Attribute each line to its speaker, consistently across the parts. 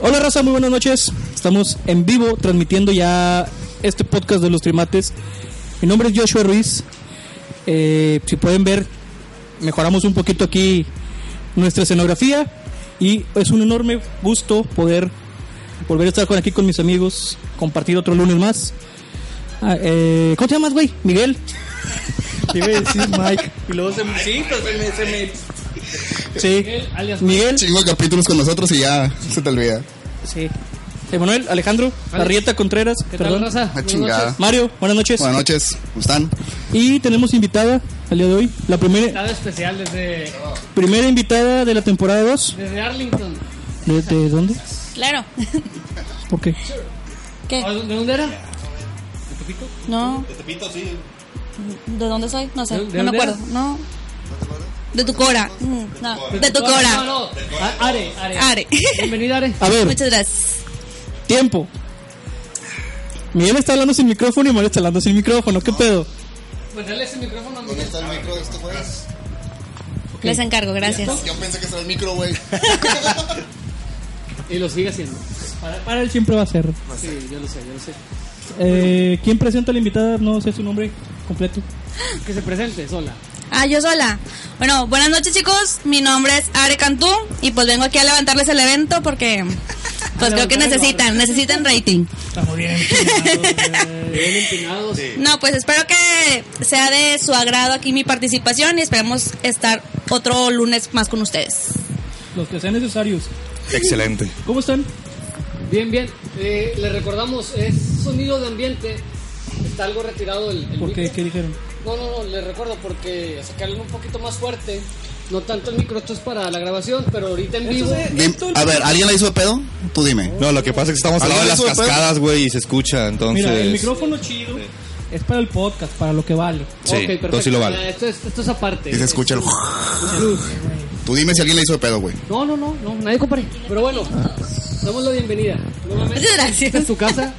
Speaker 1: Hola raza, muy buenas noches. Estamos en vivo transmitiendo ya este podcast de los primates. Mi nombre es Joshua Ruiz. Eh, si pueden ver, mejoramos un poquito aquí nuestra escenografía y es un enorme gusto poder volver a estar con aquí con mis amigos, compartir otro lunes más. Ah, eh, ¿Cómo te llamas, güey? Miguel. Te iba a decir Mike. Y luego se me... Sí, pero se me... se me- Sí. Miguel.
Speaker 2: Chingo de capítulos con nosotros y ya se te olvida.
Speaker 1: Sí. Emanuel, Alejandro, Arrieta Contreras,
Speaker 3: ¿Qué tal,
Speaker 1: perdón.
Speaker 3: raza?
Speaker 2: La chingada.
Speaker 1: Mario, buenas Ah, noches.
Speaker 2: Buenas noches, ¿cómo están?
Speaker 1: Y tenemos invitada al día de hoy, la primera,
Speaker 3: Estado especial desde,
Speaker 1: primera invitada de la temporada 2.
Speaker 3: desde Arlington.
Speaker 1: ¿De, de dónde?
Speaker 4: Claro.
Speaker 1: ¿Por qué?
Speaker 4: ¿Qué?
Speaker 3: ¿O ¿De dónde era? ¿De Tepito?
Speaker 4: No. De ¿De dónde soy? No sé.
Speaker 3: ¿De- de
Speaker 4: no me
Speaker 3: dónde
Speaker 4: acuerdo.
Speaker 3: eres?
Speaker 4: No. ¿De tu cora? Mm, No. De tu
Speaker 3: No,
Speaker 4: cora.
Speaker 3: no. A- Are, Are.
Speaker 4: Are.
Speaker 3: Bienvenida, Are.
Speaker 1: A ver,
Speaker 4: Muchas gracias.
Speaker 1: tiempo. Miguel está hablando sin micrófono y Mario está hablando sin micrófono. ¿Qué pedo?
Speaker 3: Pues dale ese micrófono a mí.
Speaker 2: está el micro de estos güeyes?
Speaker 4: Les encargo, gracias.
Speaker 2: Yo pensé que estaba el micro, güey.
Speaker 3: Y lo sigue haciendo. Para, para
Speaker 1: Él
Speaker 3: el...
Speaker 1: siempre va a ser.
Speaker 3: Sí, yo lo sé, yo lo sé.
Speaker 1: Eh, ¿Quién presenta a la invitada? No sé su nombre completo.
Speaker 3: Que se presente sola.
Speaker 4: Ah, yo sola. Bueno, buenas noches chicos. Mi nombre es Are Cantú y pues vengo aquí a levantarles el evento porque pues creo que
Speaker 3: levantar el
Speaker 4: necesitan, necesitan rating.
Speaker 3: Estamos bien empinados. bien empinados.
Speaker 4: No, pues espero que sea de su agrado aquí mi participación y esperemos estar otro lunes más con ustedes.
Speaker 1: Los que sean necesarios.
Speaker 2: Excelente.
Speaker 1: ¿Cómo están?
Speaker 3: Bien, bien. Eh, le recordamos, es sonido de ambiente. Está algo retirado el, el
Speaker 1: ¿Por qué?
Speaker 3: micro.
Speaker 1: ¿Qué dijeron?
Speaker 3: No, no, no, les recuerdo porque sacarlo un poquito más fuerte. No tanto el micro, esto es para la grabación, pero ahorita en vivo.
Speaker 2: A ver, ¿alguien la hizo de pedo? Tú dime.
Speaker 5: No, lo que pasa es que estamos al lado de las cascadas, güey, y se escucha, entonces...
Speaker 1: Mira, el micrófono chido es para el podcast, para lo que vale.
Speaker 5: Sí,
Speaker 3: Ok,
Speaker 5: entonces sí lo vale.
Speaker 3: Ah, Esto es, esto es aparte.
Speaker 2: Y se escucha el. Tú dime si alguien la hizo de pedo, güey.
Speaker 3: No, no, no, no, nadie compare. Pero bueno, damos la bienvenida. Nuevamente,
Speaker 4: Muchas
Speaker 3: esta es
Speaker 4: gracias.
Speaker 3: tu casa.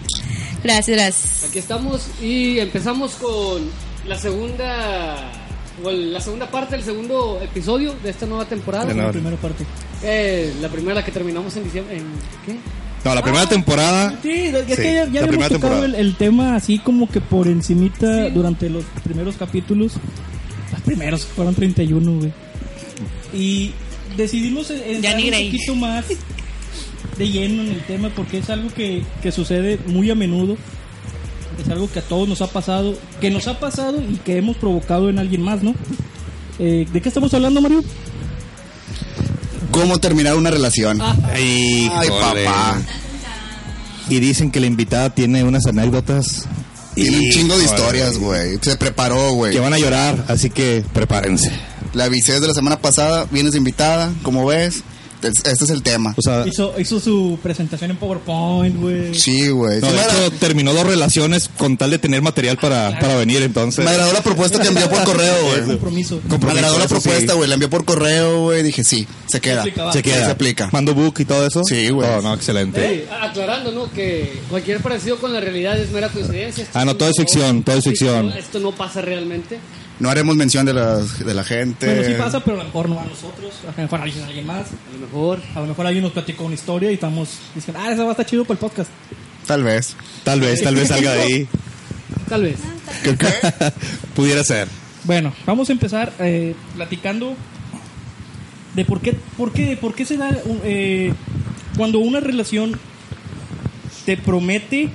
Speaker 4: Gracias, gracias.
Speaker 3: Aquí estamos y empezamos con la segunda o el- la segunda parte del segundo episodio de esta nueva temporada.
Speaker 5: De
Speaker 1: La
Speaker 5: nuevo.
Speaker 1: primera parte.
Speaker 3: Eh, la primera la que terminamos en diciembre. ¿En qué?
Speaker 5: No, la
Speaker 1: Ah.
Speaker 5: primera temporada...
Speaker 1: Sí, es que
Speaker 5: Sí,
Speaker 1: ya, ya
Speaker 5: la
Speaker 1: habíamos
Speaker 5: primera
Speaker 1: tocado
Speaker 5: temporada.
Speaker 1: el, el tema así como que por encimita durante los primeros capítulos. Los primeros, fueron 31, güey. Y decidimos en-
Speaker 4: Ya
Speaker 1: entrar
Speaker 4: ni
Speaker 1: un
Speaker 4: creí.
Speaker 1: poquito más de lleno en el tema porque es algo que, que sucede muy a menudo. Es algo que a todos nos ha pasado, que nos ha pasado y que hemos provocado en alguien más, ¿no? Eh, ¿De qué estamos hablando, Mario?
Speaker 2: ¿Cómo terminar una relación?
Speaker 5: Ay,
Speaker 2: Ay, papá.
Speaker 5: Y dicen que la invitada tiene unas anécdotas...
Speaker 2: Tiene un chingo de
Speaker 5: Híjole.
Speaker 2: historias, güey. Se preparó, güey.
Speaker 5: Que van a llorar, así que prepárense.
Speaker 2: La avisé desde la semana pasada. Vienes invitada, como ves. Es- Este es el tema.
Speaker 5: O sea,
Speaker 1: Hizo, hizo su presentación en PowerPoint, güey.
Speaker 2: Sí, güey. Sí,
Speaker 5: no, de
Speaker 2: me
Speaker 5: hecho,
Speaker 2: agradó-
Speaker 5: terminó dos relaciones con tal de tener material para, para venir, entonces...
Speaker 2: me agradó la propuesta que envió por correo, güey.
Speaker 1: Compromiso.
Speaker 2: Me
Speaker 5: Compromiso,
Speaker 2: agradó la
Speaker 5: eso sí.
Speaker 2: propuesta, güey. La envió por correo, güey. Dije, sí, se queda.
Speaker 1: Aplicaba.
Speaker 5: Se queda.
Speaker 2: Se aplica.
Speaker 5: Mando book y todo eso.
Speaker 2: Sí, güey.
Speaker 5: Oh, no, excelente.
Speaker 3: Ey, Eh, aclarando, ¿no? Que cualquier parecido con la realidad es mera coincidencia. Esto
Speaker 5: Ah, no, todo es ficción, todo es ficción.
Speaker 3: Esto, esto no pasa realmente.
Speaker 2: No haremos mención de la, de la gente.
Speaker 1: Bueno, sí pasa, pero a lo mejor no a nosotros, a lo mejor a alguien, a alguien más.
Speaker 3: A lo mejor.
Speaker 1: A lo mejor alguien nos platicó una historia y estamos diciendo, ah, esa va a estar chido para el podcast.
Speaker 2: Tal vez.
Speaker 5: Tal vez, tal vez salga de ahí.
Speaker 3: Tal vez.
Speaker 5: Pudiera ser.
Speaker 1: Bueno, vamos a empezar eh, platicando de por qué, por qué, por qué se da un- eh, cuando una relación te promete,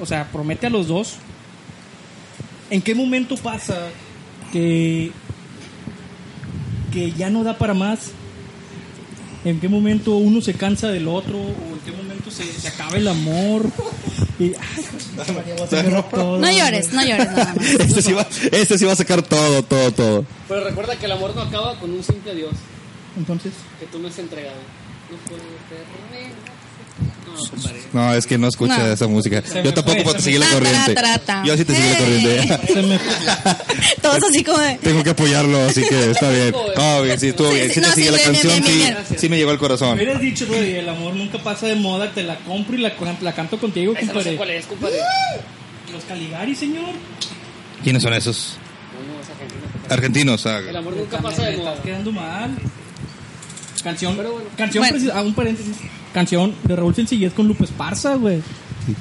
Speaker 1: o sea, promete a los dos, ¿en qué momento pasa que, que ya no da para más? ¿En qué momento uno se cansa del otro? ¿O en qué momento se, se acaba el amor? Y, ay, María, voy a cerrar todo,
Speaker 4: No llores, no llores nada más.
Speaker 5: Este sí, va, este sí va a sacar todo, todo, todo.
Speaker 3: Pero recuerda que el amor no acaba con un simple adiós
Speaker 1: Entonces,
Speaker 3: que tú me has entregado. No puedo perder. No, compadre.
Speaker 5: No, es que no escucha
Speaker 4: No.
Speaker 5: esa música.
Speaker 1: Se me
Speaker 5: Yo tampoco
Speaker 1: fue,
Speaker 5: puedo
Speaker 1: se
Speaker 5: seguir la
Speaker 4: me-
Speaker 5: corriente.
Speaker 4: Ta, ta, ta, ta.
Speaker 5: Yo sí te sigo la corriente.
Speaker 1: se me-
Speaker 4: Todos así como de...
Speaker 5: Tengo que apoyarlo, así que está bien. No, bien, sí, estuvo
Speaker 4: Sí,
Speaker 5: bien.
Speaker 4: sí,
Speaker 5: Sí te
Speaker 4: no,
Speaker 5: sigue
Speaker 4: sí,
Speaker 5: la
Speaker 4: bien, bien,
Speaker 5: canción,
Speaker 4: bien,
Speaker 5: sí.
Speaker 4: bien,
Speaker 3: bien.
Speaker 5: Sí me llegó al corazón.
Speaker 1: Hubieras dicho, güey, el amor nunca pasa de moda, te la compro y la, la canto contigo,
Speaker 3: Esa no sé
Speaker 1: compadre.
Speaker 3: cuál es, compadre.
Speaker 1: Los Caligari, señor.
Speaker 5: ¿Quiénes son esos?
Speaker 3: Bueno, esa gente no-
Speaker 5: Argentinos. ah,
Speaker 3: El amor nunca pasa de moda.
Speaker 1: Estás quedando mal. Canción,
Speaker 3: Pero bueno.
Speaker 1: canción,
Speaker 4: Bueno.
Speaker 1: preci- ah, un paréntesis. Canción de Raúl Sencillez con Lupe Esparza, güey.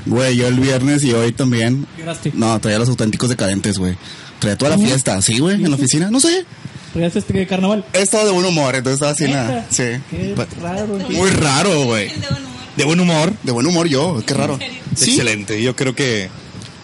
Speaker 2: Güey, yo el viernes y hoy también.
Speaker 1: Lloraste.
Speaker 2: No, traía los auténticos decadentes, güey. Traía toda la fiesta, sí, güey, en la oficina. No sé.
Speaker 1: Regaste este carnaval.
Speaker 2: He estado de buen humor, entonces estaba así nada.
Speaker 1: Neta.
Speaker 2: Sí.
Speaker 1: Qué
Speaker 2: Pa-
Speaker 1: raro.
Speaker 2: Muy raro, güey.
Speaker 4: El de buen humor.
Speaker 5: De buen humor.
Speaker 2: De buen humor yo, qué raro. Sí.
Speaker 5: Excelente. Yo creo que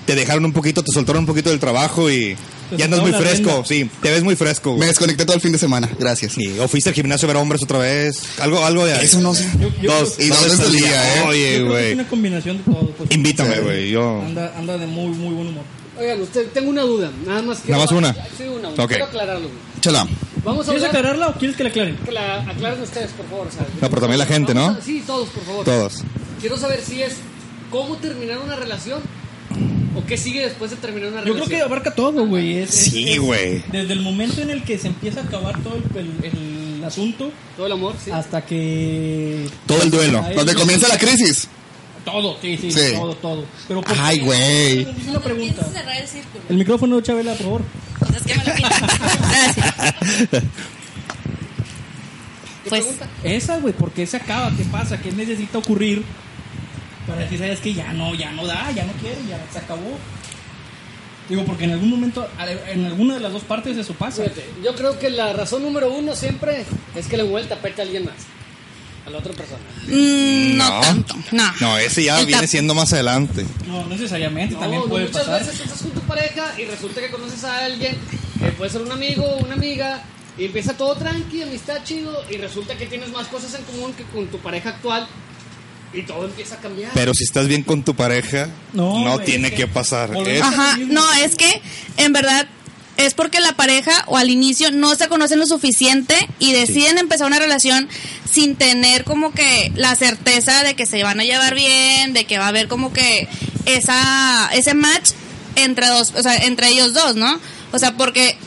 Speaker 5: te dejaron un poquito, te soltaron un poquito del trabajo y
Speaker 1: Te
Speaker 5: ya
Speaker 1: soltaron
Speaker 5: andas muy
Speaker 1: la
Speaker 5: fresco.
Speaker 1: rienda.
Speaker 5: Sí, te ves muy fresco.
Speaker 2: Me
Speaker 5: güey.
Speaker 2: desconecté todo el fin de semana, gracias.
Speaker 5: Sí, o fuiste al gimnasio a ver hombres otra vez. Algo, algo de
Speaker 2: Eso no sé.
Speaker 5: Dos,
Speaker 2: Y
Speaker 5: dos
Speaker 2: dos
Speaker 5: veces
Speaker 2: al
Speaker 5: al
Speaker 2: día,
Speaker 5: día.
Speaker 2: ¿eh?
Speaker 1: Yo
Speaker 5: Oye,
Speaker 1: creo que es
Speaker 5: güey.
Speaker 1: una combinación de todo. pues.
Speaker 5: Invítame, güey. Yo.
Speaker 1: Anda, anda de muy, muy buen humor.
Speaker 3: Oigan, usted, tengo una duda. Nada más que.
Speaker 5: ¿Nada más una?
Speaker 3: Sí, una.
Speaker 5: Ok.
Speaker 3: Quiero aclararlo. güey.
Speaker 2: Chala.
Speaker 3: Vamos
Speaker 1: ¿Quieres
Speaker 3: a hablar.
Speaker 1: aclararla o quieres que la aclaren?
Speaker 3: Que la aclaren ustedes, por favor. ¿sabes?
Speaker 5: No, pero también la gente,
Speaker 3: Vamos
Speaker 5: ¿no?
Speaker 3: a- sí, todos, por favor.
Speaker 5: Todos.
Speaker 3: Quiero saber si es cómo terminar una relación o qué sigue después de terminar una
Speaker 1: Yo
Speaker 3: relación.
Speaker 1: creo que abarca todo, güey. Es- es-
Speaker 5: Sí,
Speaker 1: es-
Speaker 5: güey.
Speaker 1: Desde el momento en el que se empieza a acabar todo el, el- el asunto
Speaker 3: Todo el amor, sí.
Speaker 1: hasta que...
Speaker 5: Todo el duelo.
Speaker 2: Donde comienza la crisis.
Speaker 1: Todo, sí, sí,
Speaker 2: Sí.
Speaker 1: todo, todo. Pero ¿por
Speaker 2: Ay,
Speaker 1: qué?
Speaker 2: güey.
Speaker 1: Es una pregunta.
Speaker 4: Piensas cerrar el círculo.
Speaker 1: El micrófono, Chabela, por favor.
Speaker 4: Entonces, ¿qué me lo quitas? Gracias. Pues,
Speaker 1: Esa, güey, ¿por qué se acaba? ¿Qué pasa? ¿Qué necesita ocurrir para decir, sabes que ya no, ya no da, ya no quiere, ya se acabó? Digo, porque en algún momento, a- en alguna de las dos partes eso pasa.
Speaker 3: Fíjate, yo creo que la razón número uno siempre es que la vuelta apete a alguien más. A la otra persona.
Speaker 4: mm, no, tanto. No.
Speaker 5: No, ese ya
Speaker 4: El
Speaker 5: viene
Speaker 4: tap-
Speaker 5: siendo más adelante.
Speaker 1: No, necesariamente, también
Speaker 3: No,
Speaker 1: puede
Speaker 3: muchas
Speaker 1: pasar.
Speaker 3: veces estás con tu pareja y resulta que conoces a alguien que puede ser un amigo o una amiga y empieza todo tranqui, amistad chido y resulta que tienes más cosas en común que con tu pareja actual y todo empieza a cambiar.
Speaker 5: Pero si estás bien con tu pareja, no,
Speaker 1: No, güey,
Speaker 5: tiene
Speaker 1: es
Speaker 5: que,
Speaker 1: que-
Speaker 5: pasar.
Speaker 1: Volvemos
Speaker 5: Es-
Speaker 1: a-
Speaker 4: Ajá, no, es que en verdad es porque la pareja o al inicio no se conocen lo suficiente y deciden empezar una relación sin tener como que la certeza de que se van a llevar bien, de que va a haber como que esa ese match entre dos, o sea, entre ellos dos, ¿no? O sea, porque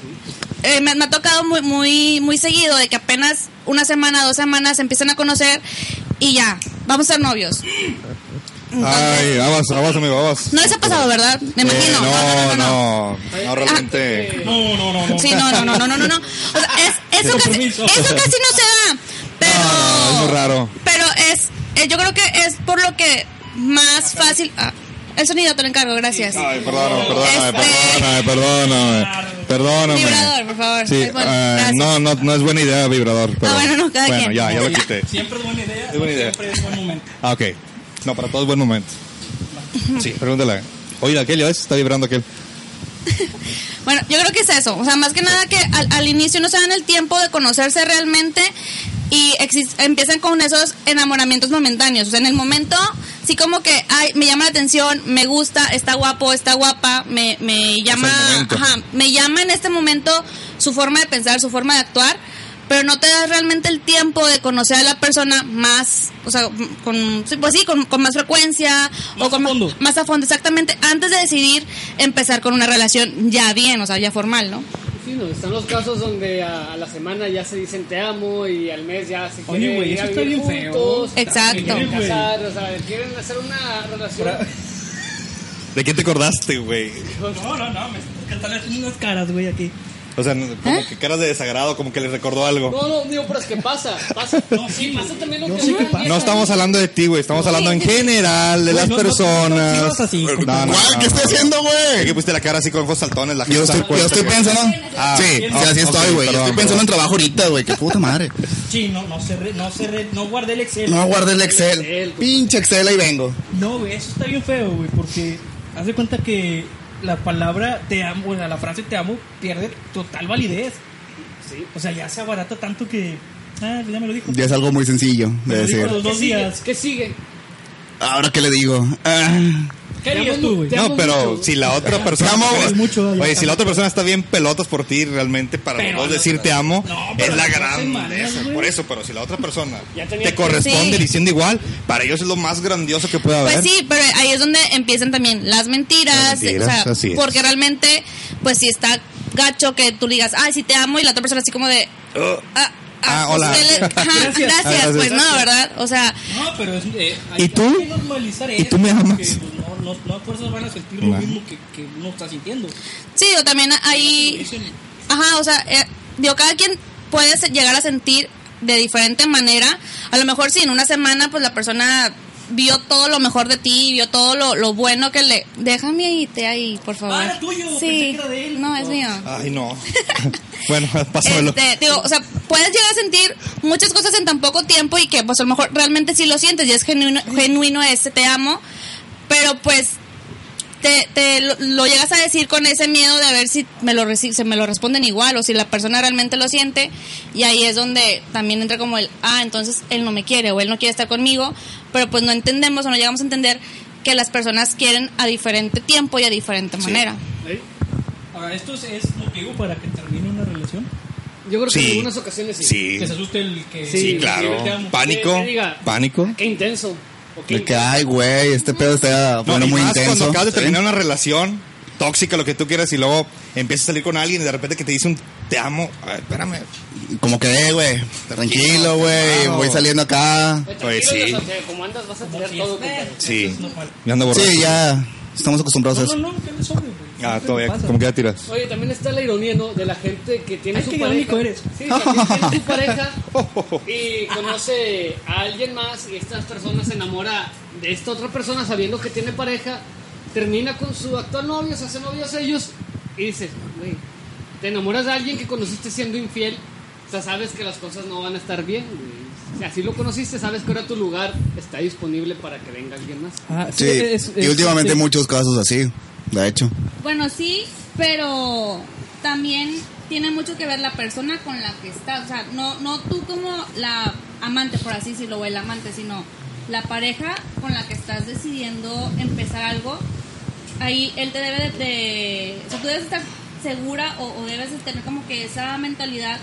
Speaker 4: eh, me, me ha tocado muy, muy, muy seguido de que apenas una semana, dos semanas se empiezan a conocer y ya, vamos a ser novios.
Speaker 5: Ay, aguas, aguas, amigo, aguas.
Speaker 4: No les ha pasado, ¿verdad? Me
Speaker 5: Eh,
Speaker 4: imagino.
Speaker 5: no, no, no, realmente.
Speaker 1: No, no, no, no.
Speaker 4: Sí, no, no, no, no, no, no, no. O sea, es, eso,
Speaker 1: Con
Speaker 4: casi, eso
Speaker 1: permiso.
Speaker 4: casi no se da. Pero,
Speaker 5: No, no, es muy raro.
Speaker 4: pero es, eh, yo creo que es por lo que más fácil. ah, el sonido te lo encargo, gracias.
Speaker 5: Ay, perdóname, perdóname,
Speaker 4: Este-
Speaker 5: perdóname, perdóname. Perdóname.
Speaker 4: Vibrador, por favor.
Speaker 5: Sí,
Speaker 4: Ay, bueno,
Speaker 5: ah,
Speaker 4: gracias.
Speaker 5: no, no, no es buena idea vibrador. Pero,
Speaker 4: bueno, no, cada
Speaker 5: bueno,
Speaker 4: quien.
Speaker 5: ya, ya lo quité.
Speaker 1: Siempre es buena idea.
Speaker 5: Es buena idea.
Speaker 1: Siempre es buen momento.
Speaker 5: Ah, ok. No, para todos buen momento. Sí, pregúntale. Oye, aquel ya ves, está vibrando aquel.
Speaker 4: Bueno, yo creo que es eso. O sea, más que nada que al, al inicio no se dan el tiempo de conocerse realmente y exis- empiezan con esos enamoramientos momentáneos. O sea, en el momento, sí como que, ay, me llama la atención, me gusta, está guapo, está guapa, me, me llama,
Speaker 5: el momento.
Speaker 4: ajá, me llama en este momento su forma de pensar, su forma de actuar, pero no te das realmente el tiempo de conocer a la persona más, o sea, con, sí, pues sí, con, con más frecuencia
Speaker 1: Más
Speaker 4: o con
Speaker 1: a
Speaker 4: ma-
Speaker 1: fondo.
Speaker 4: más a fondo, exactamente, antes de decidir empezar con una relación ya bien, o sea, ya formal, ¿no?
Speaker 3: Sí, no, están los casos donde a, a la semana ya se dicen te amo y al mes ya se
Speaker 1: Oye,
Speaker 3: quieren
Speaker 1: güey,
Speaker 3: ir a
Speaker 1: eso está
Speaker 3: vivir
Speaker 1: bien feo.
Speaker 3: juntos,
Speaker 4: Exacto.
Speaker 3: se quieren
Speaker 1: Güey.
Speaker 3: casar, o sea, quieren hacer una relación.
Speaker 5: ¿De quién te acordaste, güey?
Speaker 1: No, no, no. Me están haciendo unas caras, güey, aquí.
Speaker 5: O sea, no, como que caras de desagrado, como que les recordó algo.
Speaker 3: No, no, digo, pero es que pasa, pasa.
Speaker 1: No,
Speaker 3: sí,
Speaker 1: sí,
Speaker 3: pasa también lo
Speaker 1: yo
Speaker 3: que
Speaker 1: sé
Speaker 3: una
Speaker 1: que pasa.
Speaker 3: vieja-
Speaker 5: No estamos hablando de ti, güey, estamos hablando en general de
Speaker 1: Güey,
Speaker 5: las
Speaker 1: no, no,
Speaker 5: personas.
Speaker 1: no, no, no, no, así, compadre.
Speaker 5: No, no,
Speaker 2: Guau,
Speaker 5: no,
Speaker 2: ¿Qué
Speaker 5: no,
Speaker 2: estoy
Speaker 5: no.
Speaker 2: haciendo,
Speaker 5: Es que
Speaker 2: güey?
Speaker 5: pusiste la cara así con ojos saltones, la gente
Speaker 2: Yo
Speaker 5: se
Speaker 2: estoy, yo
Speaker 5: da cuenta
Speaker 2: estoy
Speaker 5: que-
Speaker 2: pensando.
Speaker 5: Ah,
Speaker 2: sí, sí,
Speaker 5: ah,
Speaker 2: así
Speaker 5: ok,
Speaker 2: estoy, güey. Yo
Speaker 5: perdón,
Speaker 2: estoy pensando en trabajo ahorita, güey. Qué puta madre.
Speaker 1: Sí, no, no se re, no se re, no guardé el Excel.
Speaker 2: No guardé el
Speaker 3: Excel,
Speaker 2: Excel.
Speaker 3: güey.
Speaker 2: Pinche Excel, ahí vengo.
Speaker 1: No, güey, eso está bien feo, güey, porque haz de cuenta que la palabra te amo, o sea, la frase te amo pierde total validez.
Speaker 3: Sí.
Speaker 1: O sea, ya se abarata tanto que. Ah, ya me lo dijo.
Speaker 2: Ya es algo muy sencillo
Speaker 1: Me
Speaker 2: de
Speaker 1: lo dijo
Speaker 2: decir.
Speaker 1: a los
Speaker 3: ¿Qué
Speaker 1: dos
Speaker 3: sigue?
Speaker 1: días.
Speaker 3: ¿Qué sigue?
Speaker 2: Ahora, ¿qué le digo? Ah.
Speaker 1: ¿Qué
Speaker 3: Te
Speaker 1: harías
Speaker 3: amo
Speaker 1: tú, güey?
Speaker 3: mucho.
Speaker 5: No, pero si la otra persona.
Speaker 2: amo,
Speaker 5: Oye,
Speaker 1: güey. Mucho, ya
Speaker 5: oye, si
Speaker 1: estamos.
Speaker 5: la otra persona está bien pelotas por ti, realmente para los
Speaker 1: Pero
Speaker 5: dos
Speaker 1: no,
Speaker 5: decir te amo
Speaker 1: no, pero
Speaker 5: es la
Speaker 1: no te
Speaker 5: grandeza.
Speaker 1: mames, güey.
Speaker 5: Por eso, pero si la otra persona
Speaker 3: Ya tenía
Speaker 5: te
Speaker 3: que-
Speaker 5: corresponde
Speaker 4: Sí.
Speaker 5: diciendo igual, para ellos es lo más grandioso que puede haber.
Speaker 4: Pues sí, pero ahí es donde empiezan también las mentiras,
Speaker 5: Las mentiras,
Speaker 4: o sea,
Speaker 5: así es.
Speaker 4: porque realmente, pues si está gacho que tú le digas, ay, sí te amo, y la otra persona así como de,
Speaker 5: Ah,
Speaker 4: ah,
Speaker 5: Ah, hola.
Speaker 4: usted le- ajá,
Speaker 1: Gracias.
Speaker 4: gracias,
Speaker 5: Ah, gracias.
Speaker 4: pues no, ¿verdad? O sea,
Speaker 1: No, pero es. eh,
Speaker 5: ¿Y
Speaker 1: hay
Speaker 5: tú?
Speaker 1: que normalizar
Speaker 5: ¿Y
Speaker 1: eso,
Speaker 5: tú me amas?
Speaker 1: porque, pues, no,
Speaker 6: no, no a fuerzas van a sentir
Speaker 5: Nah.
Speaker 6: lo mismo que, que uno está sintiendo.
Speaker 4: Sí, o también hay... Ajá, o sea, eh, digo, cada quien puede se- llegar a sentir de diferente manera. A lo mejor si en una semana, pues la persona vio todo lo mejor de ti, vio todo lo, lo bueno que le... Déjame ahí, te ahí, por favor.
Speaker 6: Ah, era tuyo,
Speaker 4: Sí.
Speaker 6: pensé que era de él. Oh.
Speaker 4: No, es mío.
Speaker 5: Ah, Ay, no. bueno, pásamelo.
Speaker 4: Este, digo, o sea, puedes llegar a sentir muchas cosas en tan poco tiempo y que pues a lo mejor realmente sí lo sientes y es genuino, genuino ese te amo, pero pues te, te lo, lo llegas a decir con ese miedo de a ver si me lo reci- se me lo responden igual o si la persona realmente lo siente y ahí es donde también entra como el, ah, entonces él no me quiere o él no quiere estar conmigo, pero pues no entendemos o no llegamos a entender que las personas quieren a diferente tiempo y a diferente manera.
Speaker 3: ¿Eh?
Speaker 6: Ahora, ¿esto es, es motivo para que termine una relación?
Speaker 3: Yo creo que
Speaker 5: Sí.
Speaker 3: en algunas ocasiones sí.
Speaker 5: Sí.
Speaker 6: Que se asuste el que...
Speaker 3: Sí,
Speaker 5: Sí,
Speaker 3: sí, te
Speaker 5: claro.
Speaker 3: amo.
Speaker 5: Pánico.
Speaker 3: Que- que diga-
Speaker 5: Pánico.
Speaker 3: Qué intenso. ¿O qué
Speaker 2: De que, ay, güey, este pedo está bueno,
Speaker 5: y
Speaker 2: muy
Speaker 5: más Cuando
Speaker 2: intenso.
Speaker 5: acabas de terminar una relación tóxica, lo que tú quieras, y luego empiezas a salir con alguien y de repente que te dice un te amo. Ay, espérame.
Speaker 2: Como que, eh, güey, tranquilo, güey,
Speaker 5: calmado.
Speaker 2: voy saliendo acá.
Speaker 3: Eh,
Speaker 5: Oye,
Speaker 3: tranquilo,
Speaker 5: sí.
Speaker 3: o sea, como andas vas a
Speaker 6: Como
Speaker 3: tener
Speaker 6: si
Speaker 3: todo.
Speaker 6: es- eh,
Speaker 3: compadre.
Speaker 5: Sí.
Speaker 6: no, mal.
Speaker 5: Me ando borracho.
Speaker 2: Sí, ya estamos acostumbrados a
Speaker 6: No,
Speaker 2: eso.
Speaker 6: no, no, que le sobre, güey.
Speaker 5: Ah,
Speaker 6: Siempre
Speaker 5: todavía.
Speaker 6: pasa.
Speaker 5: ¿Cómo que ya tiras?
Speaker 3: Oye, también está la ironía, ¿no? De la gente que tiene
Speaker 6: Ay,
Speaker 3: su
Speaker 6: qué
Speaker 3: pareja.
Speaker 6: irónico eres.
Speaker 3: Sí, también tiene su pareja y conoce a alguien más y estas personas se enamora de esta otra persona sabiendo que tiene pareja, termina con su actual novio, se hacen novios ellos y dices, güey, te enamoras de alguien que conociste siendo infiel, o sea, sabes que las cosas no van a estar bien, güey. Si así lo conociste, sabes que ahora tu lugar está disponible para que venga alguien más.
Speaker 6: Ah,
Speaker 2: Sí, y últimamente muchos casos así, de hecho.
Speaker 4: Bueno, sí, pero también tiene mucho que ver la persona con la que estás. O sea, no, no tú como la amante, por así decirlo, o el amante, sino la pareja con la que estás decidiendo empezar algo. Ahí él te debe de... de- o sea, tú debes estar segura o, o debes de tener como que esa mentalidad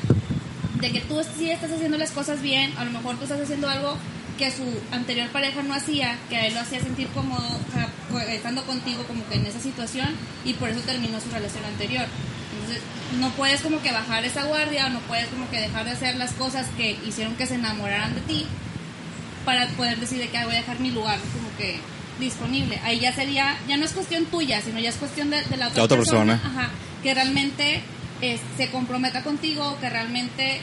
Speaker 4: de que tú sí estás haciendo las cosas bien, a lo mejor tú estás haciendo algo que su anterior pareja no hacía, que a él lo hacía sentir cómodo, o sea, co- estando contigo como que en esa situación y por eso terminó su relación anterior. Entonces, no puedes como que bajar esa guardia o no puedes como que dejar de hacer las cosas que hicieron que se enamoraran de ti para poder decir de que "Ah, voy a dejar mi lugar como que disponible. Ahí ya sería, ya no es cuestión tuya, sino ya es cuestión de, de la otra,
Speaker 5: La otra persona.
Speaker 4: ajá, que realmente eh, se comprometa contigo, que realmente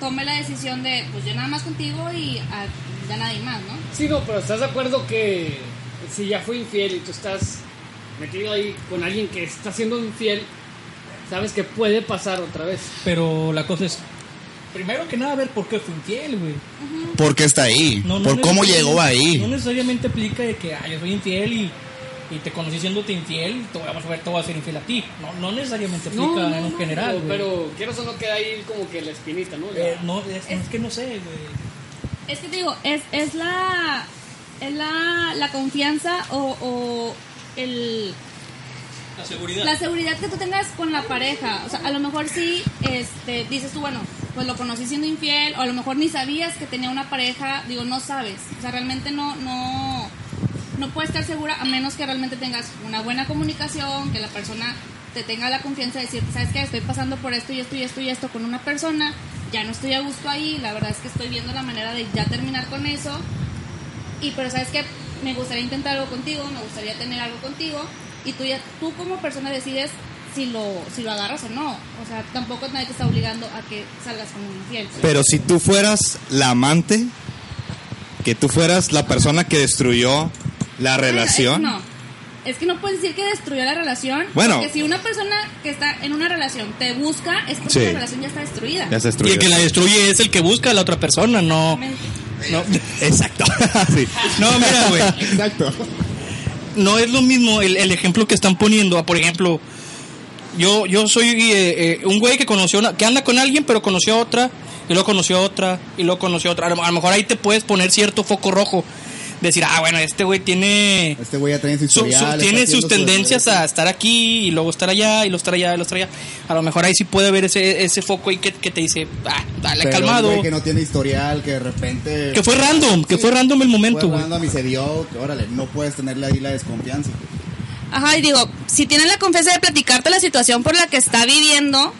Speaker 4: tome la decisión de, pues yo nada más contigo y a, ya nadie más, ¿no?
Speaker 3: Sí, no, pero ¿estás de acuerdo que si ya fue infiel y tú estás metido ahí con alguien que está siendo infiel, sabes que puede pasar otra vez?
Speaker 6: Pero la cosa es, primero que nada, ver por qué fue infiel, güey.
Speaker 2: ¿Por qué está ahí?
Speaker 6: No, no
Speaker 2: ¿Por cómo
Speaker 6: necesariamente-
Speaker 2: llegó
Speaker 6: No
Speaker 2: ahí?
Speaker 6: necesariamente aplica de que, ah, yo soy infiel y, y te conocí siéndote infiel, te voy a volver, te voy a ser infiel a ti. No, no necesariamente aplica en un general,
Speaker 3: pero,
Speaker 6: güey.
Speaker 3: pero quiero o no queda ahí como que la espinita, ¿no?
Speaker 6: Eh,
Speaker 3: La-
Speaker 6: no, es, es que no sé, güey.
Speaker 4: Es que te digo, es, es la es la, la confianza o, o el,
Speaker 6: La seguridad.
Speaker 4: la seguridad que tú tengas con la pareja. O sea, a lo mejor sí este, dices tú, bueno, pues lo conocí siendo infiel, o a lo mejor ni sabías que tenía una pareja, digo, no sabes. O sea, realmente no, no, no puedes estar segura a menos que realmente tengas una buena comunicación, que la persona te tenga la confianza de decirte, sabes que estoy pasando por esto y esto y esto y esto con una persona, ya no estoy a gusto ahí, la verdad es que estoy viendo la manera de ya terminar con eso, y pero sabes que me gustaría intentar algo contigo, me gustaría tener algo contigo y tú ya tú como persona decides si lo si lo agarras o no, o sea, tampoco nadie te está obligando a que salgas con un infiel.
Speaker 5: Pero si tú fueras la amante, que tú fueras la persona que destruyó la
Speaker 4: Bueno,
Speaker 5: relación.
Speaker 4: es- no. Es que no puedes decir que destruyó la relación.
Speaker 5: Bueno.
Speaker 4: Porque si una persona que está en una relación te busca, es porque
Speaker 5: Sí.
Speaker 4: la relación ya está destruida.
Speaker 5: Ya se
Speaker 1: Y
Speaker 5: destruyó.
Speaker 1: el que la destruye es el que busca a la otra persona, no. No,
Speaker 5: Exacto. Sí.
Speaker 1: no mira, güey.
Speaker 2: Exacto.
Speaker 1: No es lo mismo el, el ejemplo que están poniendo. a, Por ejemplo, yo, yo soy eh, eh, un güey que conoció una- que anda con alguien, pero conoció a otra, y luego conoció a otra, y luego conoció a otra. A lo, a lo mejor ahí te puedes poner cierto foco rojo. Decir, ah, bueno, este güey tiene.
Speaker 2: Este güey ya trae su
Speaker 1: su- su-
Speaker 2: historial, está
Speaker 1: tiene
Speaker 2: haciendo
Speaker 1: sus
Speaker 2: su-
Speaker 1: tendencias a estar aquí y luego estar allá y luego estar allá y luego estar allá. A lo mejor ahí sí puede haber ese, ese foco ahí que, que te dice, ah, dale
Speaker 2: Pero un
Speaker 1: calmado.
Speaker 2: güey que no tiene historial, que de repente...
Speaker 1: Que fue random, que
Speaker 2: Sí.
Speaker 1: fue random el momento,
Speaker 2: Fue
Speaker 1: güey.
Speaker 2: random y se dio, que órale, no puedes tenerle ahí la desconfianza.
Speaker 4: Ajá, y digo, si tienen la confianza de platicarte la situación por la que está viviendo,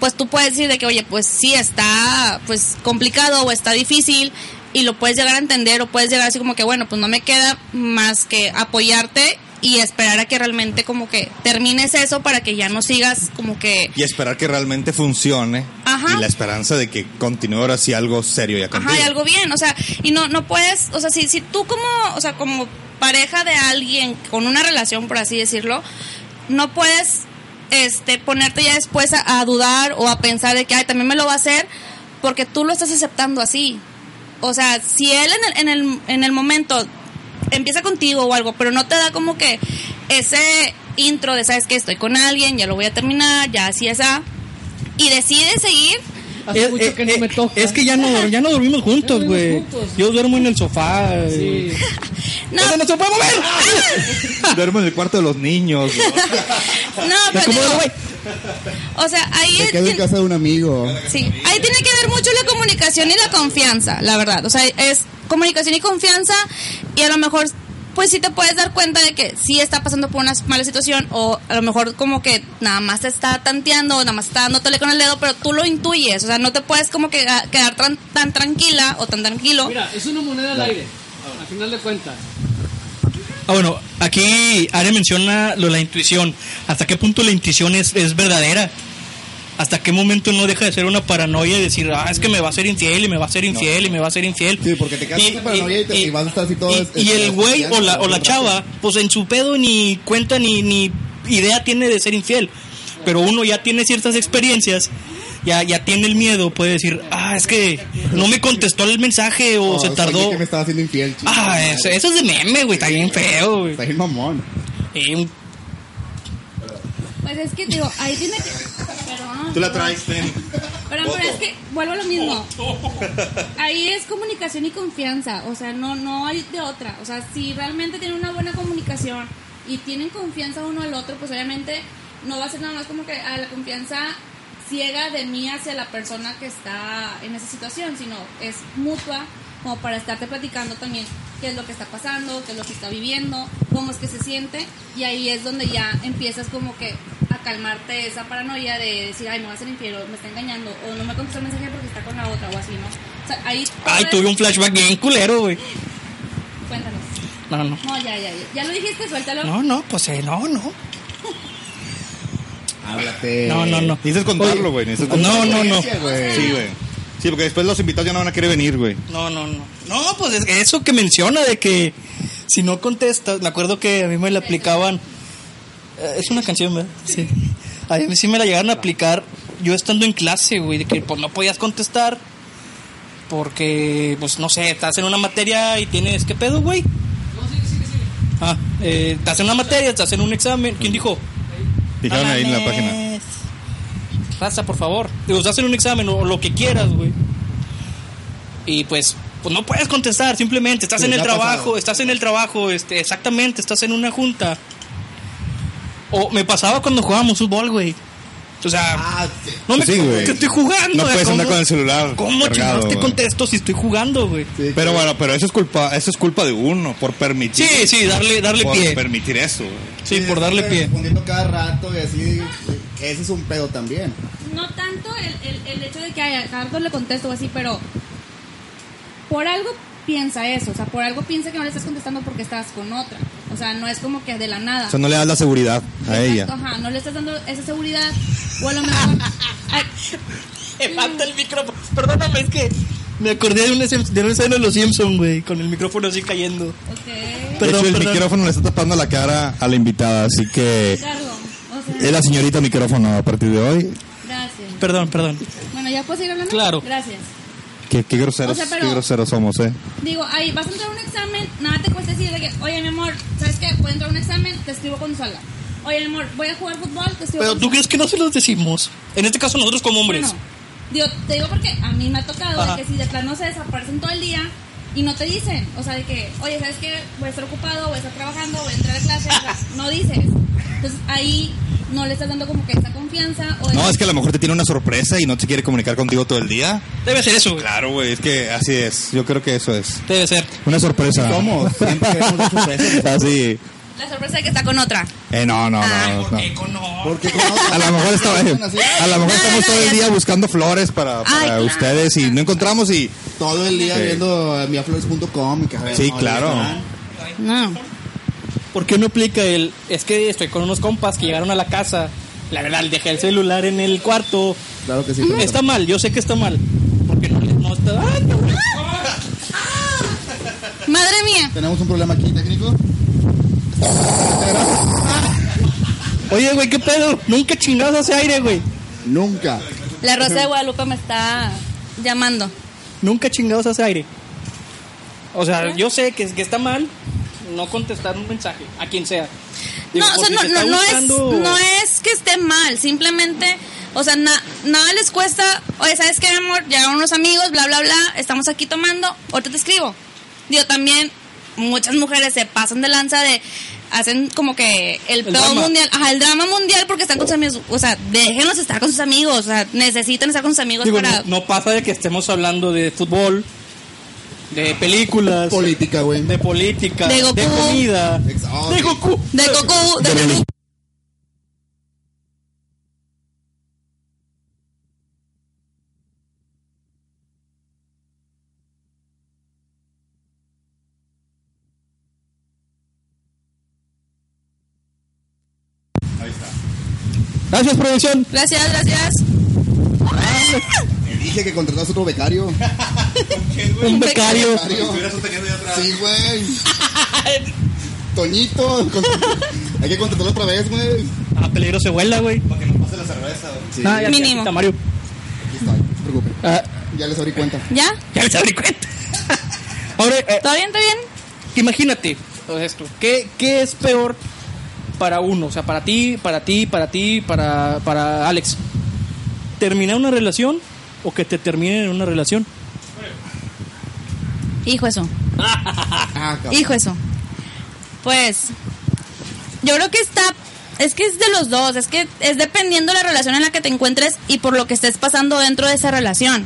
Speaker 4: pues tú puedes decir de que, oye, pues sí está pues complicado o está difícil, y lo puedes llegar a entender o puedes llegar así como que, bueno, pues no me queda más que apoyarte y esperar a que realmente como que termines eso para que ya no sigas como que...
Speaker 5: Y esperar que realmente funcione.
Speaker 4: Ajá.
Speaker 5: Y la esperanza de que continúe ahora sí algo serio ya contigo.
Speaker 4: Ajá, y algo bien, o sea, y no, no puedes, o sea, si, si tú como, o sea, como pareja de alguien con una relación, por así decirlo, no puedes este, ponerte ya después a, a dudar o a pensar de que, ay, también me lo va a hacer, porque tú lo estás aceptando así. O sea, si él en el, en el, en el momento empieza contigo o algo, pero no te da como que ese intro de, sabes que estoy con alguien, ya lo voy a terminar, ya así es, y decide seguir,
Speaker 3: Hace
Speaker 1: Eh,
Speaker 3: mucho
Speaker 1: eh,
Speaker 3: que no
Speaker 1: eh,
Speaker 3: me toca.
Speaker 1: Es que ya no, ya no dormimos juntos,
Speaker 3: Ya no
Speaker 1: güey.
Speaker 3: dormimos juntos.
Speaker 1: Yo duermo en el sofá.
Speaker 3: Sí.
Speaker 1: eh.
Speaker 4: no,
Speaker 1: ¡Eso no se puede mover!
Speaker 5: Duermo en el cuarto de los niños. ¿no?
Speaker 4: no,
Speaker 1: Me
Speaker 4: pero
Speaker 1: acomodo,
Speaker 4: digo,
Speaker 1: güey.
Speaker 4: o sea, ahí
Speaker 2: Me
Speaker 4: es...
Speaker 2: quedo en
Speaker 4: tien-
Speaker 2: casa de un amigo.
Speaker 4: Sí, ahí tiene que ver mucho la comunicación y la confianza, la verdad. O sea, es comunicación y confianza y a lo mejor pues sí te puedes dar cuenta de que sí está pasando por una mala situación o a lo mejor como que nada más te está tanteando, nada más está dándole con el dedo, pero tú lo intuyes, o sea, no te puedes como que a- quedar tan, tan tranquila o tan tranquilo.
Speaker 3: Mira, es una moneda al aire. Al final de cuentas.
Speaker 1: Ah, bueno, aquí Are menciona lo de la intuición. ¿Hasta qué punto la intuición es, es verdadera? ¿Hasta qué momento no deja de ser una paranoia y decir, ah, es que me va a ser infiel y me va a ser infiel y me va a ser infiel?
Speaker 2: Sí, porque te quedas con esa paranoia y te- y vas a estar así todo
Speaker 1: y-
Speaker 2: es-
Speaker 1: y
Speaker 2: es-
Speaker 1: el güey o la, o la
Speaker 2: es-
Speaker 1: chava, pues en su pedo ni cuenta ni, ni idea tiene de ser infiel. Pero uno ya tiene ciertas experiencias. Ya, ya tiene el miedo, puede decir, ah, es que no me contestó el mensaje o
Speaker 2: Oh,
Speaker 1: se
Speaker 2: soñé
Speaker 1: tardó.
Speaker 2: que me estaba haciendo infiel, chico.
Speaker 1: Ah, eso, eso es de meme, güey, está bien feo, güey.
Speaker 2: Está bien mamón.
Speaker 1: Y un
Speaker 4: Pues es que digo, ahí tiene que...
Speaker 5: Tú la traes, ten.
Speaker 4: Pero, pero es que vuelvo a lo mismo. Ahí es comunicación y confianza. O sea, no, no hay de otra. O sea, si realmente tienen una buena comunicación y tienen confianza uno al otro, pues obviamente no va a ser nada más como que a la confianza ciega de mí hacia la persona que está en esa situación, sino es mutua como para estarte platicando también qué es lo que está pasando, qué es lo que está viviendo, cómo es que se siente y ahí es donde ya empiezas como que a calmarte esa paranoia de decir, ay, me va a ser infiel, o me está engañando, o no me contestó el mensaje porque está con la otra, o así, ¿no? O sea, ahí...
Speaker 1: Ay,
Speaker 4: todo
Speaker 1: tuve
Speaker 4: es-
Speaker 1: un flashback bien culero, güey.
Speaker 4: Cuéntanos.
Speaker 1: No, no.
Speaker 4: No, ya, ya, ya. Ya lo dijiste, suéltalo.
Speaker 1: No, no, pues eh, no, no.
Speaker 2: Háblate.
Speaker 1: No, no, no.
Speaker 5: Necesitas contarlo, güey. necesitas contarlo.
Speaker 1: No, no, no.
Speaker 2: Experiencia, güey.
Speaker 5: Sí, güey. Sí, porque después los invitados ya no van a querer venir, güey.
Speaker 1: No, no, no. No, pues es que eso que menciona de que si no contestas, me acuerdo que a mí me la aplicaban. eh, Es una canción, ¿verdad? Sí. A mí sí me la llegaron a aplicar yo estando en clase, güey, de que pues no podías contestar porque, pues no sé, estás en una materia y tienes. ¿Qué pedo, güey? Ah, eh, estás en una materia, estás en un examen. ¿Quién dijo?
Speaker 5: Fijaron
Speaker 1: No
Speaker 5: ahí en la
Speaker 1: mames.
Speaker 5: página.
Speaker 1: Raza, por favor. Digo, estás en un examen o lo que quieras, güey. Y pues, pues no puedes contestar, simplemente. Estás
Speaker 2: Sí,
Speaker 1: en el
Speaker 2: me ha
Speaker 1: trabajo,
Speaker 2: pasado.
Speaker 1: estás en el trabajo, este, exactamente, estás en una junta. O me pasaba cuando jugábamos fútbol, güey. O sea, no me
Speaker 5: Ah. Sí, güey.
Speaker 1: que estoy jugando.
Speaker 5: No
Speaker 1: güey,
Speaker 5: puedes andar
Speaker 1: ¿cómo-
Speaker 5: con el celular
Speaker 1: ¿Cómo
Speaker 5: cargado,
Speaker 1: chingados te
Speaker 5: güey?
Speaker 1: contesto si estoy jugando, güey?
Speaker 2: Sí,
Speaker 5: Pero
Speaker 2: que-
Speaker 5: bueno, pero eso es culpa, eso es culpa de uno por permitir.
Speaker 1: Sí, sí, darle, darle
Speaker 5: por
Speaker 1: pie.
Speaker 5: permitir eso. güey.
Speaker 1: Sí, por darle
Speaker 2: estar
Speaker 1: pie.
Speaker 2: Respondiendo cada rato y así. Ese es un pedo también.
Speaker 4: no tanto el, el- el hecho de que a Carlos le contesto o así, pero por algo piensa eso, o sea, por algo piensa que no le estás contestando porque estás con otra, o sea, no es como que de la nada.
Speaker 5: O sea, no le das la seguridad a
Speaker 4: Exacto,
Speaker 5: ella.
Speaker 4: ajá, no le estás dando esa seguridad o a lo mejor Ay,
Speaker 1: Levanta el micrófono. Perdóname, es que me acordé de una, escena- de una escena de los Simpsons, güey, con el micrófono así cayendo.
Speaker 4: ok,
Speaker 5: De
Speaker 1: Perdón,
Speaker 5: hecho, el
Speaker 1: perdón.
Speaker 5: micrófono le está tapando la cara a la invitada, así que
Speaker 4: Carlos, o
Speaker 5: es
Speaker 4: sea,
Speaker 5: la señorita micrófono a partir de hoy.
Speaker 4: gracias.
Speaker 1: Perdón, perdón.
Speaker 4: Bueno, ya puedes ir hablando.
Speaker 1: Claro.
Speaker 4: Gracias.
Speaker 5: Qué, qué groseros,
Speaker 4: O sea, pero-
Speaker 5: qué groseros somos, eh.
Speaker 4: Digo, ahí vas a entrar a un examen, nada te cuesta decir de que, oye, mi amor, ¿sabes qué? Voy a entrar a un examen, te escribo cuando salga. Oye, mi amor, voy a jugar fútbol, te escribo
Speaker 1: Pero
Speaker 4: cuando
Speaker 1: tú crees que no se los decimos. En este caso nosotros como hombres.
Speaker 4: Bueno, digo, te digo porque a mí me ha tocado
Speaker 1: Ajá.
Speaker 4: de que si de plano se desaparecen todo el día y no te dicen, o sea, de que, oye, ¿sabes qué? Voy a estar ocupado, voy a estar trabajando, voy a entrar a clase, o sea, no dices. Entonces ahí no le estás dando como que esa confianza o
Speaker 5: No, es que a lo mejor te tiene una sorpresa y no te quiere comunicar contigo todo el día.
Speaker 1: Debe ser eso, güey.
Speaker 5: Claro, güey, es que así es. Yo creo que eso es.
Speaker 1: Debe ser.
Speaker 5: Una sorpresa.
Speaker 2: Somos, siempre queremos dar sorpresas.
Speaker 5: Así.
Speaker 4: La sorpresa de que está con otra.
Speaker 5: Eh, no, no,
Speaker 4: Ah,
Speaker 5: no. no.
Speaker 7: Porque con no.
Speaker 2: Porque con otras-
Speaker 5: A lo mejor, estaba- a lo mejor
Speaker 4: No,
Speaker 5: estamos
Speaker 4: no,
Speaker 5: todo el
Speaker 4: ya
Speaker 5: día
Speaker 4: sé.
Speaker 5: buscando flores para, para
Speaker 4: Ay, claro.
Speaker 5: ustedes y no encontramos y...
Speaker 2: todo el día
Speaker 5: Sí.
Speaker 2: viendo miaflores.com y que a ver,
Speaker 5: Sí,
Speaker 2: no,
Speaker 5: claro.
Speaker 2: ¿verdad?
Speaker 4: No.
Speaker 1: ¿Por qué no aplica el.? Es que estoy con unos compas que llegaron a la casa. La verdad, dejé el celular en el cuarto.
Speaker 2: Claro que sí. pero-
Speaker 1: Mm, Está mal, yo sé que está mal. Porque no, no está. ¡Ay, no!
Speaker 4: Madre mía.
Speaker 2: Tenemos un problema aquí técnico.
Speaker 1: Oye, güey, ¿qué pedo? Nunca chingados hace aire, güey.
Speaker 2: Nunca.
Speaker 4: La Rosa de Guadalupe me está llamando.
Speaker 1: Nunca chingados hace aire. O sea, yo sé que, que está mal no contestar un mensaje, a quien sea. Digo,
Speaker 4: No, o
Speaker 1: por
Speaker 4: sea,
Speaker 1: si
Speaker 4: no,
Speaker 1: te está
Speaker 4: no, no es,
Speaker 1: gustando-
Speaker 4: no es que esté mal, simplemente, o sea, na- nada les cuesta, oye, ¿sabes qué, mi amor? Llegaron unos amigos, bla, bla, bla, estamos aquí tomando, ahorita te escribo. Digo, también, muchas mujeres se pasan de lanza de, hacen como que el, pedo
Speaker 1: drama.
Speaker 4: mundial, ajá, el drama mundial porque están con sus amigos, o sea, déjenlos estar con sus amigos, o sea, necesitan estar con sus amigos
Speaker 1: Digo,
Speaker 4: para...
Speaker 1: no, no pasa de que estemos hablando de fútbol, de películas,
Speaker 2: Política, güey.
Speaker 1: de política,
Speaker 4: De Goku.
Speaker 1: comida,
Speaker 2: Ex- oh,
Speaker 1: de
Speaker 2: sí.
Speaker 1: Goku.
Speaker 4: De Goku, de Goku.
Speaker 1: Gracias, producción.
Speaker 4: Gracias, gracias.
Speaker 2: Te Dije que contratas otro becario.
Speaker 1: Un becario.
Speaker 2: Becario.
Speaker 5: sosteniendo ya atrás.
Speaker 2: Sí, güey. Toñito. con- Hay que contratarlo otra vez, güey.
Speaker 1: Ah, peligro se vuela, güey.
Speaker 5: Para que nos pase la cerveza.
Speaker 2: Sí,
Speaker 1: Ah, ya,
Speaker 4: Mínimo.
Speaker 1: ya está, Mario.
Speaker 2: aquí está, no se preocupe.
Speaker 1: Ah,
Speaker 2: Ya les abrí cuenta.
Speaker 4: ¿Ya?
Speaker 1: ya me abrí cuenta. Ahora, eh,
Speaker 4: ¿Todo bien, todo bien?
Speaker 1: imagínate todo esto. ¿Qué, ¿Qué es peor para uno? O sea, para ti, para ti, para ti, para, para Alex. ¿Terminar una relación o que te terminen en una relación?
Speaker 4: Hijo eso.
Speaker 2: Ah, cabrón.
Speaker 4: Hijo eso. Pues yo creo que está es que es de los dos, es que es dependiendo la relación en la que te encuentres y por lo que estés pasando dentro de esa relación.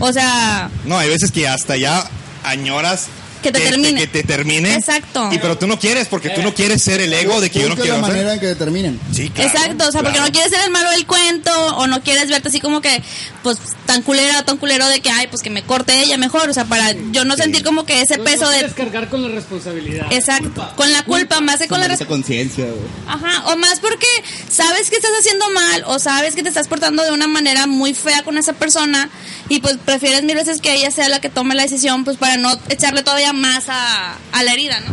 Speaker 4: O sea,
Speaker 5: No, hay veces que hasta ya añoras
Speaker 4: Que te termine.
Speaker 5: Que te termine.
Speaker 4: Exacto.
Speaker 5: Y pero tú no quieres, porque tú no quieres ser el ego de que yo no
Speaker 2: Busca
Speaker 5: quiero
Speaker 2: la
Speaker 5: ser.
Speaker 2: manera en que determinen.
Speaker 5: Sí, claro,
Speaker 4: exacto, o sea, porque
Speaker 5: claro.
Speaker 4: no quieres ser el malo del cuento o no quieres verte así como que pues tan culero, tan culero de que ay, pues que me corte ella mejor, o sea, para yo no sentir como que ese
Speaker 3: No-
Speaker 4: peso
Speaker 3: no
Speaker 4: de
Speaker 3: quieres cargar con la responsabilidad.
Speaker 4: Exacto, con la culpa más que con la
Speaker 2: Maldita conciencia, güey.
Speaker 4: Ajá, o más porque sabes que estás haciendo mal o sabes que te estás portando de una manera muy fea con esa persona y pues prefieres mil veces que ella sea la que tome la decisión pues para no echarle todavía más a, a la herida, ¿no?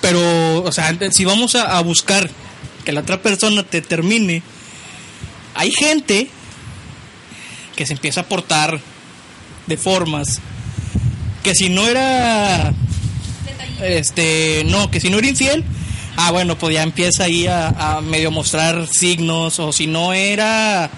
Speaker 1: Pero, o sea, si vamos a, a buscar que la otra persona te termine, hay gente que se empieza a portar de formas que si no era este no que si no era infiel ah bueno pues ya empieza ahí a, a medio mostrar signos o si no era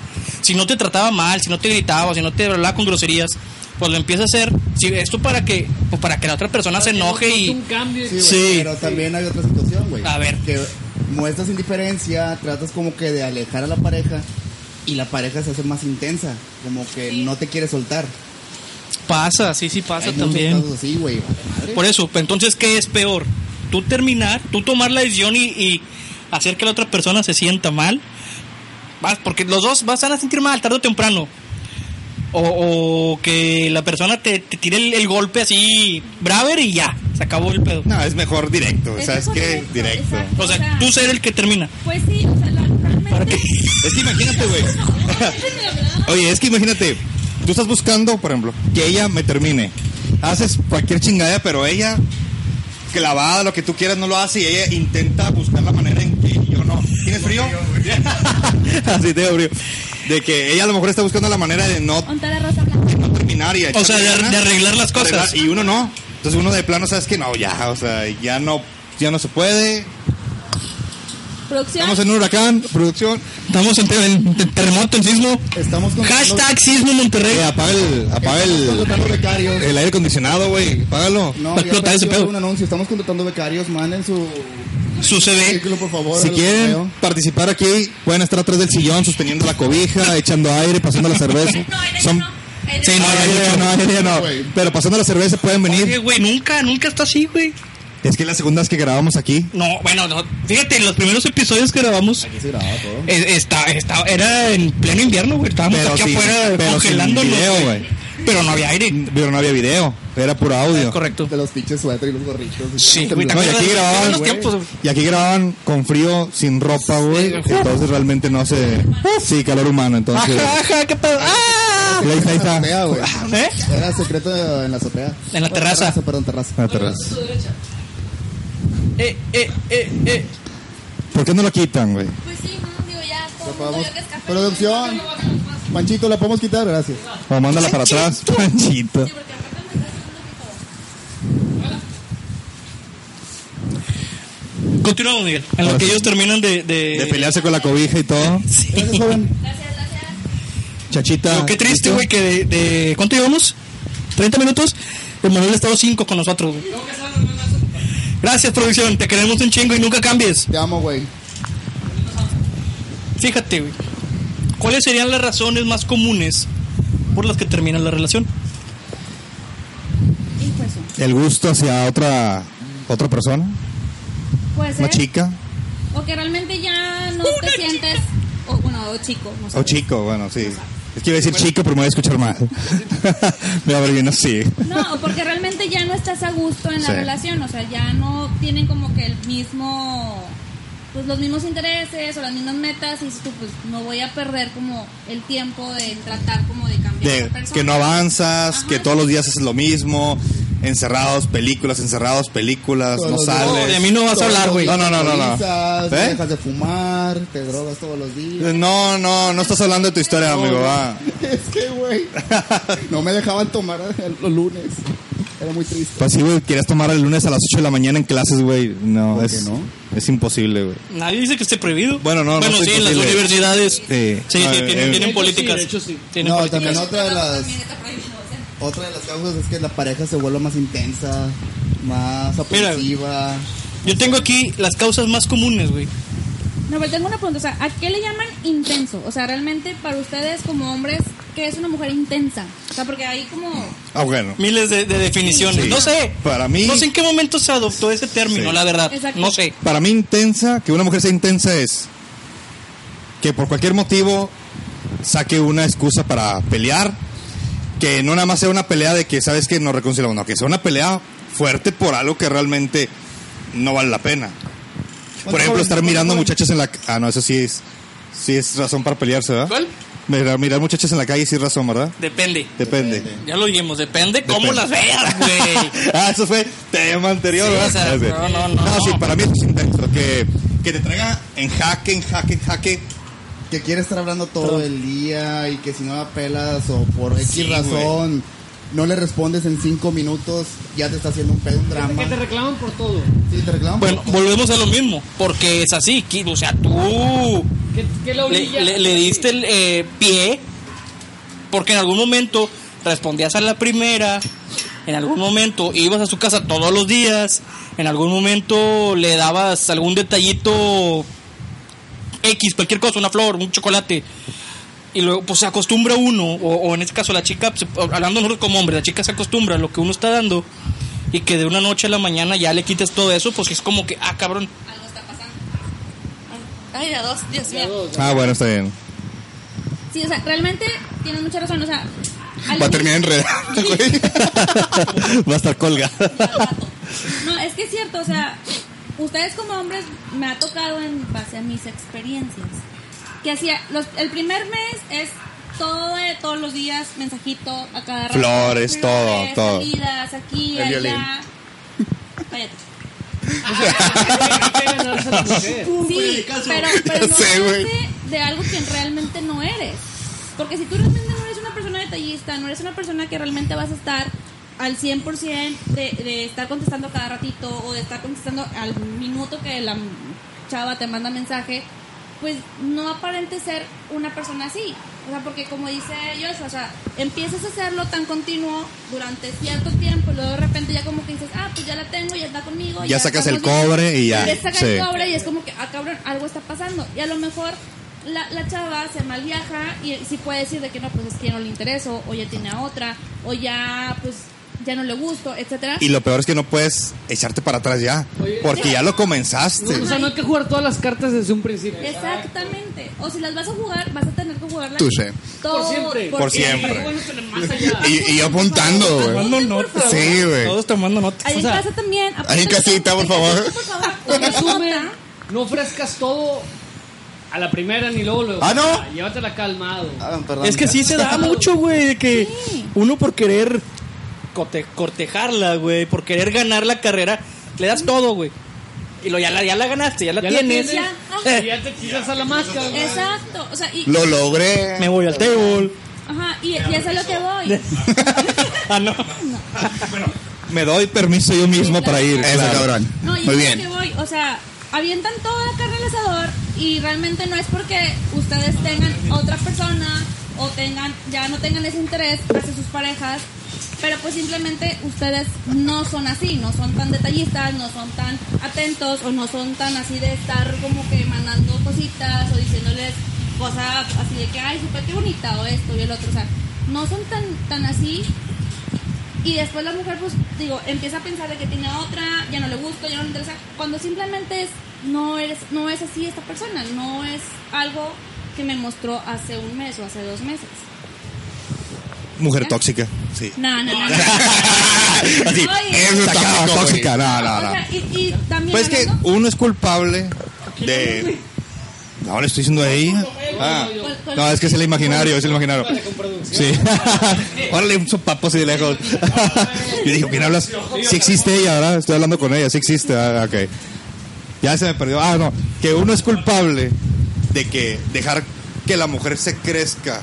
Speaker 1: si no te trataba mal si no te gritaba si no te hablaba con groserías pues lo empieza a hacer si esto para que pues para que la otra persona se enoje
Speaker 3: Note
Speaker 1: y
Speaker 3: Un cambio.
Speaker 2: Sí, güey,
Speaker 1: Sí.
Speaker 2: pero también hay otra situación, güey.
Speaker 1: A ver.
Speaker 2: Que muestras indiferencia, tratas como que de alejar a la pareja y la pareja se hace más intensa, como que no te quiere soltar.
Speaker 1: Pasa, sí, sí pasa
Speaker 2: Hay muchos
Speaker 1: también.
Speaker 2: casos así, güey. vale madre.
Speaker 1: Por eso, pues, entonces, ¿qué es peor? ¿Tú terminar, tú tomar la decisión y, y hacer que la otra persona se sienta mal? Vas, porque los dos vas a sentir mal tarde o temprano. O, o que la persona te, te tire el, el golpe así, braver y ya, se acabó el pedo.
Speaker 5: No, es mejor directo.
Speaker 4: Es
Speaker 5: ¿Sabes
Speaker 4: mejor
Speaker 5: qué?
Speaker 4: directo,
Speaker 5: Directo.
Speaker 4: exacto.
Speaker 1: O sea, tú ser el que termina.
Speaker 4: Pues sí, o sea, realmente...
Speaker 5: Es que imagínate, güey. Oye, es que imagínate, tú estás buscando, por ejemplo, que ella me termine. Haces cualquier chingada, pero ella, clavada, lo que tú quieras, no lo hace y ella intenta buscar la manera en que yo no. ¿Tienes frío? Así te frío. De que ella a lo mejor está buscando la manera de no, no terminar y
Speaker 1: O sea, de,
Speaker 5: echarle
Speaker 1: de
Speaker 5: ganas.
Speaker 1: arreglar las cosas.
Speaker 5: Y uno no. Entonces uno de plano sabes que no, ya, o sea, ya no, ya no se puede.
Speaker 4: Producción.
Speaker 5: Estamos en un huracán, producción.
Speaker 1: Estamos en, te- en te- terremoto, en sismo.
Speaker 2: Estamos con
Speaker 1: Hashtag sismo Monterrey.
Speaker 5: Eh, apaga el, apaga
Speaker 2: Estamos
Speaker 5: el,
Speaker 2: contratando becarios.
Speaker 5: el aire acondicionado, güey. Apágalo.
Speaker 2: No,
Speaker 1: Va a
Speaker 2: ya
Speaker 1: explotar ese
Speaker 2: apareció
Speaker 1: pedo.
Speaker 2: Un anuncio, estamos contratando becarios, manden su
Speaker 1: Su CV.
Speaker 2: círculo, por favor.
Speaker 5: Si
Speaker 2: al
Speaker 5: quieren
Speaker 2: correo.
Speaker 5: participar aquí, pueden estar atrás del sillón sosteniendo la cobija, echando aire, pasando la cerveza. Son- Sí, no,
Speaker 1: no,
Speaker 5: aire,
Speaker 1: no,
Speaker 5: no, aire, no.
Speaker 2: güey.
Speaker 5: Pero pasando la cerveza pueden venir.
Speaker 1: Oye, güey, nunca, nunca está así, güey.
Speaker 5: Es que las segundas que grabamos aquí.
Speaker 1: No, bueno, no. Fíjate, en los primeros episodios que grabamos,
Speaker 2: Aquí se grababa todo.
Speaker 1: eh, esta- esta- era en pleno invierno, güey. Estábamos
Speaker 5: Pero
Speaker 1: aquí
Speaker 5: sin-
Speaker 1: afuera
Speaker 5: pero sin
Speaker 1: congelándonos.
Speaker 5: video,
Speaker 1: güey.
Speaker 5: güey.
Speaker 1: Pero no había aire.
Speaker 5: Pero no había video, era puro audio.
Speaker 1: Ah, correcto.
Speaker 2: De los pinches suéter y los gorritos.
Speaker 1: Sí, güey,
Speaker 5: No, y aquí grababan,
Speaker 1: Los tiempos, güey.
Speaker 5: Y aquí grababan con frío, sin ropa, güey. Entonces realmente no se. Sí, calor humano, entonces.
Speaker 1: Ajá, ajá, qué pedo. ¡Ah!
Speaker 5: Ahí está, ahí está.
Speaker 2: Azotea, güey.
Speaker 1: ¿Eh?
Speaker 2: Era secreto en la azotea.
Speaker 1: En la
Speaker 2: Oh,
Speaker 1: terraza.
Speaker 2: Perdón, terraza.
Speaker 5: La terraza.
Speaker 1: Eh, eh, eh, eh.
Speaker 5: ¿Por qué no lo quitan, güey?
Speaker 4: Pues sí, no, digo, ya. todo el mundo
Speaker 2: Acabamos.
Speaker 4: vio que es café.
Speaker 2: Producción. Panchito, ¿la podemos quitar? Gracias.
Speaker 5: O mándala para atrás, Panchito.
Speaker 1: Continuamos, Miguel. En lo que ellos terminan de. de-
Speaker 5: De pelearse con la cobija y todo.
Speaker 2: Gracias, joven.
Speaker 4: Gracias, gracias.
Speaker 5: Chachita.
Speaker 1: Pero qué triste, güey, que de, de- ¿Cuánto llevamos? ¿30 minutos? El Manuel ha estado 5 con nosotros, güey. Gracias, producción. Te queremos un chingo y nunca cambies.
Speaker 2: Te amo, güey.
Speaker 1: Fíjate, güey. ¿Cuáles serían las razones más comunes por las que termina la relación?
Speaker 4: Y pues,
Speaker 5: El gusto hacia otra otra persona,
Speaker 4: puede
Speaker 5: una
Speaker 4: ser.
Speaker 5: chica
Speaker 4: O que realmente ya no te sientes. O, bueno, o chico. No sé.
Speaker 5: o chico, bueno, sí. Es que iba a decir chico, pero me voy a escuchar mal. me va a ver bien así.
Speaker 4: No, porque realmente ya no estás a gusto en la
Speaker 5: Sí.
Speaker 4: relación, o sea, ya no tienen como que el mismo, pues los mismos intereses o las mismas metas y dices tú, pues no voy a perder como el tiempo de tratar como de cambiar a
Speaker 5: De
Speaker 4: esa persona.
Speaker 5: que no avanzas,
Speaker 4: Ajá.
Speaker 5: que todos los días haces lo mismo, encerrados, películas, encerrados, películas,
Speaker 2: Todos
Speaker 5: no
Speaker 2: los
Speaker 1: No, de
Speaker 5: sales.
Speaker 1: mí no vas a hablar, güey.
Speaker 5: No, no, no, no, no.
Speaker 2: Alcoholizas,
Speaker 5: ¿Eh?
Speaker 2: Dejas de fumar, te drogas todos los días.
Speaker 5: No, no, no estás hablando de tu historia, amigo. va.
Speaker 2: Es que, güey, no me dejaban tomar los lunes. Era muy triste.
Speaker 5: Pues sí, güey, querías tomar el lunes a las 8 de la mañana en clases, güey. No,
Speaker 2: ¿Por
Speaker 5: es,
Speaker 2: qué no?
Speaker 5: es imposible, güey.
Speaker 1: Nadie dice que esté prohibido.
Speaker 5: Bueno, no, no
Speaker 1: Bueno,
Speaker 5: estoy
Speaker 1: sí, en las
Speaker 5: posible.
Speaker 1: universidades. eh, Sí,
Speaker 5: Sí.
Speaker 1: sí,
Speaker 5: Ah,
Speaker 1: tienen,
Speaker 5: eh,
Speaker 1: tienen
Speaker 5: eh,
Speaker 1: políticas.
Speaker 3: de hecho, sí.
Speaker 1: Tienen
Speaker 2: No,
Speaker 1: políticas.
Speaker 2: también otra de las,
Speaker 4: También está prohibido, o sea,
Speaker 2: otra de las causas es que la pareja se vuelve más intensa, más
Speaker 1: Mira.
Speaker 2: abusiva.
Speaker 1: Yo tengo aquí las causas más comunes, güey.
Speaker 4: No, pero tengo una pregunta, o sea, ¿a qué le llaman intenso? O sea, realmente para ustedes como hombres, ¿qué es una mujer intensa? O sea, porque hay como...
Speaker 5: Ah, bueno.
Speaker 1: Miles de, de definiciones.
Speaker 5: Sí.
Speaker 1: No sé.
Speaker 5: Para mí-
Speaker 1: No sé en qué momento se adoptó ese término,
Speaker 5: Sí.
Speaker 1: la verdad.
Speaker 4: Exacto.
Speaker 1: No sé.
Speaker 5: Para mí intensa, que una mujer sea intensa es que por cualquier motivo saque una excusa para pelear, que no nada más sea una pelea de que sabes que nos reconciliamos, no, que sea una pelea fuerte por algo que realmente no vale la pena. Por ejemplo, estar mirando muchachas en la ca- ah no, eso sí es sí es razón para pelearse, ¿verdad?
Speaker 1: ¿Cuál?
Speaker 5: Mirar, mirar muchachas en la calle sí es razón, ¿verdad?
Speaker 1: Depende.
Speaker 5: Depende.
Speaker 1: Ya lo dijimos, depende, cómo
Speaker 5: Depende.
Speaker 1: las veas, güey.
Speaker 5: ah, eso fue tema anterior,
Speaker 1: Sí,
Speaker 5: ¿verdad?
Speaker 1: o sea,
Speaker 5: Ah, sí.
Speaker 1: no, no, no.
Speaker 5: sí, para mí eso es intenso. Que, que te traiga en jaque, en jaque, en jaque.
Speaker 2: Que quiere estar hablando todo el día y que si no la pelas o por X
Speaker 5: Sí,
Speaker 2: razón no le respondes en cinco minutos, ya te está haciendo un pedo, un drama.
Speaker 3: Que te reclaman por todo.
Speaker 2: Sí, te reclaman.
Speaker 1: Bueno, volvemos a lo mismo, porque es así, Kid, o sea, tú
Speaker 3: Que, que la
Speaker 1: le,
Speaker 3: orilla.
Speaker 1: le- le diste el eh, pie, porque en algún momento respondías a la primera, en algún momento ibas a su casa todos los días, en algún momento le dabas algún detallito X, cualquier cosa, una flor, un chocolate. Y luego, pues se acostumbra uno, o, o en este caso la chica, pues, hablando nosotros como hombre, la chica se acostumbra a lo que uno está dando, y que de una noche a la mañana ya le quites todo eso, pues es como que, ah, cabrón,
Speaker 4: Algo está pasando. Ay, a dos, Dios
Speaker 3: Ya,
Speaker 4: mío.
Speaker 3: o sea,
Speaker 5: Ah, bueno, está bien.
Speaker 4: Sí, o sea, realmente tienen mucha razón, o sea... al
Speaker 5: Va a
Speaker 4: inicio-
Speaker 5: terminar enredada, güey. Va a estar colgada.
Speaker 4: No, es que es cierto, o sea, ustedes como hombres me ha tocado en base a mis experiencias. Que hacía, los, el primer mes es todo de todos los días, mensajito a cada rato.
Speaker 5: Flores, todo, todo.
Speaker 4: Salidas, aquí,
Speaker 5: El
Speaker 4: allá.
Speaker 5: violín.
Speaker 4: Cállate.
Speaker 3: hay que ganarse a la mujer.
Speaker 4: Sí, pero, pero no
Speaker 5: sé, güey.
Speaker 4: hace de algo que realmente no eres. Porque si tú realmente no eres una persona detallista, no eres una persona que realmente vas a estar al 100% de, de estar contestando cada ratito o de estar contestando al minuto que la chava te manda mensaje, pues no aparente ser una persona así. O sea, porque como dice ellos, o sea, empiezas a hacerlo tan continuo durante cierto tiempo y luego de repente ya como que dices, ah, pues ya la tengo, ya está conmigo.
Speaker 5: Ya sacas el
Speaker 4: estamos bien".
Speaker 5: cobre y ya.
Speaker 4: Le saca
Speaker 5: Sí.
Speaker 4: el cobre y es como que, ah, cabrón, algo está pasando. Y a lo mejor la, la chava se malviaja y si puede decir de que no, pues es que ya no le intereso, o ya tiene a otra, o ya, pues ya no le gusto, etcétera.
Speaker 5: Y lo peor es que no puedes echarte para atrás ya. Porque ya lo comenzaste.
Speaker 3: O sea, no hay que jugar todas las cartas desde un principio.
Speaker 4: Exactamente. O si las vas a jugar, vas a tener que jugarlas
Speaker 5: Tú sé.
Speaker 4: todo-
Speaker 3: Por siempre.
Speaker 5: Por siempre.
Speaker 3: Jugándosela más allá.
Speaker 5: Y, y yo apuntando, güey.
Speaker 8: Tomando
Speaker 4: Apunten, por
Speaker 8: nota.
Speaker 4: favor.
Speaker 5: Sí, güey.
Speaker 9: Todos tomando notas.
Speaker 4: Ahí
Speaker 9: O
Speaker 4: en
Speaker 9: sea,
Speaker 4: casa también.
Speaker 5: Ahí en
Speaker 4: apúntenlo.
Speaker 5: casita, por favor.
Speaker 4: Por favor,
Speaker 3: En
Speaker 4: tomen
Speaker 3: resumen,
Speaker 4: nota.
Speaker 3: no ofrezcas todo a la primera ni luego luego.
Speaker 10: Ah, ¿no?
Speaker 3: Llévatela calmado.
Speaker 10: Ah, perdón.
Speaker 9: Es que sí se da mucho, güey, de que uno por querer cote- cortejarla, güey, por querer ganar la carrera, le das todo, güey. Y lo, ya, la, ya la ganaste, ya la
Speaker 3: Ya la
Speaker 9: tienes.
Speaker 3: tienes.
Speaker 4: Ya.
Speaker 3: Y ya te tiras a la máscara. güey.
Speaker 4: Exacto. O sea, y,
Speaker 5: Lo logré.
Speaker 9: Me voy al table.
Speaker 4: ajá, y, y eso es lo que voy.
Speaker 9: Ah, no.
Speaker 5: Me doy permiso yo mismo para ir. Eso,
Speaker 9: Claro.
Speaker 5: cabrón.
Speaker 4: No, y
Speaker 5: Muy
Speaker 4: es
Speaker 5: bien.
Speaker 4: lo que voy. O sea, avientan toda la carne al asador y realmente no es porque ustedes tengan otra persona o tengan ya no tengan ese interés hacia sus parejas, pero pues simplemente ustedes no son así, no son tan detallistas, no son tan atentos o no son tan así de estar como que mandando cositas o diciéndoles cosas así de que, ay, súper qué bonita o esto y el otro. O sea, no son tan, tan así y después la mujer, pues, digo, empieza a pensar de que tiene otra, ya no le gusta, ya no le interesa. Cuando simplemente es, no, eres, no es así esta persona, no es algo que me mostró hace un mes o hace dos meses.
Speaker 5: Mujer tóxica. Sí.
Speaker 4: No, no, no. no.
Speaker 5: Así.
Speaker 4: Oye.
Speaker 5: Eso es
Speaker 10: Sacado,
Speaker 5: tóxico, tóxica. No, no,
Speaker 4: O
Speaker 5: no.
Speaker 4: sea, y, y también
Speaker 5: Pues es que
Speaker 4: hablando
Speaker 5: uno es culpable de. No, le estoy diciendo a ella. Ah.
Speaker 4: con- con-
Speaker 5: No, es que es el imaginario, es el imaginario.
Speaker 3: Vale, con producción.
Speaker 5: Sí. Órale, un sopapo así de lejos. Yo dije, ¿quién hablas? Sí existe ella, ¿verdad? Estoy hablando con ella, sí existe. Ah, ok. Ya se me perdió. Ah, no. Que uno es culpable de que dejar que la mujer se crezca.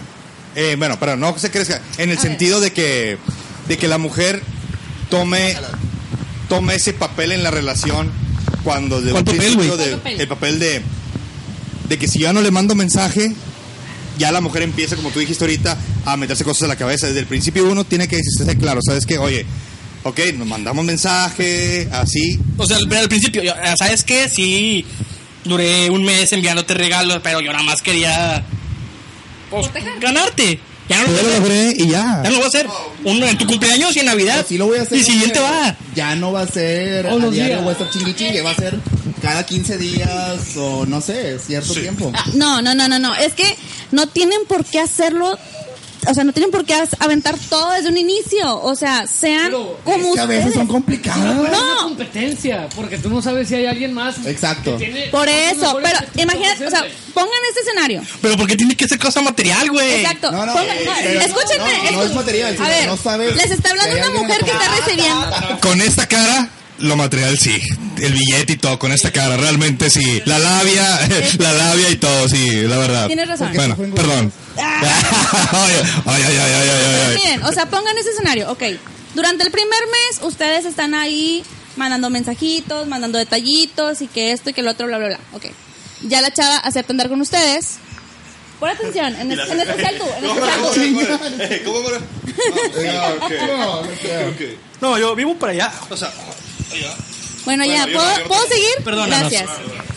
Speaker 5: Eh, bueno, pero no se crezca. En el
Speaker 4: A
Speaker 5: sentido de que, de que la mujer tome, tome ese papel en la relación cuando de
Speaker 9: ¿Cuál papel, güey?
Speaker 5: de-
Speaker 4: ¿Cuál papel?
Speaker 5: el papel de, de que si ya no le mando mensaje, ya la mujer empieza, como tú dijiste ahorita, a meterse cosas a la cabeza. Desde el principio uno tiene que decirse claro, ¿sabes qué? Oye, ok, nos mandamos mensaje, así,
Speaker 1: O sea, al al principio, yo, eh, ¿sabes qué? Sí, duré un mes enviándote regalos, pero yo nada más quería pues,
Speaker 4: Proteger.
Speaker 1: ganarte. Ya no lo
Speaker 5: Yo
Speaker 1: voy a
Speaker 5: lo
Speaker 1: hacer.
Speaker 5: logré y ya.
Speaker 1: Ya no lo voy a hacer. Uno en tu cumpleaños y en Navidad.
Speaker 10: Pero sí lo voy a hacer.
Speaker 1: Y siguiente
Speaker 10: güey.
Speaker 1: va.
Speaker 10: Ya no va a ser.
Speaker 3: Todos
Speaker 10: a
Speaker 3: los
Speaker 10: diario
Speaker 3: días.
Speaker 10: va a estar chingue chingue. Va a ser cada 15 días o no sé, cierto tiempo.
Speaker 4: Ah, No, no, no, no, no. Es que no tienen por qué hacerlo. O sea, no tienen por qué as- aventar todo desde un inicio. O sea, sean
Speaker 3: Pero
Speaker 4: como
Speaker 10: Que a veces
Speaker 4: ustedes.
Speaker 10: son complicadas. güey.
Speaker 3: Es una
Speaker 4: No.
Speaker 3: competencia, porque tú no sabes si hay alguien más.
Speaker 10: Exacto.
Speaker 3: Tiene
Speaker 4: Por
Speaker 3: cosas
Speaker 4: eso,
Speaker 3: mejores
Speaker 4: pero
Speaker 3: que tú por
Speaker 4: imagínate, o sea,
Speaker 3: siempre.
Speaker 4: pongan este escenario.
Speaker 1: Pero porque tiene que ser cosa material, güey.
Speaker 4: Exacto.
Speaker 10: No, no,
Speaker 4: Pongan-
Speaker 10: eh,
Speaker 4: no,
Speaker 10: pero-
Speaker 4: escúchenme.
Speaker 10: no, no, no es material,
Speaker 4: A
Speaker 10: sino
Speaker 4: ver,
Speaker 10: no sabes
Speaker 4: les está hablando
Speaker 10: si hay
Speaker 4: una
Speaker 10: alguien Ah, en
Speaker 4: mujer
Speaker 10: la
Speaker 4: que está recibiendo.
Speaker 5: Con esta cara, lo material sí. El billete y todo, con esta cara, realmente sí. La labia, la labia y todo, sí, la verdad.
Speaker 4: Tienes razón.
Speaker 5: Bueno, perdón. Ay, ay, ay, ay, ay, ay, ay.
Speaker 4: Miren, o sea, pongan ese escenario. Ok, durante el primer mes ustedes están ahí mandando mensajitos, mandando detallitos y que esto y que lo otro, bla, bla, bla. Ok, ya la chava acepta andar con ustedes. Por atención, en, es- en especial tú, en especial tú.
Speaker 5: ¿Cómo, cómo? Ah, ok.
Speaker 1: No, yo vivo para allá.
Speaker 5: O sea,
Speaker 4: Bueno, ya,
Speaker 5: yo- yo-
Speaker 4: ¿puedo, ¿puedo seguir?
Speaker 1: Perdónanos.
Speaker 4: Gracias.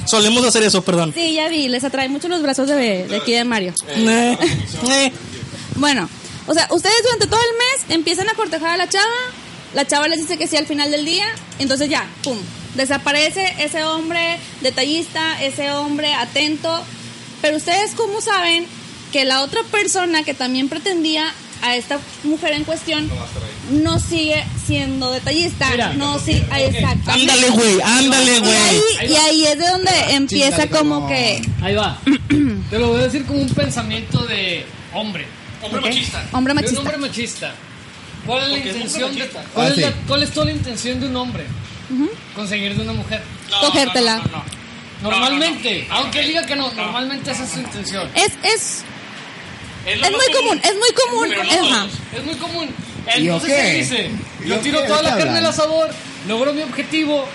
Speaker 1: Solemos hacer eso, perdón.
Speaker 4: Sí, ya vi, les atrae mucho los brazos de, de aquí de Mario.
Speaker 1: Eh, eh.
Speaker 4: Bueno, o sea, ustedes durante todo el mes empiezan a cortejar a la chava, la chava les dice que sí al final del día, entonces ya, pum, desaparece ese hombre detallista, ese hombre atento, pero ustedes cómo saben que la otra persona que también pretendía a esta mujer en cuestión no sigue siendo detallista,
Speaker 3: Mira.
Speaker 4: no sigue, exacto.
Speaker 1: Ándale, güey, ándale,
Speaker 4: Y
Speaker 1: güey.
Speaker 4: ahí, y ahí es de donde empieza
Speaker 10: chingale,
Speaker 4: como
Speaker 10: cabrón.
Speaker 4: que...
Speaker 3: Ahí va. Te lo voy a decir como un pensamiento de hombre. Hombre machista.
Speaker 4: Hombre
Speaker 3: De
Speaker 4: machista.
Speaker 3: un hombre machista. ¿Cuál es la intención de
Speaker 10: Ah,
Speaker 3: cuál, es la-
Speaker 10: sí.
Speaker 3: cuál es toda la intención de un hombre? Conseguir de una mujer.
Speaker 4: Cogértela.
Speaker 3: Normalmente,
Speaker 10: Ah,
Speaker 3: aunque él diga que no, normalmente esa es su intención.
Speaker 4: Es, es, es muy común, es muy común. ajá.
Speaker 3: Es muy común.
Speaker 10: ¿Y yo
Speaker 3: Entonces
Speaker 10: qué?
Speaker 3: él dice,
Speaker 10: ¿Y
Speaker 3: yo
Speaker 10: yo
Speaker 3: tiro
Speaker 10: qué?
Speaker 3: toda
Speaker 10: ¿De
Speaker 3: la
Speaker 10: qué
Speaker 3: carne al
Speaker 10: hablan?
Speaker 3: asador, logro mi objetivo,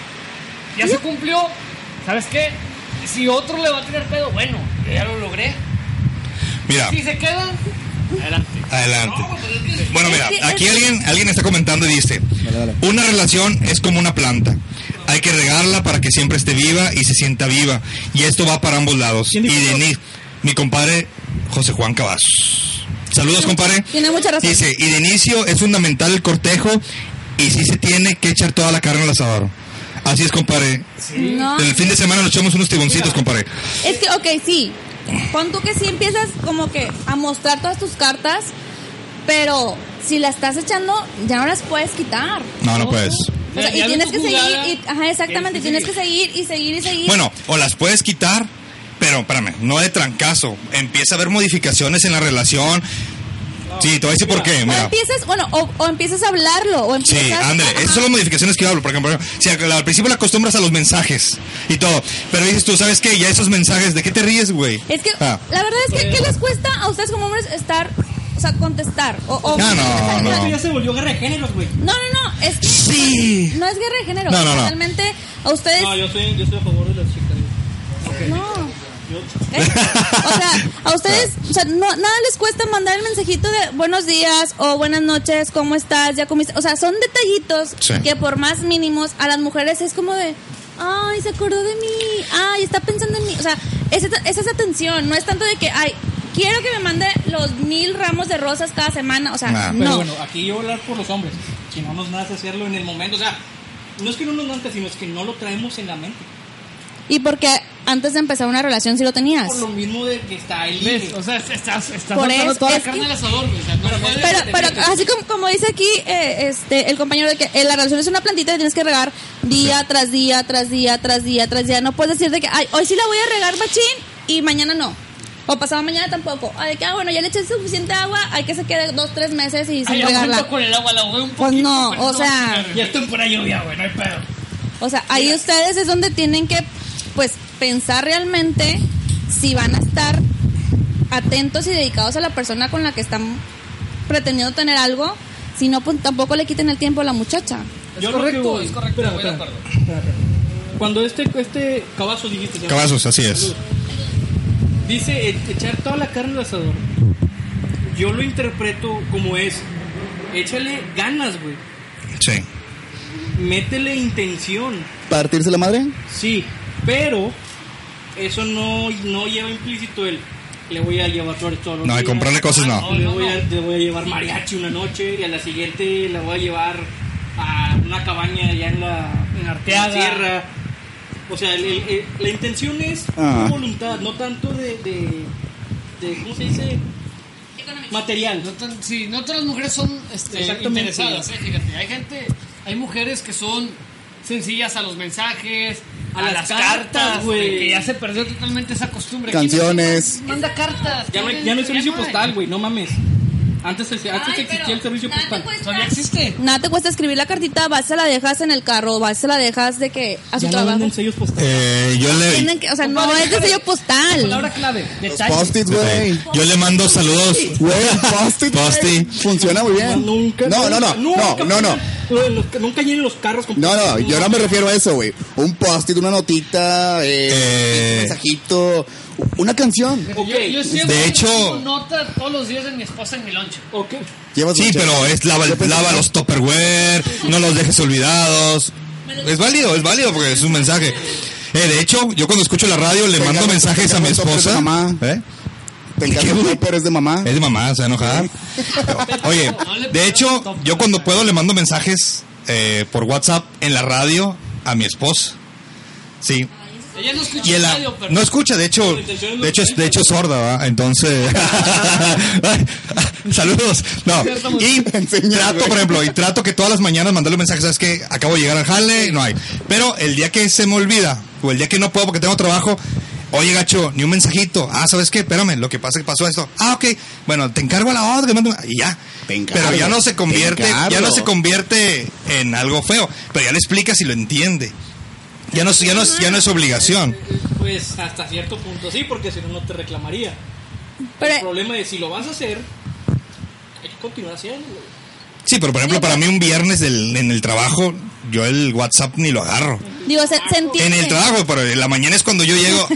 Speaker 3: ya se cumplió. ¿Sabes qué? Si otro le va a tirar pedo, bueno, yo ya lo logré.
Speaker 5: mira,
Speaker 3: Si se quedan, adelante.
Speaker 5: adelante. Bueno, mira,
Speaker 4: Es que-
Speaker 5: aquí
Speaker 4: es que-
Speaker 5: alguien, alguien está comentando y dice,
Speaker 10: dale.
Speaker 5: una relación es como una planta. Hay que regarla para que siempre esté viva y se sienta viva. Y esto va para ambos lados. Y
Speaker 9: ¿Quién dijo eso?
Speaker 5: Denis, mi compadre José Juan Cavazos. Saludos, compadre.
Speaker 4: Tiene mucha razón.
Speaker 5: Dice, y de inicio es fundamental el cortejo Y sí se tiene que echar toda la carne al asador. Así es, compadre.
Speaker 4: No.
Speaker 5: El fin de semana nos echamos unos tiboncitos, compadre.
Speaker 4: Es que, ok, sí. Pon tú que sí empiezas como que a mostrar todas tus cartas, pero si las estás echando, ya no las puedes quitar.
Speaker 5: No, no puedes.
Speaker 4: O
Speaker 3: Ya
Speaker 4: sea, y
Speaker 3: ves
Speaker 4: tienes
Speaker 3: tu
Speaker 4: que seguir,
Speaker 3: jugada,
Speaker 4: y, ajá, exactamente, tienes que seguir y seguir y seguir.
Speaker 5: Bueno, o las puedes quitar, pero espérame, no de trancazo. Empieza a haber modificaciones en la relación. Sí, te voy a decir por qué.
Speaker 4: o
Speaker 5: Mira.
Speaker 4: empiezas, bueno, o, o empiezas a hablarlo, o
Speaker 5: Sí,
Speaker 4: empiezas.
Speaker 5: ándale,
Speaker 4: ajá.
Speaker 5: esas son las modificaciones que yo hablo. Por ejemplo, si al al principio le acostumbras a los mensajes y todo, pero dices tú, ¿sabes qué? Ya esos mensajes, ¿de qué te ríes, güey?
Speaker 4: Es que
Speaker 5: Ah.
Speaker 4: la verdad es que ¿qué les cuesta a ustedes como hombres estar, o sea, contestar? O, o-
Speaker 5: No,
Speaker 4: o sea,
Speaker 5: Ah, no,
Speaker 8: Esto ya
Speaker 5: no.
Speaker 8: se volvió guerra de géneros, güey.
Speaker 4: No, no, no, es que
Speaker 5: Sí.
Speaker 4: no es guerra de género.
Speaker 5: No, no, no.
Speaker 4: Realmente a ustedes
Speaker 8: No, yo estoy, yo estoy a favor de las chicas.
Speaker 4: No. ¿Eh? O sea, a ustedes, o sea, no, nada les cuesta mandar el mensajito de buenos días o buenas noches, ¿cómo estás? ¿Ya comiste? O sea, son detallitos
Speaker 5: Sí.
Speaker 4: que por más mínimos a las mujeres es como de, ay, se acordó de mí, ay, está pensando en mí. O sea, es, esa- es esa atención, no es tanto de que, ay, quiero que me mande los mil ramos de rosas cada semana. O sea,
Speaker 5: Nah.
Speaker 8: Pero
Speaker 4: no.
Speaker 8: bueno, aquí yo voy a hablar por los hombres. Que no nos nace hacerlo en el momento. O sea, no es que no nos nace, sino es que no lo traemos en la mente.
Speaker 4: Y porque antes de empezar una relación sí lo tenías.
Speaker 8: Por lo mismo de que está el
Speaker 3: ¿Ves?
Speaker 8: ligue.
Speaker 3: O sea, estás, estás
Speaker 4: Por
Speaker 3: soltando
Speaker 4: eso
Speaker 3: toda la
Speaker 4: es
Speaker 3: carne
Speaker 4: que-
Speaker 3: al asador, güey. O sea, no puedes
Speaker 4: Pero,
Speaker 3: detener
Speaker 4: pero
Speaker 3: que-
Speaker 4: así como, como dice aquí eh, este el compañero de que eh, la relación es una plantita que tienes que regar día tras día, tras día, tras día, tras día. No puedes decirte que ay, hoy sí la voy a regar machín y mañana no. O pasado mañana tampoco. Ay, que ah, bueno, ya le eché suficiente agua, hay que se quede dos, tres meses y sin
Speaker 3: Ay,
Speaker 4: regarla.
Speaker 3: aguanto con el agua, la ahogué un
Speaker 4: Pues
Speaker 3: poquito,
Speaker 4: no,
Speaker 3: pero
Speaker 4: o sea-
Speaker 3: ya
Speaker 8: Ya estoy por ahí lluvia, güey, no hay pedo.
Speaker 4: O sea, ahí ustedes es donde tienen que pues pensar realmente si van a estar atentos y dedicados a la persona con la que están pretendiendo tener algo, si no pues, tampoco le quiten el tiempo a la muchacha.
Speaker 3: Es correcto, es correcto,
Speaker 8: Espera,
Speaker 3: voy de
Speaker 8: espera,
Speaker 3: acuerdo.
Speaker 8: espera, espera. Cuando este, este cabazo dijiste, se llama,
Speaker 5: Cabazos, así es.
Speaker 8: dice e- echar toda la carne al asador, yo lo interpreto como es, échale ganas, güey,
Speaker 5: Sí.
Speaker 8: métele intención,
Speaker 10: ¿Partirse la madre?
Speaker 8: sí, pero eso no, no lleva implícito el, le voy a llevar flores todos los
Speaker 5: No, de
Speaker 8: días.
Speaker 5: comprarle cosas no.
Speaker 8: No, le, voy a, le voy a llevar mariachi una noche y a la siguiente la voy a llevar a una cabaña allá en la, en la
Speaker 3: Arteaga.
Speaker 8: sierra. O sea, el- el- el- la intención es
Speaker 10: Ah.
Speaker 8: voluntad, no tanto de, de, de- ¿Cómo se dice? Material.
Speaker 3: No tan- sí, no todas las mujeres son este,
Speaker 8: Exactamente.
Speaker 3: interesadas, eh, fíjate. Hay gente, hay mujeres que son sencillas a los mensajes, a, las, cartas, güey. Que ya se perdió totalmente esa costumbre. ¿Quién
Speaker 10: Canciones.
Speaker 3: Manda cartas.
Speaker 8: Ya no, hay-
Speaker 3: ¿Quién
Speaker 8: ya no hay
Speaker 3: es-
Speaker 8: servicio
Speaker 3: llama?
Speaker 8: postal, güey, no mames. Antes, el- antes existía el servicio postal.
Speaker 3: Todavía
Speaker 8: Pues,
Speaker 3: existe.
Speaker 4: Nada te cuesta escribir la cartita, vas se la dejas en el carro, vas se la dejas de que a su
Speaker 8: Ya no
Speaker 4: trabajo.
Speaker 8: venden sellos postales.
Speaker 5: Eh, yo le,
Speaker 4: Tienen que- o sea, no es de sello postal.
Speaker 3: Palabra clave. Detalle.
Speaker 10: Post-it, güey.
Speaker 5: yo le mando saludos.
Speaker 10: Güey, post-it. güey.
Speaker 5: Post-it.
Speaker 10: Funciona muy bien.
Speaker 8: Nunca.
Speaker 10: No, no, no. No,
Speaker 8: nunca
Speaker 10: no, no.
Speaker 8: pongan- lo de los- Nunca llenen los carros con
Speaker 10: No, no, yo no me refiero a eso, güey. Un post-it, una notita, eh,
Speaker 5: Eh.
Speaker 10: un mensajito, una canción.
Speaker 8: Ok,
Speaker 3: Yo siempre
Speaker 5: De hecho-
Speaker 3: tengo notas todos los días de mi esposa en mi lonche.
Speaker 8: ok.
Speaker 10: Llevas
Speaker 5: Sí,
Speaker 10: mucho.
Speaker 5: pero es lava,
Speaker 10: Yo pensé
Speaker 5: lava
Speaker 10: que-
Speaker 5: los Tupperware, no los dejes olvidados. Es válido, es válido porque es un mensaje. Eh, de hecho, yo cuando escucho la radio le
Speaker 10: Te
Speaker 5: mando
Speaker 10: encargo-
Speaker 5: mensajes
Speaker 10: te
Speaker 5: a mi
Speaker 10: encargo un topper
Speaker 5: esposa.
Speaker 10: de mamá.
Speaker 5: ¿Eh?
Speaker 10: Te encargo
Speaker 5: ¿Qué,
Speaker 10: un
Speaker 5: güey?
Speaker 10: topper, es de mamá.
Speaker 5: Es de mamá, se va a enojar. Oye, de hecho, yo cuando puedo le mando mensajes eh, por WhatsApp en la radio a mi esposa. Sí.
Speaker 3: Ella no escucha
Speaker 5: Y en la-
Speaker 3: radio, pero
Speaker 5: no escucha, de hecho, de hecho, es- de hecho es sorda, ¿va? Entonces, saludos. No. Y trato, por ejemplo, y trato que todas las mañanas mandarle mensajes, sabes que acabo de llegar al jale, no hay. Pero el día que se me olvida o el día que no puedo porque tengo trabajo, oye gacho, ni un mensajito. Ah, sabes qué, espérame, lo que pasa es que pasó esto. Ah, ok. Bueno, te encargo a la otra que mande un- y ya.
Speaker 10: Te encargo,
Speaker 5: Pero ya no se
Speaker 10: te
Speaker 5: convierte, ya no
Speaker 10: encargo.
Speaker 5: se convierte en algo feo. Pero ya le explicas y lo entiende. Ya no, es- ya no, es- ya no es obligación.
Speaker 8: Pues hasta cierto punto sí, porque si no, no te reclamaría. El
Speaker 4: Pero,
Speaker 8: problema es si lo vas a hacer, hay que continuar haciéndolo.
Speaker 5: Sí, pero por ejemplo, para mí un viernes del- en el trabajo, yo el WhatsApp ni lo agarro.
Speaker 4: digo, se, se
Speaker 5: En el
Speaker 4: entiende.
Speaker 5: trabajo, pero en la mañana es cuando yo llego,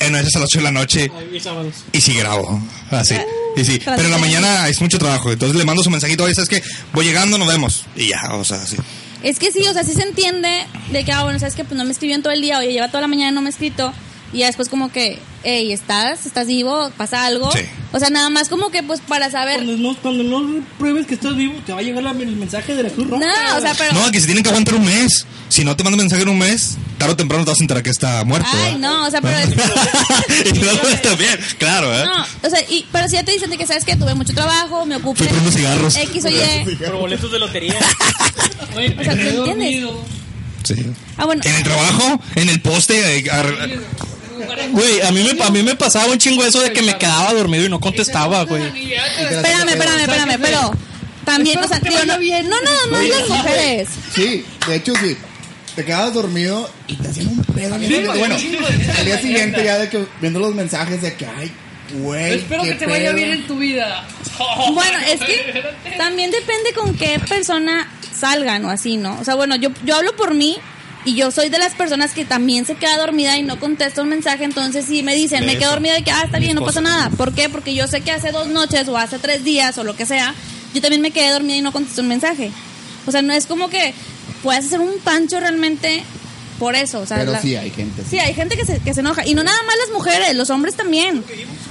Speaker 5: en esas a las 8 de la noche,
Speaker 8: Ay, y sábados.
Speaker 5: y sí grabo. Así. Y sí. Pero en la mañana es mucho trabajo, entonces le mando su mensajito, oye, ¿sabes qué? Voy llegando, nos vemos. Y ya, o sea, sí.
Speaker 4: Es que sí, o sea, sí se entiende de que, ah, bueno, sabes que pues no me escribió en todo el día, oye, lleva toda la mañana y no me ha escrito. Y ya después como que, hey, ¿estás? ¿Estás vivo? ¿Pasa algo?
Speaker 5: Sí.
Speaker 4: O sea, nada más como que pues para saber.
Speaker 8: Cuando no, cuando no pruebes que estás vivo, te va a llegar la- el mensaje de la Cruz Roja.
Speaker 4: No, o sea, pero...
Speaker 5: No, que se tienen que aguantar un mes. Si no te mandan mensaje en un mes, tarde o temprano te vas a enterar que está muerto.
Speaker 4: Ay,
Speaker 5: ¿verdad?
Speaker 4: no, o sea, pero...
Speaker 5: y no pues, también, claro, ¿eh?
Speaker 4: No, o sea, y, pero si ya te dicen de que sabes que tuve mucho trabajo, me ocupé.
Speaker 5: Fui por unos cigarros.
Speaker 4: X o Y.
Speaker 1: Por boletos de lotería.
Speaker 8: Oye,
Speaker 4: O sea, ¿te
Speaker 8: me he
Speaker 4: entiendes?
Speaker 8: dormido.
Speaker 5: Sí.
Speaker 4: Ah, bueno.
Speaker 5: En el trabajo, en el poste. eh, ar-
Speaker 9: Güey, a mí, me, a mí me pasaba un chingo eso de que me quedaba dormido y no contestaba, güey.
Speaker 4: Espérame, espérame, espérame, pero también, o sea, digo, no, no nada más las mujeres.
Speaker 10: Sí, de hecho sí. Te quedabas dormido y te hacían un pedo. bien
Speaker 8: Sí,
Speaker 10: horrible. bueno, al día siguiente ya de que viendo los mensajes de que, ay, güey.
Speaker 3: Espero
Speaker 10: qué
Speaker 3: que te vaya
Speaker 10: pedo.
Speaker 3: bien en tu vida.
Speaker 4: Bueno, es que también depende con qué persona salgan o así, ¿no? O sea, bueno, yo, yo hablo por mí y yo soy de las personas que también se queda dormida y no contesta un mensaje, entonces sí me dicen, me quedo dormida y que, ah, está bien, no pasa nada. ¿Por qué? Porque yo sé que hace dos noches o hace tres días o lo que sea, yo también me quedé dormida y no contesté un mensaje. O sea, no es como que puedas hacer un pancho realmente por eso. O sea,
Speaker 10: Pero
Speaker 4: la-
Speaker 10: sí hay gente.
Speaker 4: Sí, hay gente que se, que se enoja. Y no nada más las mujeres, los hombres también.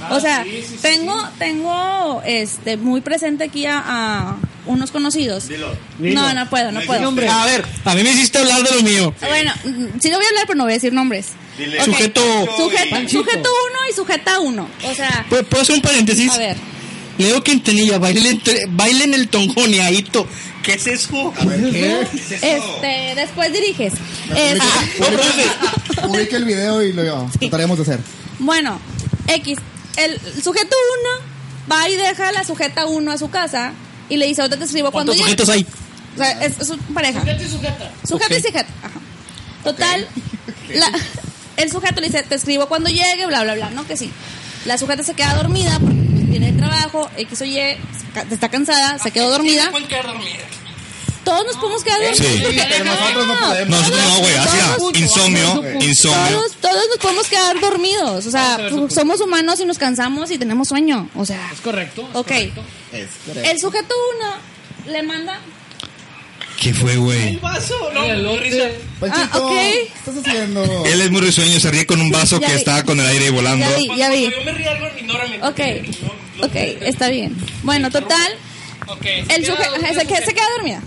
Speaker 4: O sea, tengo, tengo este, muy presente aquí a, a unos conocidos. No, no puedo, no puedo. Ah,
Speaker 9: A ver, a mí me hiciste hablar de lo mío.
Speaker 4: Bueno, mm, sí lo voy a hablar, pero no voy a decir nombres. Ok.
Speaker 9: Sujeto. eh,
Speaker 4: Sujeto,
Speaker 8: Panchito.
Speaker 4: sujeto uno y sujeta uno. O sea,
Speaker 9: ¿Puedo Pues, puedo hacer un paréntesis?
Speaker 4: a ver.
Speaker 9: Leo Quintanilla, bailen, bailen el tongoneadito. ¿Qué es eso?
Speaker 4: Este, después diriges. Este,
Speaker 10: Publica el video y lo trataremos de hacer.
Speaker 4: Bueno, X. El sujeto 1 va y deja a la sujeta 1 a su casa y le dice, ahorita te escribo cuando
Speaker 9: ¿Cuántos
Speaker 4: llegue.
Speaker 9: sujetos hay?
Speaker 4: O sea, es, es su pareja.
Speaker 3: Sujeta y sujeta.
Speaker 4: Sujeto
Speaker 9: Ok.
Speaker 4: y sujeta. Ajá. Total, la- el sujeto le dice, te escribo cuando llegue, bla, bla, bla. No, que sí. La sujeta se queda dormida porque tiene trabajo, X o Y, ca- está cansada, se quedó dormida.
Speaker 1: Pueden quedar dormidas.
Speaker 4: Todos nos podemos quedar dormidos.
Speaker 5: Sí.
Speaker 4: porque-
Speaker 10: Pero nosotros no podemos.
Speaker 5: Nosotros no, güey, hacia
Speaker 4: Todos-
Speaker 5: insomnio, insomnio.
Speaker 4: Todos, todos nos podemos quedar dormidos. O sea, somos humanos y nos cansamos y tenemos sueño. O sea,
Speaker 3: Es correcto. es
Speaker 4: ok.
Speaker 3: correcto.
Speaker 10: Es
Speaker 4: El sujeto 1 le manda
Speaker 5: ¿Qué fue, güey?
Speaker 10: Panchito,
Speaker 4: Ah, ok.
Speaker 10: ¿qué estás haciendo?
Speaker 5: Él es muy risueño, se ríe con un vaso
Speaker 4: Ya
Speaker 5: que
Speaker 4: vi.
Speaker 5: estaba con el aire volando.
Speaker 4: Ya vi, ya vi.
Speaker 1: Cuando Yo me río algo, ignórame.
Speaker 4: Ok, ok, está bien. Bueno, total,
Speaker 1: Ok.
Speaker 4: el sujeto se, queda- se queda dormida.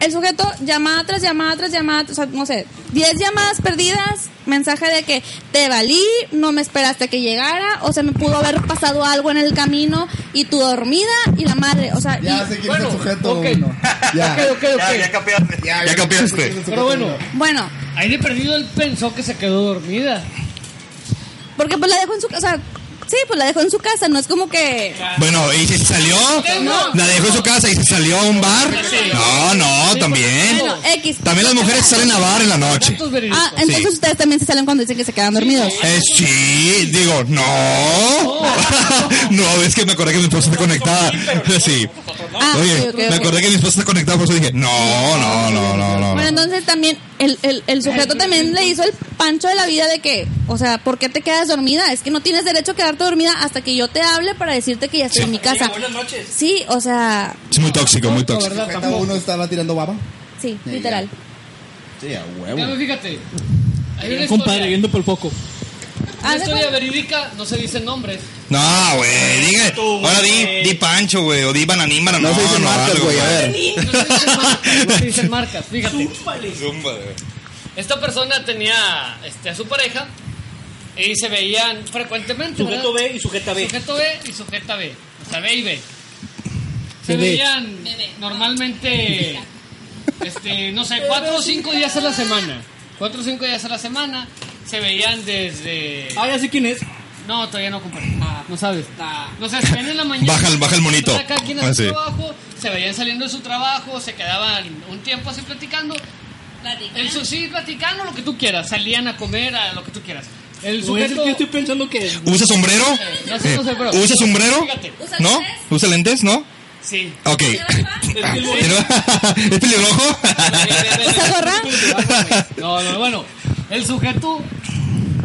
Speaker 4: El sujeto llamada tras llamada tras llamada, o sea, no sé, 10 llamadas perdidas, mensaje de que te valí, no me esperaste que llegara, o se me pudo haber pasado algo en el camino y tú dormida y la madre, o sea,
Speaker 10: Ya
Speaker 4: y-
Speaker 10: sé quién
Speaker 3: Bueno,
Speaker 10: es el sujeto
Speaker 3: ok.
Speaker 10: uno. Ya.
Speaker 3: Ok, ok, ok.
Speaker 5: capeaste. Ya,
Speaker 10: sé quién es el
Speaker 5: capeaste.
Speaker 10: sujeto
Speaker 3: Pero bueno,
Speaker 10: uno.
Speaker 4: bueno,
Speaker 3: ahí de perdido él pensó que se quedó dormida.
Speaker 4: porque pues la dejó en su casa, o sea, sí, pues la dejó en su casa, no es como que...
Speaker 5: Bueno, y se salió,
Speaker 4: No.
Speaker 5: la dejó en su casa y se salió a un bar. No, no, también.
Speaker 4: Bueno, X.
Speaker 5: También las mujeres salen a bar en la noche.
Speaker 3: Datos verídicos.
Speaker 4: Ah, entonces
Speaker 5: Sí.
Speaker 4: ustedes también se salen cuando dicen que se quedan dormidos.
Speaker 5: Eh, sí, digo, no. No, es que me acordé que mi esposa está conectada. Sí.
Speaker 4: Ah,
Speaker 5: Oye,
Speaker 4: ok, ok,
Speaker 5: me
Speaker 4: ok.
Speaker 5: acordé que mi esposa está conectada, por eso dije, no, no, no, no,
Speaker 4: Bueno,
Speaker 5: no.
Speaker 4: entonces también el, el, el sujeto también le hizo el pancho de la vida de que, o sea, ¿por qué te quedas dormida? Es que no tienes derecho a quedarte dormida hasta que yo te hable para decirte que ya estoy en mi casa.
Speaker 1: Buenas noches.
Speaker 4: Sí, o sea,
Speaker 5: Es muy tóxico, muy tóxico.
Speaker 10: El sujeto uno estaba tirando baba.
Speaker 4: sí,
Speaker 10: Sí,
Speaker 4: literal.
Speaker 10: Sí, a
Speaker 3: Ya
Speaker 10: huevo.
Speaker 3: me fíjate. Hay una
Speaker 9: Compadre,
Speaker 3: historia,
Speaker 9: viendo por poco.
Speaker 3: una
Speaker 4: Haz de
Speaker 3: historia
Speaker 4: cuenta-
Speaker 3: verídica, no se dicen nombres.
Speaker 5: No, güey, diga. Ahora di, di Pancho, güey, o di Bananín, no,
Speaker 10: No se dice
Speaker 5: no,
Speaker 10: marcas,
Speaker 5: algo,
Speaker 10: güey, a ver.
Speaker 3: No se dicen marcas, no se dicen marcas, fíjate.
Speaker 5: Zumba, güey.
Speaker 3: Esta persona tenía este, a su pareja y se veían frecuentemente. ¿verdad?
Speaker 1: Sujeto B y sujeta B.
Speaker 3: Sujeto B y sujeta B. O sea, B y B. Se
Speaker 9: Bebé.
Speaker 3: veían normalmente, este, no sé, cuatro o cinco días a la semana. Cuatro o cinco días a la semana. Se veían desde...
Speaker 8: Ah, ya sé quién es.
Speaker 3: No, todavía no compartí. no sabes.
Speaker 8: Ah,
Speaker 3: No sé, se ven en la mañana.
Speaker 5: Baja el- baja el monito.
Speaker 3: Cada quien a su
Speaker 5: Ah, sí.
Speaker 3: trabajo, se veían saliendo de su trabajo, se quedaban un tiempo así platicando. El su sí, platicando lo que tú quieras. Salían a comer, a lo que tú quieras. El
Speaker 8: O es el
Speaker 3: sujeto...
Speaker 8: que estoy pensando que es.
Speaker 5: ¿Usa sombrero?
Speaker 3: No sé, no sé, pero-
Speaker 5: ¿Usa sombrero?
Speaker 3: Fíjate.
Speaker 4: ¿Usa
Speaker 5: ¿No?
Speaker 4: lentes?
Speaker 5: ¿Usa lentes? ¿No?
Speaker 3: Sí.
Speaker 5: Ok. ¿Es pelirrojo?
Speaker 4: ¿Usa gorra?
Speaker 3: No, no, bueno. El sujeto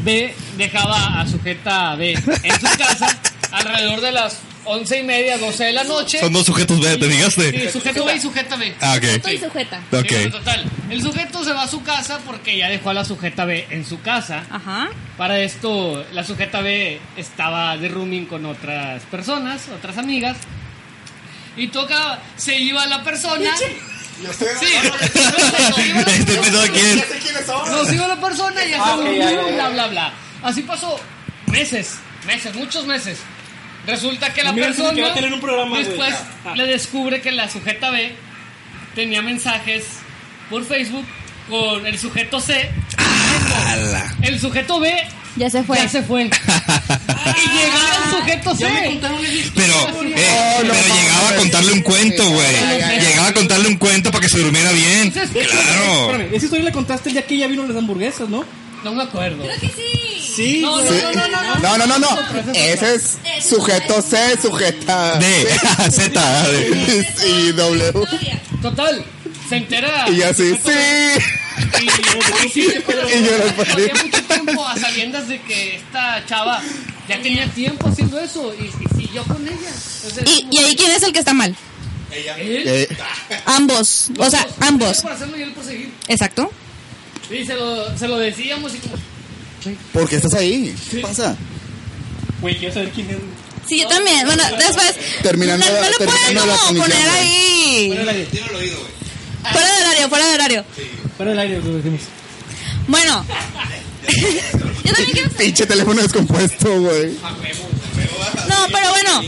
Speaker 3: B dejaba a sujeta B en su casa alrededor de las once y media, doce de la noche.
Speaker 5: Son dos sujetos, ve, te negaste.
Speaker 3: Sí, sujeto B y sujeta B.
Speaker 5: Ah, ok.
Speaker 4: Estoy sujeta.
Speaker 5: Ok.
Speaker 3: Sí, bueno, total. El sujeto se va a su casa porque ya dejó a la sujeta B en su casa.
Speaker 4: Ajá.
Speaker 3: Para esto, la sujeta B estaba de rooming con otras personas, otras amigas. Y toca, se iba la persona.
Speaker 10: Yo estoy
Speaker 3: Sí, se iba la
Speaker 5: Este
Speaker 3: persona.
Speaker 5: pensó quién.
Speaker 10: quiénes
Speaker 3: Nos iba la persona y
Speaker 8: Ah,
Speaker 3: ya se durmió, bla, bla, bla. Así pasó meses, meses, muchos meses. Resulta que la
Speaker 8: Mira,
Speaker 3: persona
Speaker 8: que va a tener un programa, güey.
Speaker 3: después
Speaker 8: Ah.
Speaker 3: le descubre que la sujeta B tenía mensajes por Facebook con el sujeto C.
Speaker 5: Ala.
Speaker 3: El sujeto B
Speaker 4: Ya se fue.
Speaker 3: ya se fue. y llegaba el sujeto C.
Speaker 5: Pero, eh,
Speaker 10: No, no,
Speaker 5: pero
Speaker 10: no,
Speaker 5: llegaba a
Speaker 10: no,
Speaker 5: contarle un
Speaker 10: no,
Speaker 5: cuento,
Speaker 10: no,
Speaker 5: güey.
Speaker 10: no, no, no.
Speaker 5: Llegaba a contarle un cuento para que se durmiera bien.
Speaker 3: Entonces, ¿qué?
Speaker 5: Claro.
Speaker 8: Espérame, esa historia la contaste el día que ya vino las hamburguesas, ¿no?
Speaker 3: No me acuerdo.
Speaker 4: Creo que sí.
Speaker 8: Sí.
Speaker 3: No, no, no, no, no,
Speaker 10: No,
Speaker 3: no.
Speaker 10: no, no, no. Ese es sujeto C, sujeta
Speaker 5: D, Z. de-
Speaker 10: y W.
Speaker 4: Todavía.
Speaker 3: Total, se entera.
Speaker 10: Y así, sí.
Speaker 3: Y, y-
Speaker 10: Y yo la perdí.
Speaker 3: Había mucho tiempo a sabiendas de que esta chava ya tenía tiempo haciendo eso y, y siguió con ella. O sea,
Speaker 4: Y, y ahí quién es el que está mal?
Speaker 3: él-
Speaker 10: Eh,
Speaker 4: Ambos. O sea,
Speaker 3: Los dos, él
Speaker 4: ambos.
Speaker 3: Por hacerlo y él por seguir.
Speaker 4: Exacto.
Speaker 3: Y se lo, se lo decíamos y como.
Speaker 10: ¿Por qué estás ahí? ¿Qué pasa?
Speaker 8: Güey, quiero saber quién es.
Speaker 4: Sí, yo también. Bueno, después.
Speaker 10: Terminando
Speaker 4: no, no
Speaker 10: la-
Speaker 4: lo pueden
Speaker 10: terminando la
Speaker 4: como
Speaker 10: comisión,
Speaker 4: poner
Speaker 10: güey.
Speaker 4: ahí. Fuera del horario, fuera del horario.
Speaker 8: Para el aire, lo decimos.
Speaker 4: Bueno. yo también quiero saber.
Speaker 10: Pinche teléfono descompuesto, güey.
Speaker 4: No, pero bueno.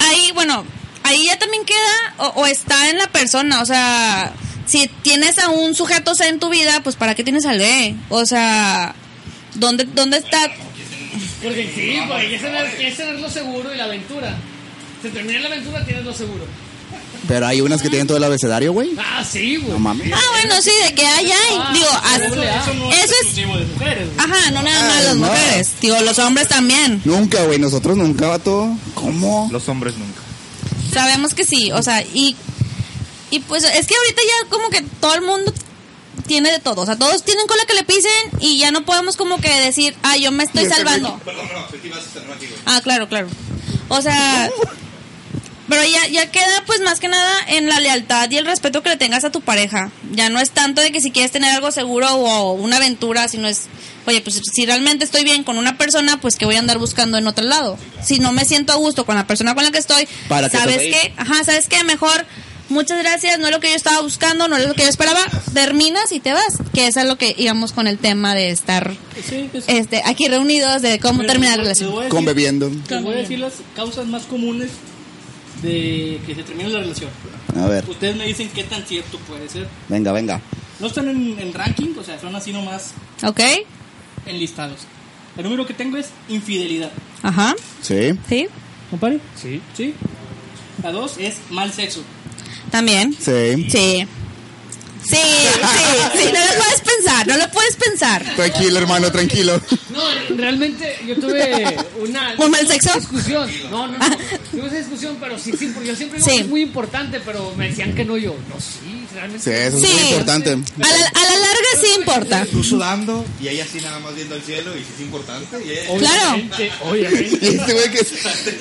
Speaker 4: Ahí, bueno, ahí ya también queda o, o está en la persona. O sea, si tienes a un sujeto C en tu vida, pues ¿para qué tienes al D? O sea, ¿dónde, dónde está?
Speaker 3: Porque
Speaker 10: Ah,
Speaker 3: sí, porque es tener, es tener lo seguro y la aventura. Se termina la aventura, tienes lo seguro.
Speaker 10: Pero hay unas que tienen todo el abecedario, güey.
Speaker 3: Ah, sí, güey.
Speaker 10: No mames.
Speaker 4: Ah, bueno, sí, de que hay, hay.
Speaker 3: Ah,
Speaker 4: Digo,
Speaker 3: eso- eso
Speaker 4: as- eso es.
Speaker 8: Exclusivo de mujeres.
Speaker 4: Ajá, no nada más las
Speaker 10: Ah, no.
Speaker 4: mujeres. Digo, los hombres también.
Speaker 10: Nunca, güey. Nosotros nunca, vato. ¿Cómo?
Speaker 5: Los hombres nunca.
Speaker 4: Sabemos que sí, o sea, y, y pues es que ahorita ya como que todo el mundo tiene de todo, o sea, todos tienen cola que le pisen y ya no podemos como que decir, ah, yo me estoy
Speaker 10: Y este
Speaker 4: salvando.
Speaker 5: Perdón, no, Fiti vas a estar aquí, güey.
Speaker 4: Ah, claro, claro. O sea, pero ya, ya queda pues más que nada en la lealtad y el respeto que le tengas a tu pareja. Ya no es tanto de que si quieres tener algo seguro o una aventura, sino es, oye, pues si realmente estoy bien con una persona, pues que voy a andar buscando en otro lado. Si no me siento a gusto con la persona con la que estoy,
Speaker 10: Para que
Speaker 4: ¿sabes
Speaker 10: te-
Speaker 4: qué? Ajá, ¿sabes qué? Mejor, muchas gracias, no es lo que yo estaba buscando, no es lo que yo esperaba, terminas y te vas. Que eso es lo que íbamos con el tema de estar
Speaker 8: Sí, es-
Speaker 4: este aquí reunidos, de cómo
Speaker 8: Pero
Speaker 4: terminar la
Speaker 8: les
Speaker 4: relación.
Speaker 8: voy a decir-
Speaker 10: Con bebiendo.
Speaker 8: Les voy a decir las causas más comunes de que se termine la relación.
Speaker 10: A ver,
Speaker 8: Ustedes me dicen qué tan cierto puede ser.
Speaker 10: venga, venga.
Speaker 8: No están en, en ranking, o sea, son así nomás
Speaker 4: ¿Ok?
Speaker 8: enlistados. El número que tengo es infidelidad.
Speaker 4: Ajá.
Speaker 10: Sí.
Speaker 4: Sí,
Speaker 8: ¿Compare? Sí. Sí. La dos es mal sexo.
Speaker 4: también.
Speaker 10: Sí.
Speaker 4: Sí. Sí, sí, sí, no lo puedes pensar, no lo puedes pensar.
Speaker 10: Tranquilo, hermano, tranquilo.
Speaker 3: No, eh, realmente yo tuve una
Speaker 4: ¿Un mal sexo?
Speaker 3: discusión. No, no, no.
Speaker 1: Ah.
Speaker 3: Tuve esa discusión, pero sí, sí, porque yo siempre digo
Speaker 4: Sí.
Speaker 3: que es muy importante, pero me decían que no yo. No, sí, realmente.
Speaker 10: Sí, eso es
Speaker 4: Sí.
Speaker 10: muy importante.
Speaker 4: A la, a la larga sí importa.
Speaker 5: Tú sudando y ella así nada más viendo al cielo y si es importante. Y ella...
Speaker 4: Claro.
Speaker 3: Obviamente, obviamente.
Speaker 10: Y este güey que es.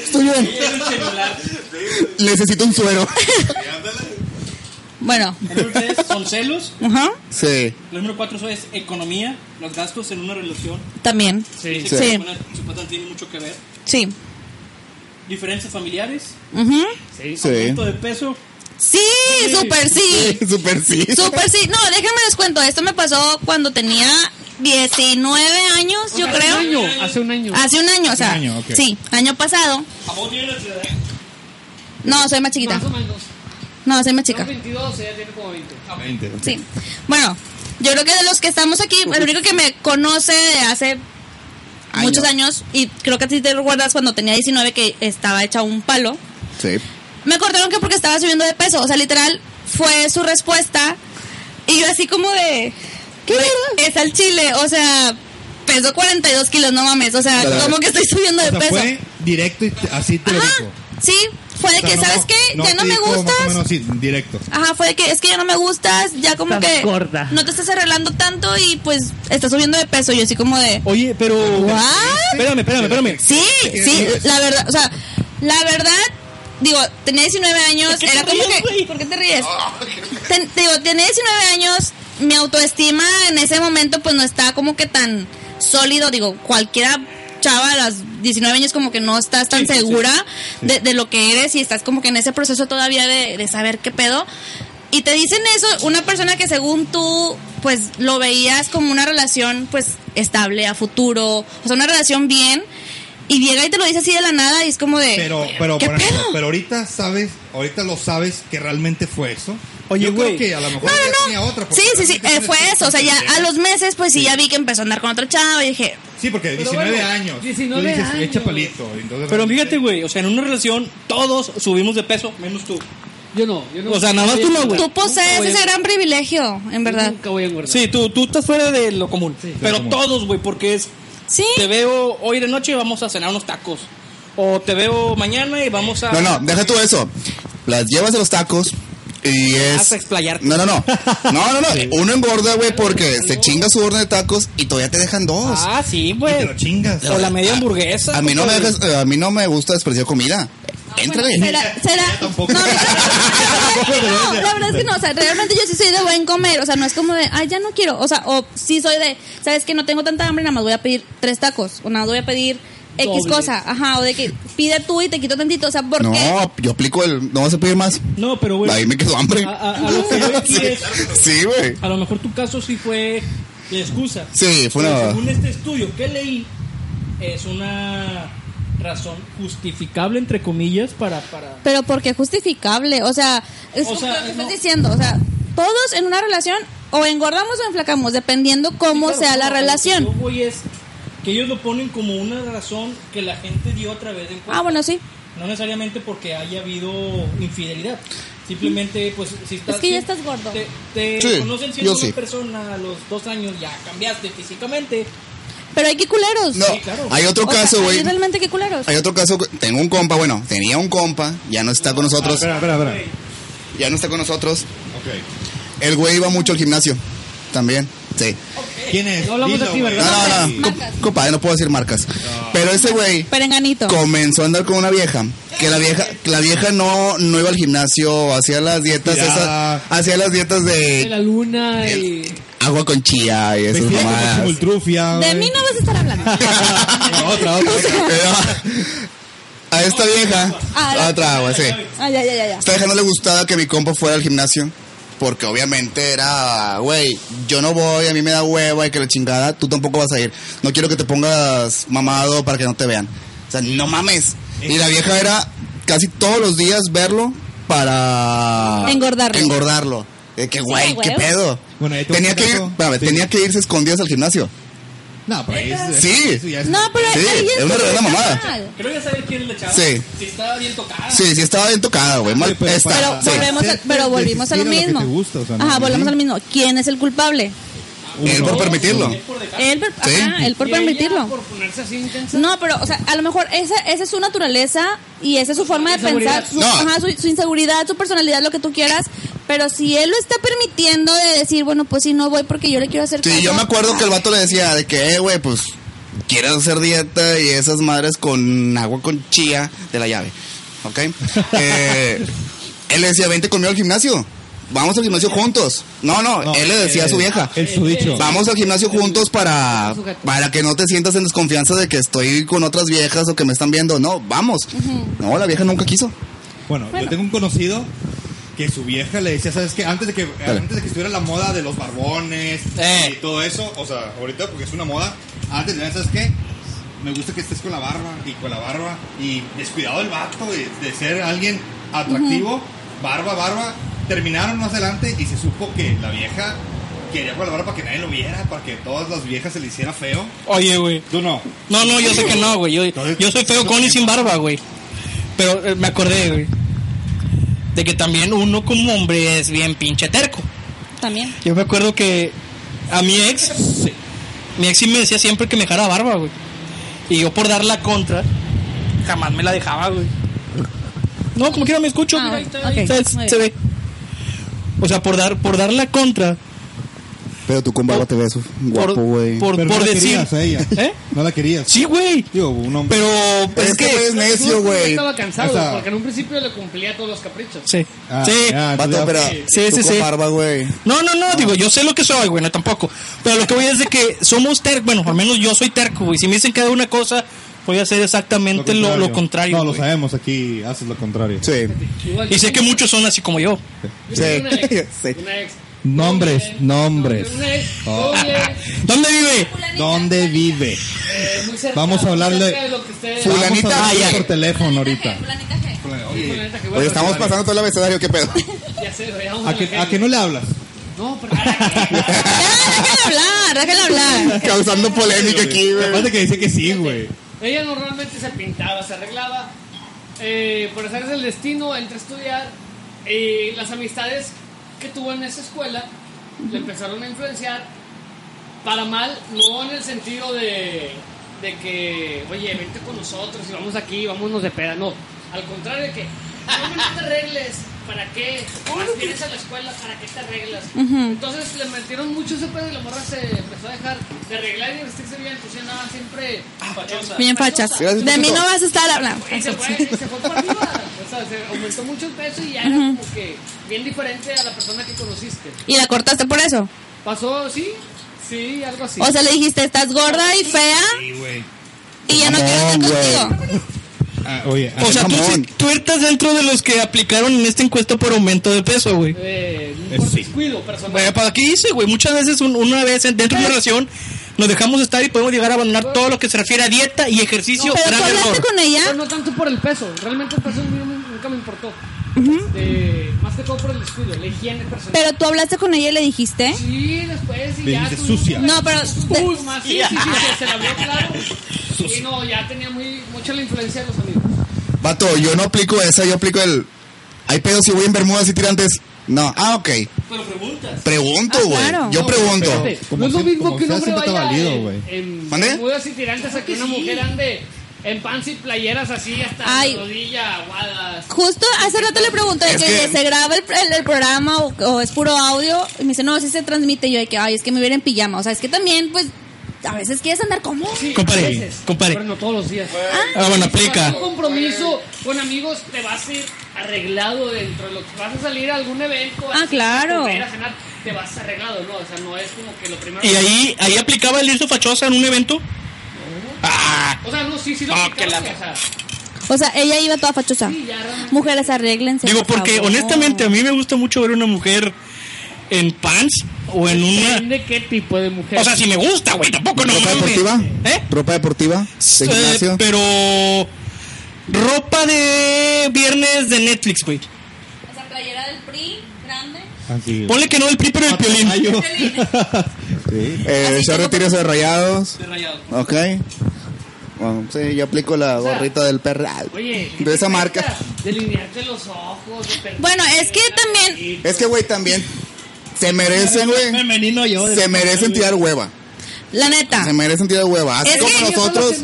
Speaker 10: Estoy bien. Necesito un suero.
Speaker 4: Bueno,
Speaker 8: El número tres son celos.
Speaker 4: ajá,
Speaker 10: Sí.
Speaker 8: El número cuatro es economía, los gastos en una relación.
Speaker 4: también.
Speaker 3: Sí,
Speaker 8: Dice
Speaker 4: Sí.
Speaker 8: que
Speaker 4: Sí.
Speaker 8: Una, supuestamente tiene mucho que ver.
Speaker 4: Sí.
Speaker 8: Diferencias familiares,
Speaker 4: Ujú.
Speaker 10: Sí.
Speaker 8: punto de peso.
Speaker 4: Sí, súper sí.
Speaker 10: Super sí.
Speaker 4: Súper sí. No, déjenme les cuento, esto me pasó cuando tenía 19 años,
Speaker 3: hace
Speaker 4: yo
Speaker 3: un
Speaker 4: creo.
Speaker 3: año, hace un año.
Speaker 1: Ah,
Speaker 4: Hace un año, o sea,
Speaker 5: Un año, ok.
Speaker 4: sí, año pasado.
Speaker 8: ¿A vos tiene la ciudad?
Speaker 4: No, soy más chiquita.
Speaker 3: Más o menos.
Speaker 4: No, soy más
Speaker 3: Tengo
Speaker 4: chica.
Speaker 3: 22, ella tiene como 20.
Speaker 4: Sí. Bueno, yo creo que de los que estamos aquí, el único que me conoce de hace muchos años, y creo que a ti te recuerdas cuando tenía 19 que estaba hecha un palo,
Speaker 10: Sí.
Speaker 4: me cortaron que porque estaba subiendo de peso. O sea, literal, fue su respuesta. Y yo así como de... ¿Qué? Es al chile, o sea, peso 42 kilos, no mames. O sea,
Speaker 10: Claro.
Speaker 4: como que estoy subiendo de
Speaker 5: O sea,
Speaker 4: peso.
Speaker 5: fue directo y te- así te lo
Speaker 4: Ajá,
Speaker 5: dijo.
Speaker 4: sí, fue de
Speaker 5: O sea,
Speaker 4: que, ¿sabes qué? ya no
Speaker 5: te
Speaker 4: me
Speaker 5: dijo más o
Speaker 4: gustas.
Speaker 5: menos así, directo.
Speaker 4: Ajá, fue de que es que ya no me gustas, ya como
Speaker 3: Estás
Speaker 4: que
Speaker 3: gorda.
Speaker 4: no te estás arreglando tanto y pues estás subiendo de peso. Yo así como de,
Speaker 9: Oye, pero.
Speaker 4: ¿what?
Speaker 9: Espérame, espérame, espérame.
Speaker 4: Sí, sí, la verdad, o sea, la verdad, digo, tenía 19 años,
Speaker 8: qué te
Speaker 4: era como
Speaker 8: ríes,
Speaker 4: que,
Speaker 8: güey?
Speaker 4: ¿por qué te ríes? Ten- te digo, tenía 19 años, mi autoestima en ese momento pues no estaba como que tan sólido, digo, cualquiera chava a las 19 años como que no estás tan segura De, de lo que eres y estás como que en ese proceso todavía de, de saber qué pedo. Y te dicen eso una persona que según tú pues lo veías como una relación pues estable, a futuro, o sea, una relación bien. Y llega y te lo dice así de la nada y es como de...
Speaker 5: Pero, pero,
Speaker 4: ¿qué
Speaker 5: por ejemplo,
Speaker 4: pedo?
Speaker 5: pero ahorita sabes, ahorita lo sabes que realmente fue eso.
Speaker 9: Oye,
Speaker 5: Yo
Speaker 9: güey.
Speaker 5: creo que a lo
Speaker 4: No,
Speaker 5: mejor ya
Speaker 4: no,
Speaker 5: tenía
Speaker 4: no.
Speaker 5: otra. porque
Speaker 4: sí, sí, sí.
Speaker 5: realmente
Speaker 4: eh,
Speaker 5: tienes
Speaker 4: fue
Speaker 5: que
Speaker 4: eso. O sea, ya
Speaker 5: entender.
Speaker 4: a los meses, pues sí, ya vi que empezó a andar con otro chavo y dije,
Speaker 5: Sí, porque
Speaker 3: Pero
Speaker 5: 19
Speaker 3: bueno,
Speaker 5: años.
Speaker 3: 19
Speaker 5: tú dices,
Speaker 3: años.
Speaker 5: echa palito. Entonces,
Speaker 1: Pero
Speaker 5: realmente-
Speaker 1: fíjate, güey, o sea, en una relación todos subimos de peso, menos tú.
Speaker 3: Yo no, yo no.
Speaker 1: O sea, nada más tú no, güey.
Speaker 4: tú posees ese gran privilegio, en verdad.
Speaker 3: Nunca voy a engordar.
Speaker 1: Sí, tú, tú estás fuera de lo común. Pero
Speaker 5: Lo común.
Speaker 1: todos, güey, porque es.
Speaker 4: Sí.
Speaker 1: Te veo hoy de noche y vamos a cenar unos tacos. O te veo mañana y vamos a.
Speaker 2: No, no, deja tú eso. Las llevas a los tacos y
Speaker 4: Ah,
Speaker 2: es.
Speaker 1: Vas a explayarte.
Speaker 2: No, no, no. No, no, no. Uno engorda, güey, porque se chinga su orden de tacos y todavía te dejan dos.
Speaker 1: Ah, sí,
Speaker 5: Y te
Speaker 1: güey.
Speaker 5: lo chingas.
Speaker 1: O la media hamburguesa.
Speaker 2: A mí no me dejas, eh, a mí no me gusta desperdiciar comida. Éntrale.
Speaker 4: Ah, Será, será.
Speaker 5: tampoco.
Speaker 4: No, la verdad es que no, la verdad es que no. O sea, realmente yo sí soy de buen comer. O sea, no es como de, ay, ya no quiero. O sea, o sí soy de, sabes que no tengo tanta hambre, nada más voy a pedir tres tacos. O nada más voy a pedir X
Speaker 3: Doble.
Speaker 4: cosa. Ajá, o de que pide tú y te quito tantito. O sea, ¿por qué? Ah,
Speaker 2: No, yo aplico el. No vas a pedir más.
Speaker 8: No, pero güey.
Speaker 2: Ahí me quedo hambre.
Speaker 8: A, a- a lo que voy aquí es.
Speaker 2: Sí, güey.
Speaker 8: A lo mejor tu caso sí fue la excusa.
Speaker 2: Sí, fue
Speaker 8: Pero
Speaker 2: una.
Speaker 8: Según este estudio que leí, es una razón justificable, entre comillas, para. para
Speaker 4: Pero porque justificable. O sea, es
Speaker 8: O sea,
Speaker 4: lo que estás
Speaker 8: no.
Speaker 4: diciendo. O sea, todos en una relación o engordamos o enflacamos, dependiendo cómo
Speaker 8: Claro,
Speaker 4: sea la
Speaker 8: no, lo que
Speaker 4: relación.
Speaker 8: yo voy es que ellos lo ponen como una razón que la gente dio otra vez en cuenta.
Speaker 4: Ah, bueno, sí.
Speaker 8: No necesariamente porque haya habido infidelidad. Simplemente, pues, si estás.
Speaker 4: Es que ya
Speaker 8: si
Speaker 4: estás gordo.
Speaker 8: Te, te
Speaker 2: Sí,
Speaker 8: conocen siendo
Speaker 2: yo
Speaker 8: una
Speaker 2: sí.
Speaker 8: persona a los dos años, ya cambiaste físicamente.
Speaker 4: Pero hay que culeros.
Speaker 2: No,
Speaker 8: Sí, claro.
Speaker 2: hay otro
Speaker 4: O sea,
Speaker 2: caso,
Speaker 4: hay
Speaker 2: güey.
Speaker 4: realmente que culeros.
Speaker 2: Hay otro caso. que- Tengo un compa, bueno, tenía un compa, ya no está con nosotros.
Speaker 5: Espera, espera, espera.
Speaker 2: Ya no está con nosotros.
Speaker 5: Ok.
Speaker 2: El güey iba mucho al gimnasio. También. Sí.
Speaker 5: ¿Quién es?
Speaker 8: No hablamos
Speaker 5: Dilo,
Speaker 8: aquí,
Speaker 5: güey.
Speaker 2: No, no,
Speaker 8: ¿verdad?
Speaker 2: no.
Speaker 4: Marcas.
Speaker 2: Co- Compadre, no puedo decir marcas. Pero ese güey
Speaker 4: Perenganito.
Speaker 2: comenzó a andar con una vieja. Que la vieja, que la vieja no, no iba al gimnasio, hacía las dietas
Speaker 5: Ya.
Speaker 2: esas, hacía las dietas
Speaker 3: De
Speaker 2: de
Speaker 3: la luna y.
Speaker 2: agua con chía y esas
Speaker 5: Vestida como
Speaker 2: mamadas.
Speaker 5: chimultrufia,
Speaker 4: De
Speaker 5: güey.
Speaker 4: mí no vas a estar hablando.
Speaker 5: Otra, otra.
Speaker 2: Pero a esta vieja,
Speaker 4: Ah, la-
Speaker 2: a otra agua, sí.
Speaker 4: Ay, ay, ay, ay, ay.
Speaker 2: Esta vieja no le gustaba que mi compa fuera al gimnasio. Porque obviamente era, güey, yo no voy, a mí me da hueva y que la chingada, tú tampoco vas a ir. No quiero que te pongas mamado para que no te vean. O sea, no mames. Y la vieja era casi todos los días verlo para...
Speaker 4: Engordarlo.
Speaker 2: Engordarlo. De que, güey,
Speaker 4: da
Speaker 2: qué
Speaker 4: hueva.
Speaker 2: pedo.
Speaker 5: Bueno, ahí te voy
Speaker 2: tenía,
Speaker 5: a
Speaker 2: que,
Speaker 5: poner eso.
Speaker 2: espérame,
Speaker 5: Sí.
Speaker 2: tenía que irse escondidas al gimnasio.
Speaker 5: No, pero ahí es-
Speaker 2: Sí.
Speaker 5: eso ya es-
Speaker 4: No, pero
Speaker 2: Sí,
Speaker 4: ahí
Speaker 2: es una
Speaker 4: está
Speaker 2: verdadera mamada.
Speaker 4: mal.
Speaker 8: Creo ya sabes quién es la chava.
Speaker 2: Sí.
Speaker 8: Si estaba bien tocada.
Speaker 2: Sí, sí estaba bien tocada, güey. Mal,
Speaker 5: Sí, pero
Speaker 2: está-
Speaker 4: Pero
Speaker 2: sí.
Speaker 4: volvemos, a- pero volvimos a lo
Speaker 5: desistir de
Speaker 4: mismo.
Speaker 5: lo que te gusta, o sea, no-
Speaker 4: Ajá, volvemos al mismo. ¿Quién es el culpable?
Speaker 2: Él Eh, por permitirlo.
Speaker 4: Él, per-
Speaker 2: Sí.
Speaker 4: ajá, él por
Speaker 3: Y ella,
Speaker 4: permitirlo.
Speaker 3: Por ponerse así intensa.
Speaker 4: No, pero, o sea, a lo mejor esa, esa es su naturaleza y esa es su forma de
Speaker 3: Inseguridad.
Speaker 4: pensar, su,
Speaker 2: No.
Speaker 4: ajá, su, su inseguridad, su personalidad, lo que tú quieras. Pero si él lo está permitiendo de decir, bueno, pues si no voy porque yo le quiero hacer
Speaker 2: Sí,
Speaker 4: caso,
Speaker 2: yo me acuerdo que el vato le decía de que, eh, güey, pues quieres hacer dieta y esas madres con agua con chía de la llave. ¿Ok? Eh, él le decía, vente conmigo al gimnasio. Vamos al gimnasio juntos. No, no,
Speaker 5: No,
Speaker 2: él le decía a su
Speaker 5: eh,
Speaker 2: vieja.
Speaker 5: El sudicho.
Speaker 2: Vamos al gimnasio juntos para, para que no te sientas en desconfianza de que estoy con otras viejas o que me están viendo. No, vamos. No, la vieja nunca quiso.
Speaker 5: Bueno, yo tengo un conocido que su vieja le decía, ¿sabes qué? Antes de que,
Speaker 2: Dale.
Speaker 5: antes de que estuviera la moda de los barbones
Speaker 1: Eh.
Speaker 5: y todo eso, o sea, ahorita porque es una moda, antes de ¿sabes qué? Me gusta que estés con la barba y con la barba y descuidado el vato de, de ser alguien atractivo, barba, barba. Terminaron más adelante y se supo que la vieja quería con la barba para que nadie lo viera, para que todas las viejas se le hiciera feo.
Speaker 1: Oye, güey.
Speaker 5: Tú no.
Speaker 1: No, no, yo sé que no, güey. Yo, yo soy feo con y sin barba, güey. Pero eh, me acordé, güey. De que también uno como hombre es bien pinche terco.
Speaker 4: también.
Speaker 1: Yo me acuerdo que a mi ex, mi ex sí me decía siempre que me dejara barba, güey. Y yo por dar la contra, jamás me la dejaba, güey. No, como quiera me escucho,
Speaker 4: Ah,
Speaker 1: mira, ahí
Speaker 4: bueno,
Speaker 1: está, ahí
Speaker 4: ok,
Speaker 1: está,
Speaker 4: muy
Speaker 1: se ve. O sea, por dar, por dar la contra,
Speaker 2: Pero tú con barba te ves guapo, güey.
Speaker 1: Por,
Speaker 11: Pero
Speaker 1: por
Speaker 11: no la
Speaker 1: decir.
Speaker 11: querías a ella.
Speaker 1: ¿Eh?
Speaker 11: No la querías.
Speaker 1: Sí, güey.
Speaker 11: Digo, un hombre.
Speaker 1: Pero es
Speaker 2: Este güey
Speaker 1: que.
Speaker 2: es necio, güey.
Speaker 3: Estaba cansado,
Speaker 11: O sea-
Speaker 3: porque en un principio le cumplía todos los caprichos.
Speaker 1: Sí.
Speaker 11: Ah,
Speaker 1: sí.
Speaker 11: ya,
Speaker 2: Vato,
Speaker 11: entonces ya- Ah.
Speaker 2: pero
Speaker 1: Sí,
Speaker 2: tú
Speaker 1: sí,
Speaker 2: con
Speaker 1: sí.
Speaker 2: barba, güey.
Speaker 1: No, no, no, digo, yo sé lo que soy, güey, no tampoco. Pero lo que voy es de que somos tercos, bueno, al menos yo soy terco, güey. Si me dicen que haga una cosa, voy a hacer exactamente lo, lo contrario.
Speaker 11: No, lo
Speaker 1: güey.
Speaker 11: sabemos aquí, haces lo contrario.
Speaker 2: Sí.
Speaker 3: Igual
Speaker 1: y sé que muchos son así como yo.
Speaker 3: Yo tenía una ex,
Speaker 2: Sí.
Speaker 3: una ex.
Speaker 11: Nombres,
Speaker 3: Oye,
Speaker 11: nombres. Oh.
Speaker 3: Una ex, oye,
Speaker 1: ¿Dónde vive?
Speaker 11: ¿Dónde vive?
Speaker 3: eh, muy cerca,
Speaker 11: Vamos a
Speaker 3: muy
Speaker 11: hablarle-
Speaker 3: cerca de lo que ustedes-
Speaker 2: Fulanita
Speaker 11: Vamos a hablar
Speaker 2: Maya.
Speaker 11: por teléfono ahorita.
Speaker 3: Bueno, neta, que bueno,
Speaker 2: Oye, estamos
Speaker 3: vale,
Speaker 2: pasando todo el abecedario, ¿qué pedo?
Speaker 3: ya sé, güey, vamos
Speaker 11: ¿A
Speaker 3: la
Speaker 11: que,
Speaker 3: calle.
Speaker 11: ¿A que no le hablas?
Speaker 3: No, pero espérate.
Speaker 4: Ya, Ah, déjala hablar, déjala hablar.
Speaker 2: Causando polémica aquí,
Speaker 11: Aparte
Speaker 2: güey.
Speaker 11: que dice que sí, güey.
Speaker 3: Ella normalmente se pintaba, se arreglaba. Eh, por hacer el destino, entre a estudiar. eh, las amistades que tuvo en esa escuela le empezaron a influenciar. Para mal, no en el sentido de, de que, oye, vente con nosotros y vamos aquí, vámonos de peda. No, al contrario de que, no, no te arregles. ¿Para qué? Más vienes a la escuela, ¿para qué te arreglas? Entonces le metieron mucho ese pedo y la morra se empezó a dejar de arreglar y vestirse bien, pues ya andaba siempre fachosa.
Speaker 4: Bien fachas.
Speaker 2: Gracias,
Speaker 4: De mí
Speaker 2: Paquito.
Speaker 4: no vas a estar hablando.
Speaker 3: Y se fue, y se fue por arriba. O sea, se aumentó mucho el peso y ya era como que bien diferente a la persona que conociste.
Speaker 4: ¿Y la cortaste por eso?
Speaker 3: ¿Pasó? Sí, sí, algo así.
Speaker 4: O sea, le dijiste, estás gorda y fea y ya no quiero estar
Speaker 2: Mamón, güey.
Speaker 4: contigo.
Speaker 11: Ah, oye,
Speaker 1: O sea, tú,
Speaker 2: Ramón.
Speaker 1: sí- tú estás dentro de los que aplicaron en esta encuesta por aumento de peso, güey.
Speaker 11: Eh,
Speaker 3: Eh, por
Speaker 11: sí. pues
Speaker 3: descuido personal.
Speaker 1: Güey, ¿para qué hice, güey? Muchas veces, un- una vez dentro de una relación, nos dejamos estar y podemos llegar a abandonar todo lo que se refiere a dieta y ejercicio.
Speaker 4: Pero tú
Speaker 1: gran
Speaker 4: hablaste
Speaker 1: error.
Speaker 4: con
Speaker 3: Pero
Speaker 4: ella.
Speaker 3: no tanto por el peso, realmente el peso no- nunca me importó. Este, más que todo por el descuido, la higiene personal.
Speaker 4: Pero tú hablaste con ella y le dijiste.
Speaker 3: Sí, después y
Speaker 11: Le
Speaker 3: ya.
Speaker 11: dijiste
Speaker 3: tuvimos
Speaker 11: sucia.
Speaker 3: una-
Speaker 4: No, pero-
Speaker 3: Sus- más, Sí, sí, sí, se- se la vio claro. Y no, ya tenía muy, mucha la influencia de los amigos.
Speaker 2: Vato, yo no aplico esa, yo aplico el. Hay pedo si voy en Bermudas y tirantes. No, ah, ok.
Speaker 3: Pero preguntas.
Speaker 2: Pregunto,
Speaker 4: Ah,
Speaker 2: güey.
Speaker 4: claro.
Speaker 2: Yo pregunto.
Speaker 3: Espérate,
Speaker 11: Como
Speaker 3: no es lo
Speaker 11: siempre-
Speaker 3: mismo
Speaker 11: como
Speaker 3: que un
Speaker 11: sea,
Speaker 3: hombre
Speaker 11: siempre te ha
Speaker 3: vaya
Speaker 11: valido, güey.
Speaker 3: en, en
Speaker 2: ¿Mande?
Speaker 3: bermudas y tirantes a que una mujer ande en pants y playeras así hasta
Speaker 4: Ay.
Speaker 3: la rodilla, aguadas.
Speaker 4: Justo hace rato le pregunto de
Speaker 2: Es
Speaker 4: que,
Speaker 2: que-
Speaker 4: se graba el, el- el programa o, o es puro audio. Y me dice, no, sí se transmite. Y yo de que, ay, es que me hubiera en pijama. O sea, es que también, pues, a veces quieres andar como.
Speaker 3: Sí,
Speaker 1: Compare,
Speaker 3: a veces,
Speaker 1: compare.
Speaker 3: Pero no todos los días.
Speaker 1: Ah, bueno, aplica.
Speaker 3: Vas a un compromiso con amigos, te vas a ir arreglado dentro de lo que vas a salir a algún evento.
Speaker 4: Ah,
Speaker 3: así,
Speaker 4: claro.
Speaker 3: a comer, a cenar, te vas arreglado, ¿no? O sea, no es como que lo primero.
Speaker 1: Y ahí, ahí aplicaba el irse fachosa en un evento. Ah,
Speaker 3: O sea, no, sí, sí lo
Speaker 1: Ah,
Speaker 3: aplicaba,
Speaker 1: que la-
Speaker 3: o sea,
Speaker 4: O sea, ella iba toda fachosa.
Speaker 3: sí, ya realmente-
Speaker 4: Mujeres, arréglense.
Speaker 1: digo,
Speaker 4: por
Speaker 1: porque
Speaker 4: favor.
Speaker 1: honestamente a mí me gusta mucho ver una mujer en pants o en una.
Speaker 3: Depende qué tipo de mujer.
Speaker 1: O sea, si me gusta, güey, tampoco no.
Speaker 2: ¿Ropa
Speaker 1: mames.
Speaker 2: deportiva?
Speaker 1: ¿Eh?
Speaker 2: ¿Ropa deportiva? ¿De
Speaker 1: Eh,
Speaker 2: gimnasio?
Speaker 1: pero. Ropa de viernes de Netflix, güey.
Speaker 4: O sea, playera del PRI, grande.
Speaker 11: Así.
Speaker 1: Ponle que no el PRI, pero el piolín.
Speaker 2: Eh,
Speaker 4: Así
Speaker 2: short de
Speaker 4: como-
Speaker 2: tiros de rayados.
Speaker 1: rayado.
Speaker 2: Ok. Bueno, sí, yo aplico la
Speaker 3: sea,
Speaker 2: gorrita del perro. Ah,
Speaker 3: Oye,
Speaker 2: De esa marca.
Speaker 3: Delinearte los ojos. de perder-
Speaker 4: Bueno, es que también.
Speaker 2: Es que, güey, también se merecen, güey.
Speaker 1: Femenino yo.
Speaker 2: Se merecen tirar hueva.
Speaker 4: La neta.
Speaker 2: Se merecen tirar hueva. Así
Speaker 4: Es
Speaker 2: como
Speaker 4: que-
Speaker 2: nosotros,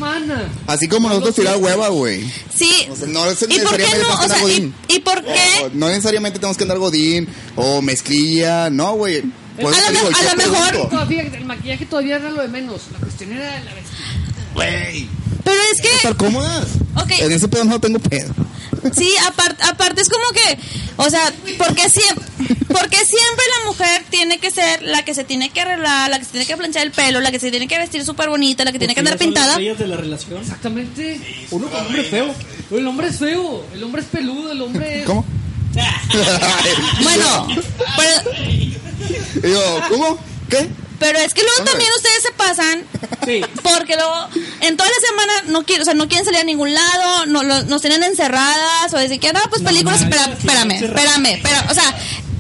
Speaker 2: así como nosotros tirar hueva, güey.
Speaker 4: Sí.
Speaker 2: O sea, no es
Speaker 4: ¿Y por qué
Speaker 2: necesariamente
Speaker 4: no?
Speaker 2: tenemos que
Speaker 4: O
Speaker 2: andar
Speaker 4: sea, ¿y,
Speaker 2: godín. Oh,
Speaker 4: y por
Speaker 2: O
Speaker 4: qué?
Speaker 2: No necesariamente tenemos que andar godín o mezclilla. No, güey. Por
Speaker 4: A
Speaker 2: eso
Speaker 4: lo
Speaker 2: te digo,
Speaker 4: me- a
Speaker 2: yo
Speaker 4: lo mejor-
Speaker 2: pregunto.
Speaker 3: Todavía, el maquillaje todavía era lo de menos. La cuestión era la vestimenta.
Speaker 2: Güey.
Speaker 4: Pero es que.
Speaker 2: Estar cómodas.
Speaker 4: Ok.
Speaker 2: En ese pedo no tengo pedo.
Speaker 4: Sí, apart- aparte es como que, o sea, porque siempre, porque siempre la mujer tiene que ser la que se tiene que arreglar, la que se tiene que planchar el pelo, la que se tiene que vestir súper bonita, la que tiene que andar pintada.
Speaker 8: de la relación.
Speaker 3: Exactamente. Uno con hombre feo. El hombre es feo. El hombre es peludo. El hombre es.
Speaker 2: ¿Cómo?
Speaker 4: Bueno, pero,
Speaker 2: Y yo, ¿cómo? ¿Qué?
Speaker 4: pero es que luego
Speaker 2: Hombre.
Speaker 4: también ustedes se pasan,
Speaker 8: Sí.
Speaker 4: porque luego en toda la semana no quieren, o sea, no quieren salir a ningún lado, no, lo- nos tienen encerradas o decir que no, pues películas,
Speaker 8: no,
Speaker 4: espera-
Speaker 8: no,
Speaker 4: espérame,
Speaker 8: no,
Speaker 4: espérame, espera, o sea,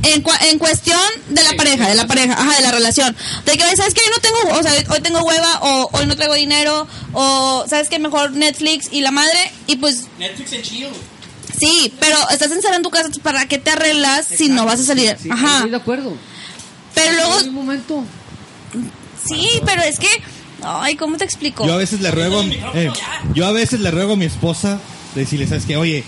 Speaker 4: en, cua- en cuestión de la pareja, de la pareja, ajá, de la relación, de que oye, sabes que yo no tengo, o sea, hoy tengo hueva o hoy no traigo dinero o sabes que mejor Netflix y la madre y pues
Speaker 1: Netflix en chill.
Speaker 4: sí, pero estás encerrada en tu casa para qué te arreglas si no vas a salir,
Speaker 3: Sí,
Speaker 4: ajá,
Speaker 3: Estoy de acuerdo.
Speaker 4: pero
Speaker 3: En un
Speaker 4: luego
Speaker 3: momento.
Speaker 4: sí, pero es que, ay, cómo te explico,
Speaker 11: Yo a veces le ruego, eh, yo a veces le ruego a mi esposa decirle, sabes qué, oye,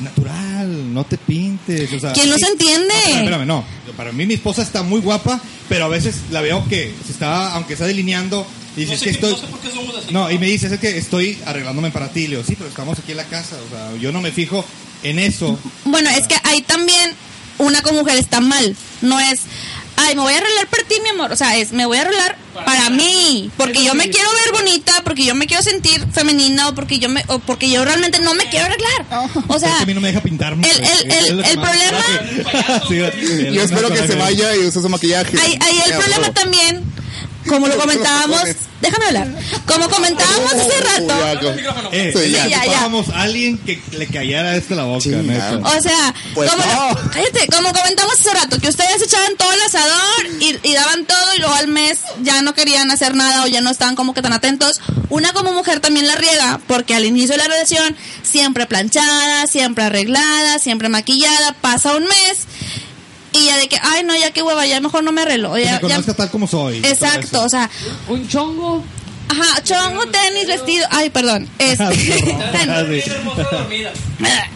Speaker 11: natural,
Speaker 5: no te pintes. O sea,
Speaker 4: ¿Quién los
Speaker 5: sí.
Speaker 4: entiende?
Speaker 11: Ah,
Speaker 5: No, espérame, espérame, no. Para mí mi esposa está muy guapa, pero a veces la veo que se está, aunque está delineando, y dice,
Speaker 8: No sé,
Speaker 5: "Es que
Speaker 8: qué-
Speaker 5: estoy...
Speaker 8: no sé por qué somos así.
Speaker 5: No, y me dice, es que estoy arreglándome para ti. Le digo, sí, pero estamos aquí en la casa. O sea, yo no me fijo en eso.
Speaker 4: Bueno, es que ahí también una como mujer está mal. No es, ay, me voy a arreglar para ti, mi amor. O sea, es, me voy a arreglar para, mí. Porque yo me quiero ver bonita, porque yo me quiero sentir femenina, o porque yo, me, o porque yo realmente no me quiero arreglar. O
Speaker 5: Es
Speaker 4: sea,
Speaker 5: que a mí no me deja pintarme.
Speaker 4: el- el- el- el problema-
Speaker 2: Yo espero que se vaya y use su maquillaje.
Speaker 4: ahí, ahí el
Speaker 2: Ya,
Speaker 4: problema
Speaker 2: huevo.
Speaker 4: también, como lo comentábamos, déjame hablar, como comentábamos
Speaker 2: Oh,
Speaker 4: hace rato,
Speaker 2: Uy, ya, co-
Speaker 5: Eh,
Speaker 2: Sí, ya.
Speaker 4: ya, ya.
Speaker 5: ocupábamos a alguien que le cayera esto la boca,
Speaker 2: Chingado.
Speaker 5: neta.
Speaker 4: O sea,
Speaker 2: Pues
Speaker 4: como,
Speaker 2: no.
Speaker 4: lo- cállate, como comentamos hace rato, que ustedes echaban todo el asador y, y daban todo y luego al mes ya no querían hacer nada o ya no estaban como que tan atentos. Una como mujer también la riega porque al inicio de la relación siempre planchada, siempre arreglada, siempre maquillada, pasa un mes y ya de que, ay no, ya qué hueva, ya mejor no me arreglo.
Speaker 5: Que
Speaker 4: ya-
Speaker 5: me
Speaker 4: ya-
Speaker 5: conozca tal como soy.
Speaker 4: exacto, o sea,
Speaker 3: Un chongo.
Speaker 4: ajá, chongo, tenis, vestido, ay perdón,
Speaker 5: Ah,
Speaker 4: este,
Speaker 5: Así.
Speaker 4: ajá,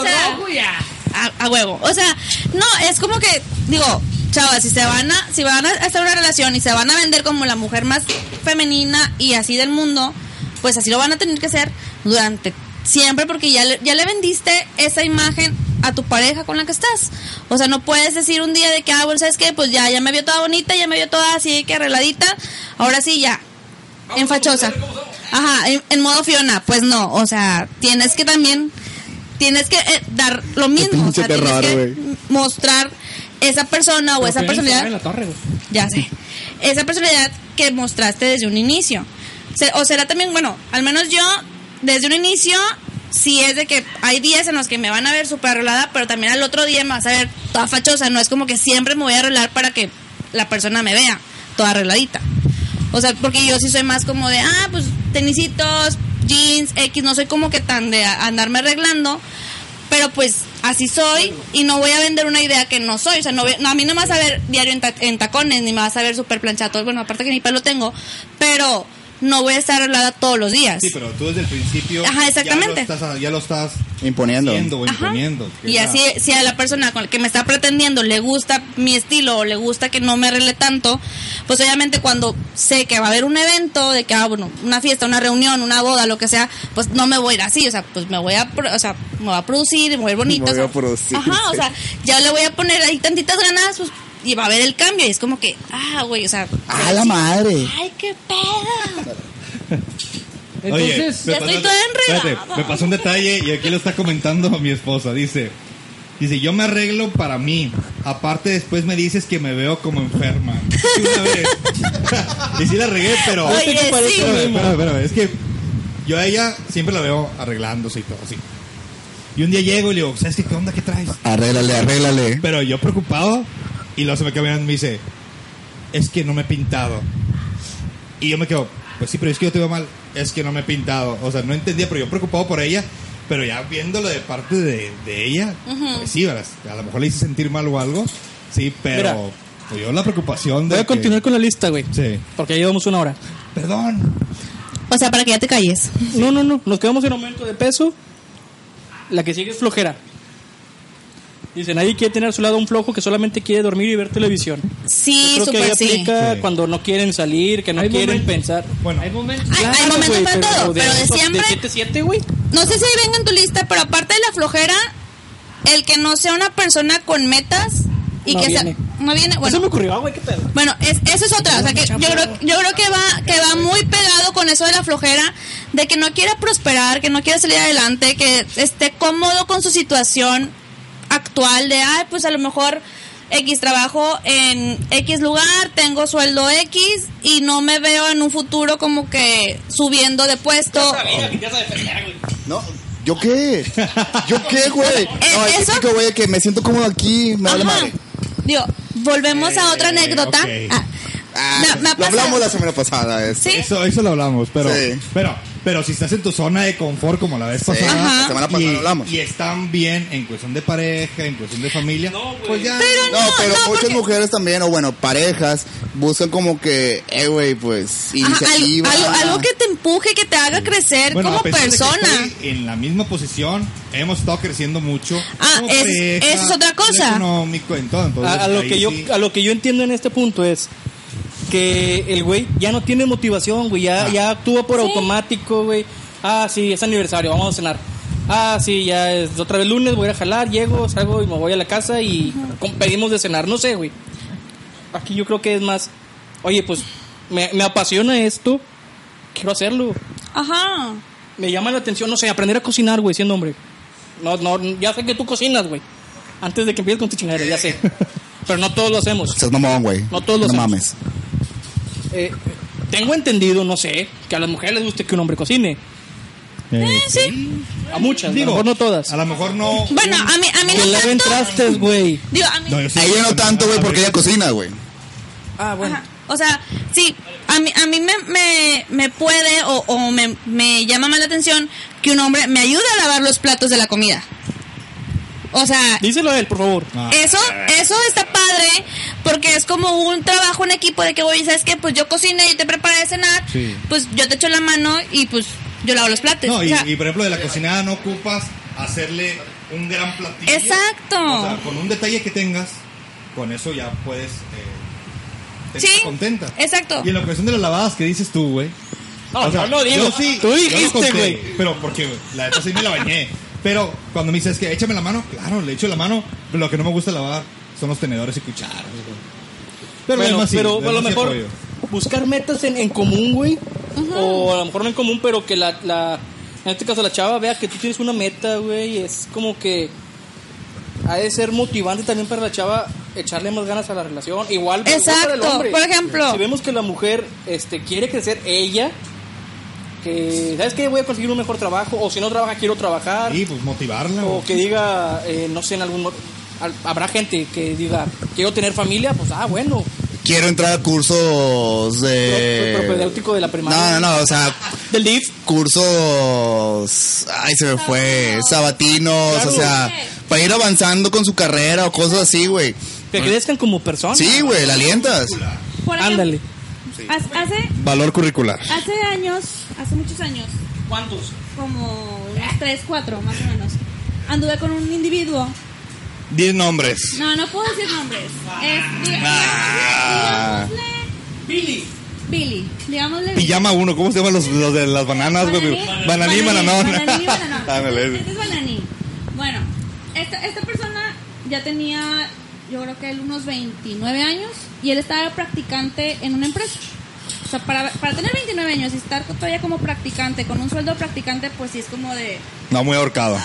Speaker 4: o sea...
Speaker 3: Rojo, ya.
Speaker 4: a, a huevo. O sea, no, es como que, digo, chavas, si se van a, si van a hacer una relación y se van a vender como la mujer más femenina y así del mundo, pues así lo van a tener que hacer durante siempre porque ya le, ya le vendiste esa imagen a tu pareja con la que estás. O sea, no puedes decir un día de que, ah, bueno, ¿sabes qué? Pues ya, ya me vio toda bonita, ya me vio toda así que arregladita, ahora sí ya, en fachosa. Ajá, en, en modo Fiona, pues no, o sea, tienes que también, tienes que eh, dar lo mismo, o sea,
Speaker 2: pinche
Speaker 4: tienes
Speaker 2: terror,
Speaker 4: que
Speaker 2: güey.
Speaker 4: mostrar esa persona o esa personalidad, ya sé, esa personalidad que mostraste desde un inicio. Se- O será también, bueno, al menos yo, desde un inicio, sí es de que hay días en los que me van a ver súper arreglada, pero también al otro día me vas a ver toda fachosa, no es como que siempre me voy a arreglar para que la persona me vea toda arregladita. O sea, porque yo sí soy más como de, ah, pues tenisitos, jeans, X, no soy como que tan de a- andarme arreglando, pero pues así soy y no voy a vender una idea que no soy. O sea, no, voy- no, a mí no me vas a ver diario en, ta- en tacones, ni me vas a ver súper planchado, bueno, aparte que ni pelo tengo, pero no voy a estar arreglada todos los días.
Speaker 5: Sí, pero tú desde el principio.
Speaker 4: Ajá, exactamente.
Speaker 5: Ya lo estás, ya lo estás
Speaker 2: Imponiendo.
Speaker 5: haciendo o
Speaker 4: Ajá.
Speaker 5: imponiendo. que
Speaker 4: Y
Speaker 5: ya-
Speaker 4: así, si a la persona con la que me está pretendiendo le gusta mi estilo o le gusta que no me arregle tanto, pues obviamente cuando sé que va a haber un evento, de que, ah, bueno, una fiesta, una reunión, una boda, lo que sea, pues no me voy a ir así, o sea, pues me voy a, pro- o sea, me voy a producir, me voy a ir bonita.
Speaker 2: Me voy
Speaker 4: o sea,
Speaker 2: a producir.
Speaker 4: Ajá, o sea, ya le voy a poner ahí tantitas ganas, pues, y va a haber el cambio, y es como que, ah, güey, o sea,
Speaker 2: ¡A la madre!
Speaker 4: ay, qué pedo.
Speaker 5: Oye,
Speaker 3: Entonces,
Speaker 5: me
Speaker 4: ya
Speaker 5: pasó-
Speaker 4: estoy toda enredada.
Speaker 5: espérate, me pasó un detalle y aquí lo está comentando mi esposa. Dice, dice, yo me arreglo para mí. Aparte después me dices que me veo como enferma. Una vez. y sí la regué, pero... este
Speaker 4: Oye, sí.
Speaker 5: Espérame, espérame, espérame, Es que yo a ella siempre la veo arreglándose y todo así. Y un día llego y le digo, ¿sabes qué, qué onda? ¿Qué traes?
Speaker 2: Arréglale, arréglale.
Speaker 5: Pero yo preocupado y luego se me queda mirando y me dice, es que no me he pintado. Y yo me quedo, pues sí, pero es que yo te veo mal, es que no me he pintado. O sea, no entendía, pero yo preocupado por ella, pero ya viéndolo de parte de, de ella, pues sí, ¿verdad? a lo mejor le hice sentir mal o algo, sí, pero
Speaker 9: Mira.
Speaker 5: pues yo la preocupación de...
Speaker 9: Voy a
Speaker 5: que-
Speaker 9: continuar con la lista, güey.
Speaker 5: Sí.
Speaker 9: Porque ya llevamos una hora.
Speaker 5: Perdón.
Speaker 4: O sea, para que ya te calles.
Speaker 9: No, no, no. Nos quedamos en aumento de peso. La que sigue es flojera. Dice, nadie quiere tener a su lado un flojo que solamente quiere dormir y ver televisión. Yo
Speaker 4: Sí,
Speaker 9: creo que ahí
Speaker 4: súper sí.
Speaker 9: aplica
Speaker 5: Sí.
Speaker 9: cuando no quieren salir, que no
Speaker 3: Hay
Speaker 9: quieren
Speaker 3: momentos.
Speaker 9: pensar.
Speaker 5: Bueno,
Speaker 3: hay momentos.
Speaker 4: Hay, hay
Speaker 9: Claro,
Speaker 4: momentos
Speaker 9: güey,
Speaker 4: para todo, pero de
Speaker 9: esos-
Speaker 4: siempre...
Speaker 9: De 7 7, güey.
Speaker 4: No sé si ahí venga en tu lista, pero aparte de la flojera, el que no sea una persona con metas y
Speaker 9: No
Speaker 4: que sea-
Speaker 9: viene.
Speaker 4: no viene, bueno,
Speaker 9: Eso me ocurrió, ah, güey, qué pedo.
Speaker 4: bueno, es, eso es otra, o sea que yo creo, yo creo que va, que va muy pegado con eso de la flojera, de que no quiera prosperar, que no quiera salir adelante, que esté cómodo con su situación actual, de ay pues a lo mejor X trabajo en X lugar, tengo sueldo X y no me veo en un futuro como que subiendo de puesto.
Speaker 2: No, ¿yo qué? ¿Yo qué, güey? No, el
Speaker 4: ¿eso?
Speaker 2: típico, güey, que me siento cómodo aquí, me vale
Speaker 4: Ajá.
Speaker 2: madre.
Speaker 4: Digo, volvemos a otra anécdota.
Speaker 5: ok.
Speaker 4: Ah,
Speaker 2: Ah,
Speaker 4: me- me ha
Speaker 2: lo
Speaker 4: pasado.
Speaker 2: hablamos la semana pasada. es-
Speaker 4: Sí,
Speaker 5: eso, eso lo hablamos, pero...
Speaker 2: Sí.
Speaker 5: Pero Pero si estás en tu zona de confort como la vez
Speaker 2: Sí,
Speaker 5: pasada.
Speaker 2: la semana pasada
Speaker 5: y,
Speaker 2: lo hablamos.
Speaker 5: y están bien en cuestión de pareja, en cuestión de familia. pues ya.
Speaker 2: No,
Speaker 12: no,
Speaker 2: pero
Speaker 12: no,
Speaker 2: muchas
Speaker 12: porque-
Speaker 2: mujeres también, o bueno, parejas, buscan como que, eh, güey, pues,
Speaker 12: Ajá, algo,
Speaker 2: iniciativa.
Speaker 12: algo- algo que te empuje, que te haga crecer
Speaker 5: Bueno,
Speaker 12: como
Speaker 5: a pesar de que
Speaker 12: persona.
Speaker 5: estoy en la misma posición, hemos estado creciendo mucho.
Speaker 12: Ah,
Speaker 5: como
Speaker 12: es- eso es otra cosa.
Speaker 5: Económico, en todo, entonces,
Speaker 1: A, a lo
Speaker 5: ahí
Speaker 1: que yo,
Speaker 5: sí. Eh,
Speaker 1: a lo que yo entiendo en este punto es que el güey ya no tiene motivación, güey. Ya,
Speaker 5: Ah.
Speaker 1: ya actúa por automático, güey. Ah, sí, es aniversario, vamos a cenar. Ah, sí, ya es otra vez lunes, voy a jalar, llego, salgo y me voy a la casa y com- pedimos de cenar, no sé, güey. Aquí yo creo que es más, oye, pues me, me apasiona esto, quiero hacerlo.
Speaker 12: Ajá.
Speaker 1: Me llama la atención, no sé, aprender a cocinar, güey, siendo hombre. No, no, ya sé que tú cocinas, güey. Antes de que empieces con tu chingadera, ya sé. Pero no todos lo hacemos.
Speaker 2: Seas mamón, güey.
Speaker 1: No todos lo
Speaker 2: No
Speaker 1: hacemos.
Speaker 2: mames.
Speaker 1: Eh, tengo entendido, no sé, que a las mujeres les guste que un hombre cocine.
Speaker 5: Eh,
Speaker 1: A muchas,
Speaker 5: Digo,
Speaker 1: a lo mejor no todas.
Speaker 5: A lo mejor no.
Speaker 12: Bueno, a mí, a mí
Speaker 1: Que
Speaker 12: no
Speaker 1: laven
Speaker 12: tanto.
Speaker 1: trastes, güey.
Speaker 12: Digo, a mí,
Speaker 5: No, yo sí-
Speaker 2: A ella no tanto, güey, porque ella cocina, güey.
Speaker 1: Ah, bueno.
Speaker 12: Ajá. O sea, sí, a mí, a mí me, me, me puede o, o me, me llama más la atención que un hombre me ayude a lavar los platos de la comida. O sea,
Speaker 1: Díselo a él, por favor.
Speaker 5: Ah,
Speaker 12: eso, eso está padre porque es como un trabajo en equipo de que, voy, ¿sabes qué? Pues yo cocino, yo te preparo de cenar,
Speaker 5: Sí.
Speaker 12: pues yo te echo la mano y pues yo lavo los platos.
Speaker 5: No,
Speaker 12: O
Speaker 5: y,
Speaker 12: sea,
Speaker 5: y, por ejemplo, de la cocinada no ocupas hacerle un gran platillo.
Speaker 12: Exacto.
Speaker 5: O sea, con un detalle que tengas, con eso ya puedes. eh, estar
Speaker 12: Sí,
Speaker 5: contenta.
Speaker 12: exacto.
Speaker 5: Y en la cuestión de las lavadas que dices tú, güey.
Speaker 1: No,
Speaker 5: O sea,
Speaker 1: yo lo digo.
Speaker 5: yo sí,
Speaker 1: Tú
Speaker 5: yo lo
Speaker 1: dijiste,
Speaker 5: conté,
Speaker 1: güey.
Speaker 5: Pero porque güey, la neta sí me la bañé. Pero cuando me dices que échame la mano, claro, le echo la mano. Pero lo que no me gusta lavar son los tenedores y cucharas, güey. Pero,
Speaker 1: Bueno,
Speaker 5: además sí,
Speaker 1: pero a lo
Speaker 5: además sí
Speaker 1: mejor
Speaker 5: apoyo.
Speaker 1: buscar metas en, en común, güey. O a lo mejor no en común, pero que la, la- En este caso, la chava vea que tú tienes una meta, güey. Es como que. Ha de ser motivante también para la chava echarle más ganas a la relación. Igual, igual para el
Speaker 12: Exacto,
Speaker 1: hombre.
Speaker 12: por ejemplo.
Speaker 1: Si vemos que la mujer este, quiere crecer ella, que, ¿sabes qué? Voy a conseguir un mejor trabajo. O si no trabaja, quiero trabajar.
Speaker 5: Sí, pues motivarla.
Speaker 1: O
Speaker 5: güey.
Speaker 1: que diga, eh, no sé, en algún... mo- al- Habrá gente que diga, quiero tener familia, pues ah, bueno.
Speaker 2: Quiero entrar a cursos
Speaker 1: Soy
Speaker 2: de...
Speaker 1: propedéutico de la
Speaker 2: Eh, No,
Speaker 1: primaria.
Speaker 2: no, no, o sea,
Speaker 1: Del DIF.
Speaker 2: cursos... Ay, se me fue. Sabatinos, o sea, para ir avanzando con su carrera o cosas así, güey.
Speaker 1: Que crezcan como personas.
Speaker 2: Sí, güey, la alientas.
Speaker 4: Por ejemplo,
Speaker 1: Ándale.
Speaker 4: haz- Hace,
Speaker 2: Valor curricular.
Speaker 4: hace años, hace muchos años,
Speaker 1: ¿Cuántos?
Speaker 4: como unos 3, 4 más o menos, anduve con un individuo.
Speaker 13: Diez nombres.
Speaker 4: No, no puedo decir nombres. Es, diga-
Speaker 2: Ah.
Speaker 4: digámosle Billy. Digámosle Billy.
Speaker 13: Pijama uno, ¿cómo se llaman los, los de las bananas, güey?
Speaker 4: Bananí.
Speaker 13: Bananí, bananón.
Speaker 4: Bananí, bananón.
Speaker 13: Ándale.
Speaker 4: Este es bananí. Bueno, esta, esta persona ya tenía, yo creo que él unos 29 años y él estaba practicante en una empresa. O sea, para, para tener 29 años y estar todavía como practicante, con un sueldo de practicante, pues sí es como de
Speaker 13: No, muy ahorcado.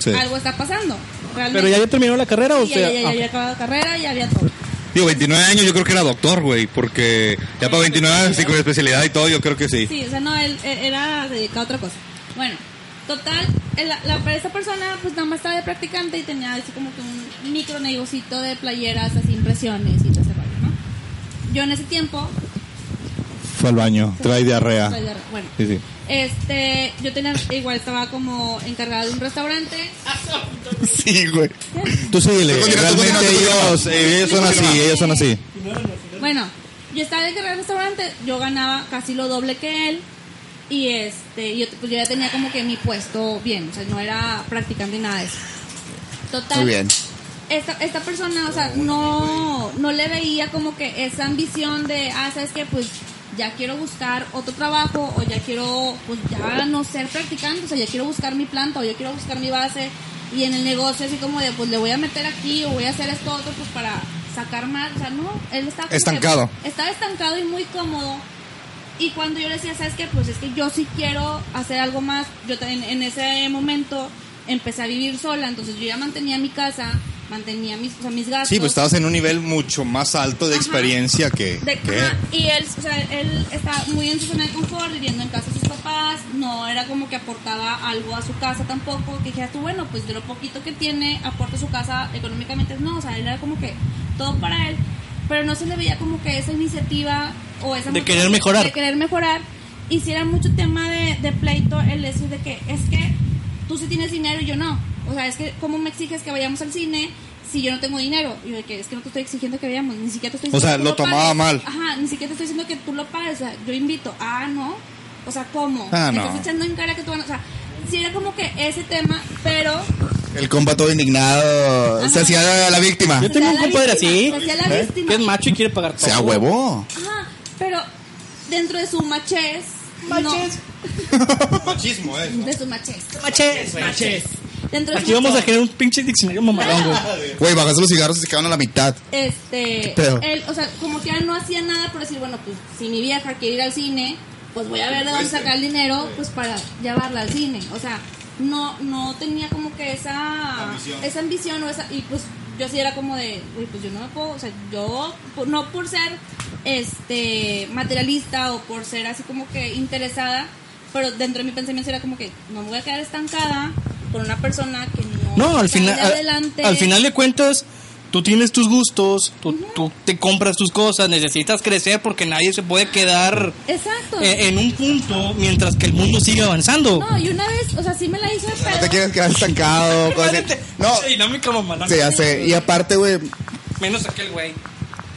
Speaker 13: Sí.
Speaker 4: algo está pasando. Realmente.
Speaker 1: ¿Pero ya había terminado la carrera o
Speaker 4: Sí, ya,
Speaker 1: sea?
Speaker 4: ya, ya
Speaker 1: ah,
Speaker 4: había acabado carrera, ya había todo.
Speaker 13: Digo, 29 años yo creo que era doctor, güey, porque ya para 29 años, sí, con especialidad y todo, yo creo que sí.
Speaker 4: Sí, o sea, no, él, él era dedicado a otra cosa. Bueno, total, el- la, la- esa persona pues nada más estaba de practicante y tenía así como que un micro negocito de playeras, así impresiones y todo ese rollo, ¿no? Yo en ese tiempo,
Speaker 13: Fue al baño, trae diarrea.
Speaker 4: soy de- bueno,
Speaker 13: Sí, sí.
Speaker 4: este, yo tenía, igual estaba como encargada de un restaurante. Ah,
Speaker 13: Sí, güey.
Speaker 2: Tú síguele.
Speaker 13: Realmente ellos, eh, ellos son así, ellos son así.
Speaker 4: Bueno, yo estaba encargada de un restaurante, yo ganaba casi lo doble que él y este, yo, pues, yo ya tenía como que mi puesto bien, o sea, no era practicante ni nada de eso. Total.
Speaker 2: Muy bien.
Speaker 4: esta, esta persona, o sea, no, no le veía como que esa ambición de, ah, sabes que pues ya quiero buscar otro trabajo o ya quiero, pues ya no ser practicante, o sea, ya quiero buscar mi planta o ya quiero buscar mi base y en el negocio así como de, pues le voy a meter aquí o voy a hacer esto otro, pues para sacar más, o sea, no, él estaba como que-
Speaker 13: Estancado.
Speaker 4: estaba estancado y muy cómodo. Y cuando yo le decía, ¿sabes qué? Pues es que yo sí quiero hacer algo más. Yo ta- en, en ese momento empecé a vivir sola, entonces yo ya mantenía mi casa, mantenía mis, o sea, mis gastos.
Speaker 13: Sí, pues estabas en un nivel mucho más alto de
Speaker 4: Ajá.
Speaker 13: experiencia que...
Speaker 4: De-
Speaker 13: que-
Speaker 4: ajá, y él, o sea, él estaba muy en su zona de confort, viviendo en casa de sus papás, no era como que aportaba algo a su casa tampoco, que dijera tú, bueno, pues de lo poquito que tiene, aporta su casa económicamente, no, o sea, él era como que todo para él, pero no se le veía como que esa iniciativa o esa...
Speaker 1: De
Speaker 4: motivación
Speaker 1: querer mejorar.
Speaker 4: De querer mejorar, hiciera mucho tema de, de, de pleito el decir de que es que tú sí tienes dinero y yo no. O sea, es que ¿cómo me exiges que vayamos al cine si yo no tengo dinero? Y yo de que es que no te estoy exigiendo que vayamos, ni siquiera te estoy
Speaker 5: O sea,
Speaker 4: diciendo que tú
Speaker 5: lo tomaba
Speaker 4: pagues.
Speaker 5: mal.
Speaker 4: Ajá, ni siquiera te estoy diciendo que tú lo pagues, o sea, yo invito. Ah, no. O sea, ¿cómo?
Speaker 5: Ah,
Speaker 4: Me
Speaker 5: no.
Speaker 4: estás echando en cara que tú ganas. O sea, sí era como que ese tema, pero
Speaker 2: El compa todo indignado. Se hacía la, la víctima.
Speaker 1: Yo tengo
Speaker 4: sea,
Speaker 1: un
Speaker 4: pues, la
Speaker 1: compadre así,
Speaker 4: víctima, o sea, la
Speaker 1: ¿eh?
Speaker 4: víctima.
Speaker 1: que es macho y quiere pagar todo.
Speaker 2: Sea huevo.
Speaker 4: Ajá, pero dentro de su machez.
Speaker 1: Machés.
Speaker 5: Machismo, eh.
Speaker 4: No, de su machez.
Speaker 1: Machés.
Speaker 4: Dentro de
Speaker 1: Aquí
Speaker 4: su
Speaker 1: vamos a
Speaker 4: machez,
Speaker 1: generar un pinche diccionario mamalón,
Speaker 4: Ah,
Speaker 1: güey.
Speaker 2: Güey, bajaste los cigarros y se quedaron a la mitad.
Speaker 4: Este.
Speaker 2: Pero-
Speaker 4: Él, o sea, como que él no hacía nada por decir, bueno, pues si mi vieja quiere ir al cine, pues voy a ver de dónde sacar el dinero, pues para llevarla al cine. O sea, no no tenía como que esa.
Speaker 5: Ambición.
Speaker 4: Esa ambición o esa. Y pues yo sí era como de, uy, pues yo no me puedo. O sea, yo, por- no por ser este materialista o por ser así como que interesada, pero dentro de mi pensamiento era como que no me voy a quedar estancada con una persona que no.
Speaker 1: No, al
Speaker 4: sale
Speaker 1: final, al,
Speaker 4: adelante.
Speaker 1: al final de cuentas, tú tienes tus gustos, tú, tú te compras tus cosas, necesitas crecer porque nadie se puede quedar
Speaker 4: Exacto.
Speaker 1: eh, en un punto mientras que el mundo sigue avanzando.
Speaker 4: No, y una vez, o sea, sí me la hizo de
Speaker 2: No te
Speaker 4: pedo.
Speaker 2: quieres quedar estancado. cosas así. No,
Speaker 1: Pinche dinámica mamalona.
Speaker 2: se hace. Y aparte, güey,
Speaker 1: Menos aquel güey.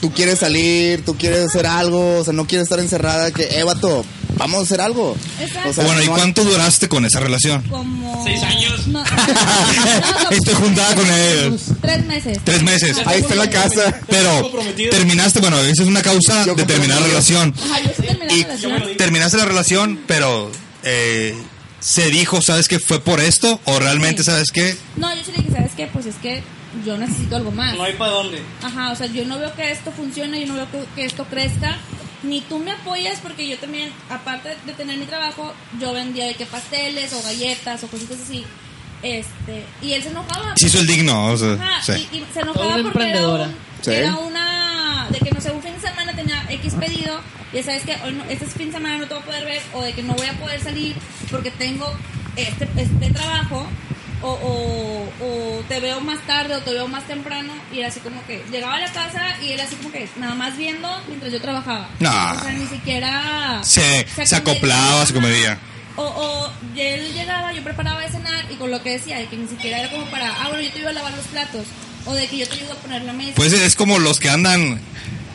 Speaker 2: tú quieres salir, tú quieres hacer algo. O sea, no quieres estar encerrada. Que, eh, vato, vamos a hacer algo.
Speaker 4: Exacto.
Speaker 2: O sea,
Speaker 5: bueno, ¿y
Speaker 2: no hay-
Speaker 5: cuánto duraste con esa relación?
Speaker 4: Como.
Speaker 1: Seis años.
Speaker 4: No, no, como
Speaker 5: Estoy juntada con él.
Speaker 4: tres meses.
Speaker 5: Tres meses.
Speaker 2: Ahí está la casa.
Speaker 5: Pero terminaste, bueno, esa es una causa
Speaker 2: Yo
Speaker 5: de terminar la
Speaker 2: comprometido.
Speaker 5: relación.
Speaker 4: Ajá, yo sí terminé
Speaker 5: Y
Speaker 4: la relación.
Speaker 5: terminaste la relación, pero eh, se dijo, ¿sabes qué? ¿Fue por esto? ¿O realmente,
Speaker 4: Sí.
Speaker 5: sabes qué?
Speaker 4: No, yo sí le dije, ¿sabes qué? Pues es que yo necesito algo más.
Speaker 1: No hay para dónde.
Speaker 4: Ajá, o sea, yo no veo que esto funcione, yo no veo que, que esto crezca. Ni tú me apoyas porque yo también, aparte de tener mi trabajo, yo vendía de que pasteles o galletas o cositas así. Este, y él se enojaba.
Speaker 5: Se hizo el digno. o sea,
Speaker 4: Ajá,
Speaker 5: sí.
Speaker 4: y, y se enojaba
Speaker 3: Todo
Speaker 4: porque era,
Speaker 3: emprendedora.
Speaker 4: un-
Speaker 2: Sí.
Speaker 4: era una de que no sé, un fin de semana tenía X pedido y ya sabes que hoy no- este fin de semana no te voy a poder ver o de que no voy a poder salir porque tengo este, este trabajo o, o- o te veo más tarde o te veo más temprano y era así como que llegaba a la casa y era así como que nada más viendo mientras yo trabajaba.
Speaker 5: No.
Speaker 4: O sea, ni siquiera
Speaker 5: Se- se acoplaba, se comedía.
Speaker 4: o, o y él llegaba, yo preparaba de cenar y con lo que decía, de que ni siquiera era como para, ah, bueno, yo te ayudo a lavar los platos, o de que yo te ayudo a poner la mesa.
Speaker 5: Pues es como los que andan,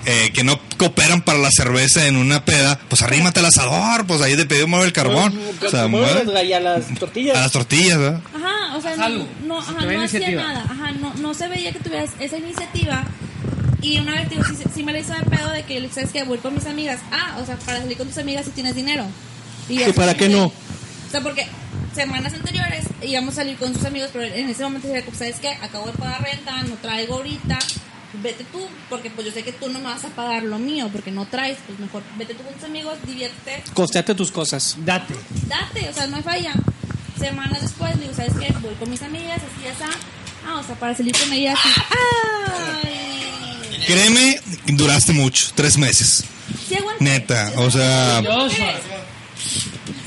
Speaker 5: eh, que no cooperan para la cerveza en una peda, pues arrímate al asador, pues ahí de pedido mueve el carbón. O sea, mueve
Speaker 1: Y a Pues, las
Speaker 5: a
Speaker 1: tortillas.
Speaker 5: las tortillas, ¿verdad?
Speaker 4: Ajá, o sea,
Speaker 3: Jalo.
Speaker 4: no, no, ajá,
Speaker 3: Trae
Speaker 4: no hacía
Speaker 3: iniciativa.
Speaker 4: nada, ajá, no, no se veía que tuvieras esa iniciativa. Y una vez, digo, sí, sí me la hizo de pedo de que, ¿sabes que Voy con mis amigas. Ah, o sea, para salir con tus amigas si tienes dinero. ¿Y yo,
Speaker 1: para qué
Speaker 4: sí.
Speaker 1: no?
Speaker 4: O sea, porque semanas anteriores íbamos a salir con sus amigos, pero en ese momento decía, pues, ¿sabes qué? Acabo de pagar renta, no traigo ahorita. Vete tú, porque pues yo sé que tú no me vas a pagar lo mío, porque no traes, pues mejor vete tú con tus amigos, diviértete
Speaker 1: Costeate tus cosas.
Speaker 3: Date.
Speaker 4: date, o sea, no hay falla. Semanas después, digo, ¿sabes qué? Voy con mis amigas, así, así. Ah, o sea, para salir con ellas, así. ¡Ay!
Speaker 5: Créeme, duraste mucho, tres meses.
Speaker 4: Sí aguanté.
Speaker 5: Neta, o sea,
Speaker 3: Joshua.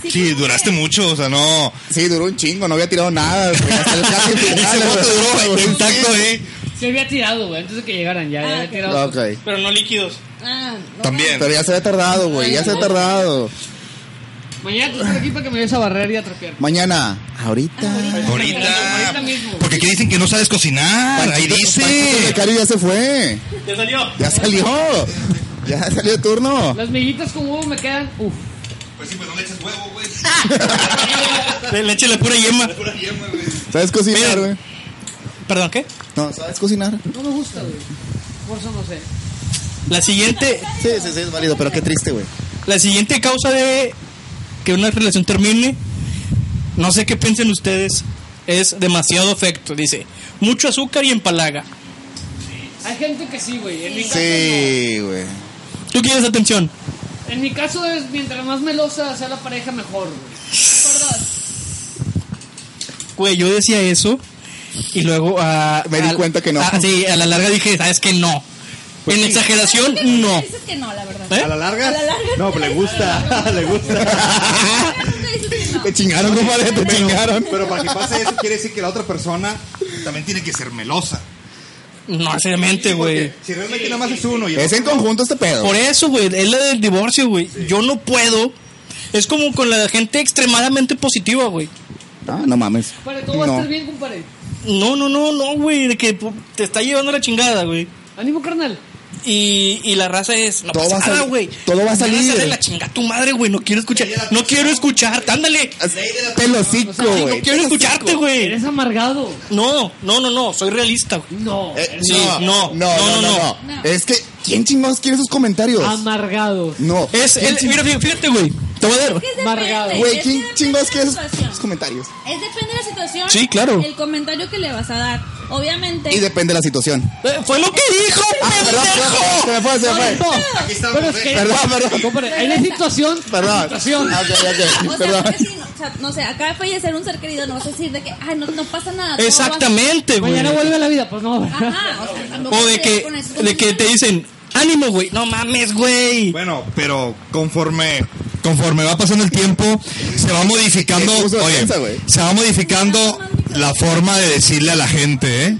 Speaker 5: sí, duraste mucho, o sea, no.
Speaker 2: Sí, duró un chingo. No había tirado nada. güey, hasta el casi final,
Speaker 5: Ese voto
Speaker 2: güey.
Speaker 5: duró intacto, ¿eh?
Speaker 3: Se había tirado, güey, antes de que llegaran. Ya, ya había
Speaker 4: Ah,
Speaker 3: tirado.
Speaker 2: Ok.
Speaker 1: Pero no líquidos.
Speaker 4: Ah, no,
Speaker 5: También.
Speaker 2: Pero ya se había tardado, güey. Ya se había tardado.
Speaker 3: Mañana tú estás aquí para que me vayas a barrer y a trapear.
Speaker 2: Mañana. Ahorita.
Speaker 5: Ahorita.
Speaker 3: Ahorita mismo.
Speaker 5: Porque aquí dicen que no sabes cocinar, ahí
Speaker 2: Panchito
Speaker 5: dice.
Speaker 2: Becario ya se fue.
Speaker 1: Ya salió.
Speaker 2: Ya salió. Ya salió de turno.
Speaker 3: Las miguitas con huevo me quedan. Uf.
Speaker 5: Pues sí, pues no le eches huevo, güey.
Speaker 1: Le, le eché la pura yema.
Speaker 2: ¿Sabes cocinar,
Speaker 1: Mira.
Speaker 2: güey?
Speaker 1: Perdón, ¿qué?
Speaker 2: No, ¿sabes cocinar?
Speaker 3: No me gusta, güey. Por eso no sé.
Speaker 1: La siguiente,
Speaker 2: Sí, sí, sí, es válido, pero qué triste, güey.
Speaker 1: la siguiente causa de que una relación termine, no sé qué piensen ustedes, es demasiado afecto. Dice, mucho azúcar y empalaga.
Speaker 3: Hay gente que sí, güey. En mi caso,
Speaker 2: Sí, güey.
Speaker 1: Tú quieres atención.
Speaker 3: no. En mi caso es mientras más melosa sea la pareja, mejor, güey.
Speaker 1: Güey, yo decía eso y luego ah,
Speaker 2: Me di
Speaker 1: al-
Speaker 2: cuenta que no. Pues
Speaker 1: ah, sí, a la larga dije, sabes que no. en exageración, no.
Speaker 4: Dices que no, la verdad.
Speaker 1: ¿Eh?
Speaker 14: ¿A la larga?
Speaker 4: A la larga.
Speaker 14: No, pues le gusta, le gusta.
Speaker 4: Nunca dices que no.
Speaker 2: Te chingaron, compadre, te chingaron.
Speaker 14: Pero para que pase eso quiere decir que la otra persona...
Speaker 5: También tiene que ser melosa.
Speaker 1: No, seriamente, güey.
Speaker 14: Si realmente nada más es uno y...
Speaker 2: Es en conjunto este pedo.
Speaker 1: Por eso, güey, es la del divorcio, güey. Yo no puedo Es como con la gente extremadamente positiva, güey.
Speaker 2: Ah, no mames.
Speaker 3: Para todo va a
Speaker 2: No.
Speaker 3: estar bien, compadre.
Speaker 1: No, no, no, no, güey, de que pu- te está llevando la chingada, güey.
Speaker 3: Ánimo, carnal.
Speaker 1: Y, y la raza es, no
Speaker 2: Todo
Speaker 1: pasa
Speaker 2: va a
Speaker 1: nada,
Speaker 2: salir-
Speaker 1: güey.
Speaker 2: todo va
Speaker 1: Ya
Speaker 2: a salir.
Speaker 1: sale la chinga tu madre, güey, no quiero escuchar, no quiero escuchar, ándale.
Speaker 2: Pelocico,
Speaker 1: No
Speaker 2: güey.
Speaker 1: quiero escucharte, güey.
Speaker 3: Eres amargado.
Speaker 1: No, no, no, no, soy realista, güey.
Speaker 3: No.
Speaker 2: Eh,
Speaker 1: Sí, no, no, no,
Speaker 4: no.
Speaker 2: Es que, ¿quién chingados quiere esos comentarios?
Speaker 14: Ah,
Speaker 3: Amargado.
Speaker 2: No.
Speaker 1: Es,
Speaker 2: ¿Quién
Speaker 1: el-
Speaker 2: ching-
Speaker 1: mira, fí- fíjate, güey, te voy a dar.
Speaker 4: Es que
Speaker 3: Amargado.
Speaker 4: depende,
Speaker 2: Güey,
Speaker 4: es
Speaker 2: ¿quién
Speaker 4: que
Speaker 2: chingados quiere
Speaker 4: depende de
Speaker 2: esos,
Speaker 4: la
Speaker 2: esos
Speaker 4: situación.
Speaker 2: comentarios?
Speaker 4: Es depende de la situación.
Speaker 1: Sí, claro.
Speaker 4: El comentario que le vas a dar. Obviamente.
Speaker 2: Y depende de la situación.
Speaker 1: Eh, Fue lo que dijo,
Speaker 2: Ah, perdón, perdón,
Speaker 1: pendejo.
Speaker 2: se me fue, se me fue.
Speaker 3: Aquí estamos. Pero es que,
Speaker 2: Perdón, perdón.
Speaker 3: compadre, hay una situación.
Speaker 2: Perdón.
Speaker 3: Situación.
Speaker 2: Ah, ok,
Speaker 4: O
Speaker 2: ok,
Speaker 4: sea,
Speaker 2: Perdón.
Speaker 4: porque si no, o sea, no sé, acaba de fallecer un ser querido, no vas a decir de que, ah, no, no pasa nada. todo va-
Speaker 1: Exactamente, güey.
Speaker 3: Mañana vuelve a la vida. Pues no. ¿verdad?
Speaker 4: Ajá, o sea, tampoco
Speaker 1: O de
Speaker 4: te-
Speaker 1: que,
Speaker 4: con esos
Speaker 1: de que te
Speaker 4: comentarios.
Speaker 1: dicen, ánimo, güey. No mames, güey.
Speaker 5: Bueno, pero conforme conforme va pasando el tiempo, se va modificando,
Speaker 2: Qué excusa
Speaker 5: oye,
Speaker 2: defensa, güey.
Speaker 5: se va modificando la forma de decirle a la gente, ¿eh?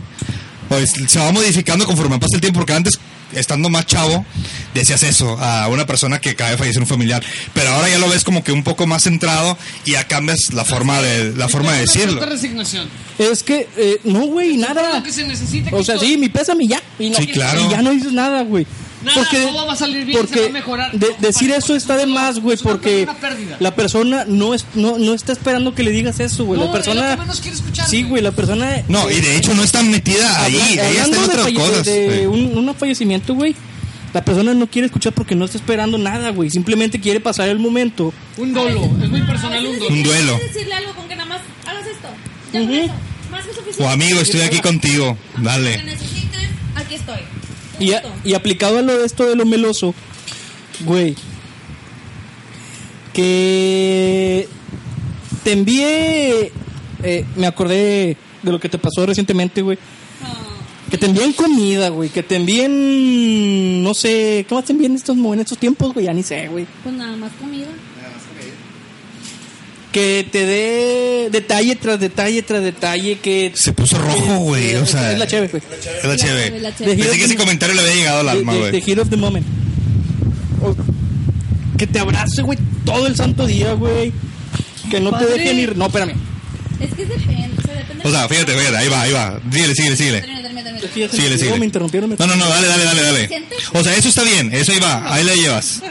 Speaker 5: Pues, se va modificando conforme pasa el tiempo, porque antes, estando más chavo, decías eso a una persona que acaba de fallecer un familiar, pero ahora ya lo ves como que un poco más centrado y ya cambias la forma de la forma de
Speaker 3: Una
Speaker 5: decirlo.
Speaker 3: puta resignación.
Speaker 1: Es que, eh, no, güey, nada.
Speaker 3: Lo que se necesita.
Speaker 1: O sea,
Speaker 3: Cristo.
Speaker 1: sí, mi pésame y ya. Y no,
Speaker 5: Sí, claro.
Speaker 1: Y ya no dices nada, güey.
Speaker 3: Nada, todo va a salir bien,
Speaker 1: porque
Speaker 3: se va a mejorar.
Speaker 1: de-
Speaker 3: No,
Speaker 1: decir
Speaker 3: compadre,
Speaker 1: eso está de más, güey,
Speaker 3: es una
Speaker 1: porque
Speaker 3: persona pérdida.
Speaker 1: la persona no, es, no, no está esperando que le digas eso, güey. la
Speaker 3: No, es lo
Speaker 1: persona.
Speaker 3: que menos quiere escuchar,
Speaker 1: sí, güey,
Speaker 3: güey.
Speaker 1: la persona.
Speaker 5: No, y de hecho no está metida ahí,
Speaker 1: Habla-
Speaker 5: ella está en
Speaker 1: hablando
Speaker 5: otras
Speaker 1: de falle-
Speaker 5: cosas.
Speaker 1: de- de
Speaker 5: eh.
Speaker 1: un, un fallecimiento, güey. La persona no quiere escuchar porque no está esperando nada, güey. Simplemente quiere pasar el momento.
Speaker 3: Un dolo. Es muy personal un dolo.
Speaker 5: Un duelo.
Speaker 4: decirle algo con que nada más hagas esto. Ya con
Speaker 1: Ujú.
Speaker 4: eso. Más que suficiente.
Speaker 5: O amigo, estoy aquí contigo,
Speaker 4: Lo que
Speaker 5: dale.
Speaker 4: necesiten, aquí estoy.
Speaker 1: Y, a-
Speaker 4: Punto.
Speaker 1: y aplicado a lo de esto de lo meloso, güey, que te envié, eh, me acordé de lo que te pasó recientemente, güey,
Speaker 4: Ah,
Speaker 1: que te envíen comida, güey, que te envíen, no sé, ¿cómo te envían estos, mo- en estos tiempos, güey? Ya ni sé, güey.
Speaker 4: Pues nada más comida.
Speaker 1: Que te dé detalle tras detalle tras detalle, que...
Speaker 5: Se puso rojo, güey, o
Speaker 1: Es- Es
Speaker 5: sea.
Speaker 1: la pues. chévere, güey.
Speaker 5: Es la chévere.
Speaker 4: La chévere.
Speaker 5: Pensé que ese comentario le había llegado al
Speaker 1: The-
Speaker 5: alma,
Speaker 1: the-
Speaker 5: güey.
Speaker 1: the hit of the moment. O- que te abrace, güey, todo el santo día, güey. Que no te
Speaker 3: Padre.
Speaker 1: dejen ir. No, espérame.
Speaker 4: Es que depende. O sea, depende.
Speaker 5: O sea, fíjate, fíjate, ahí va, ahí va. Síguele, síguele, síguele.
Speaker 4: Termina, termina, termina.
Speaker 1: Sí, ya se
Speaker 5: Síguele,
Speaker 1: me-
Speaker 5: síguele.
Speaker 1: Me interrumpieron. me-
Speaker 5: No, no, no, dale, dale, dale, dale. O sea, eso está bien, eso ahí va, ahí la llevas.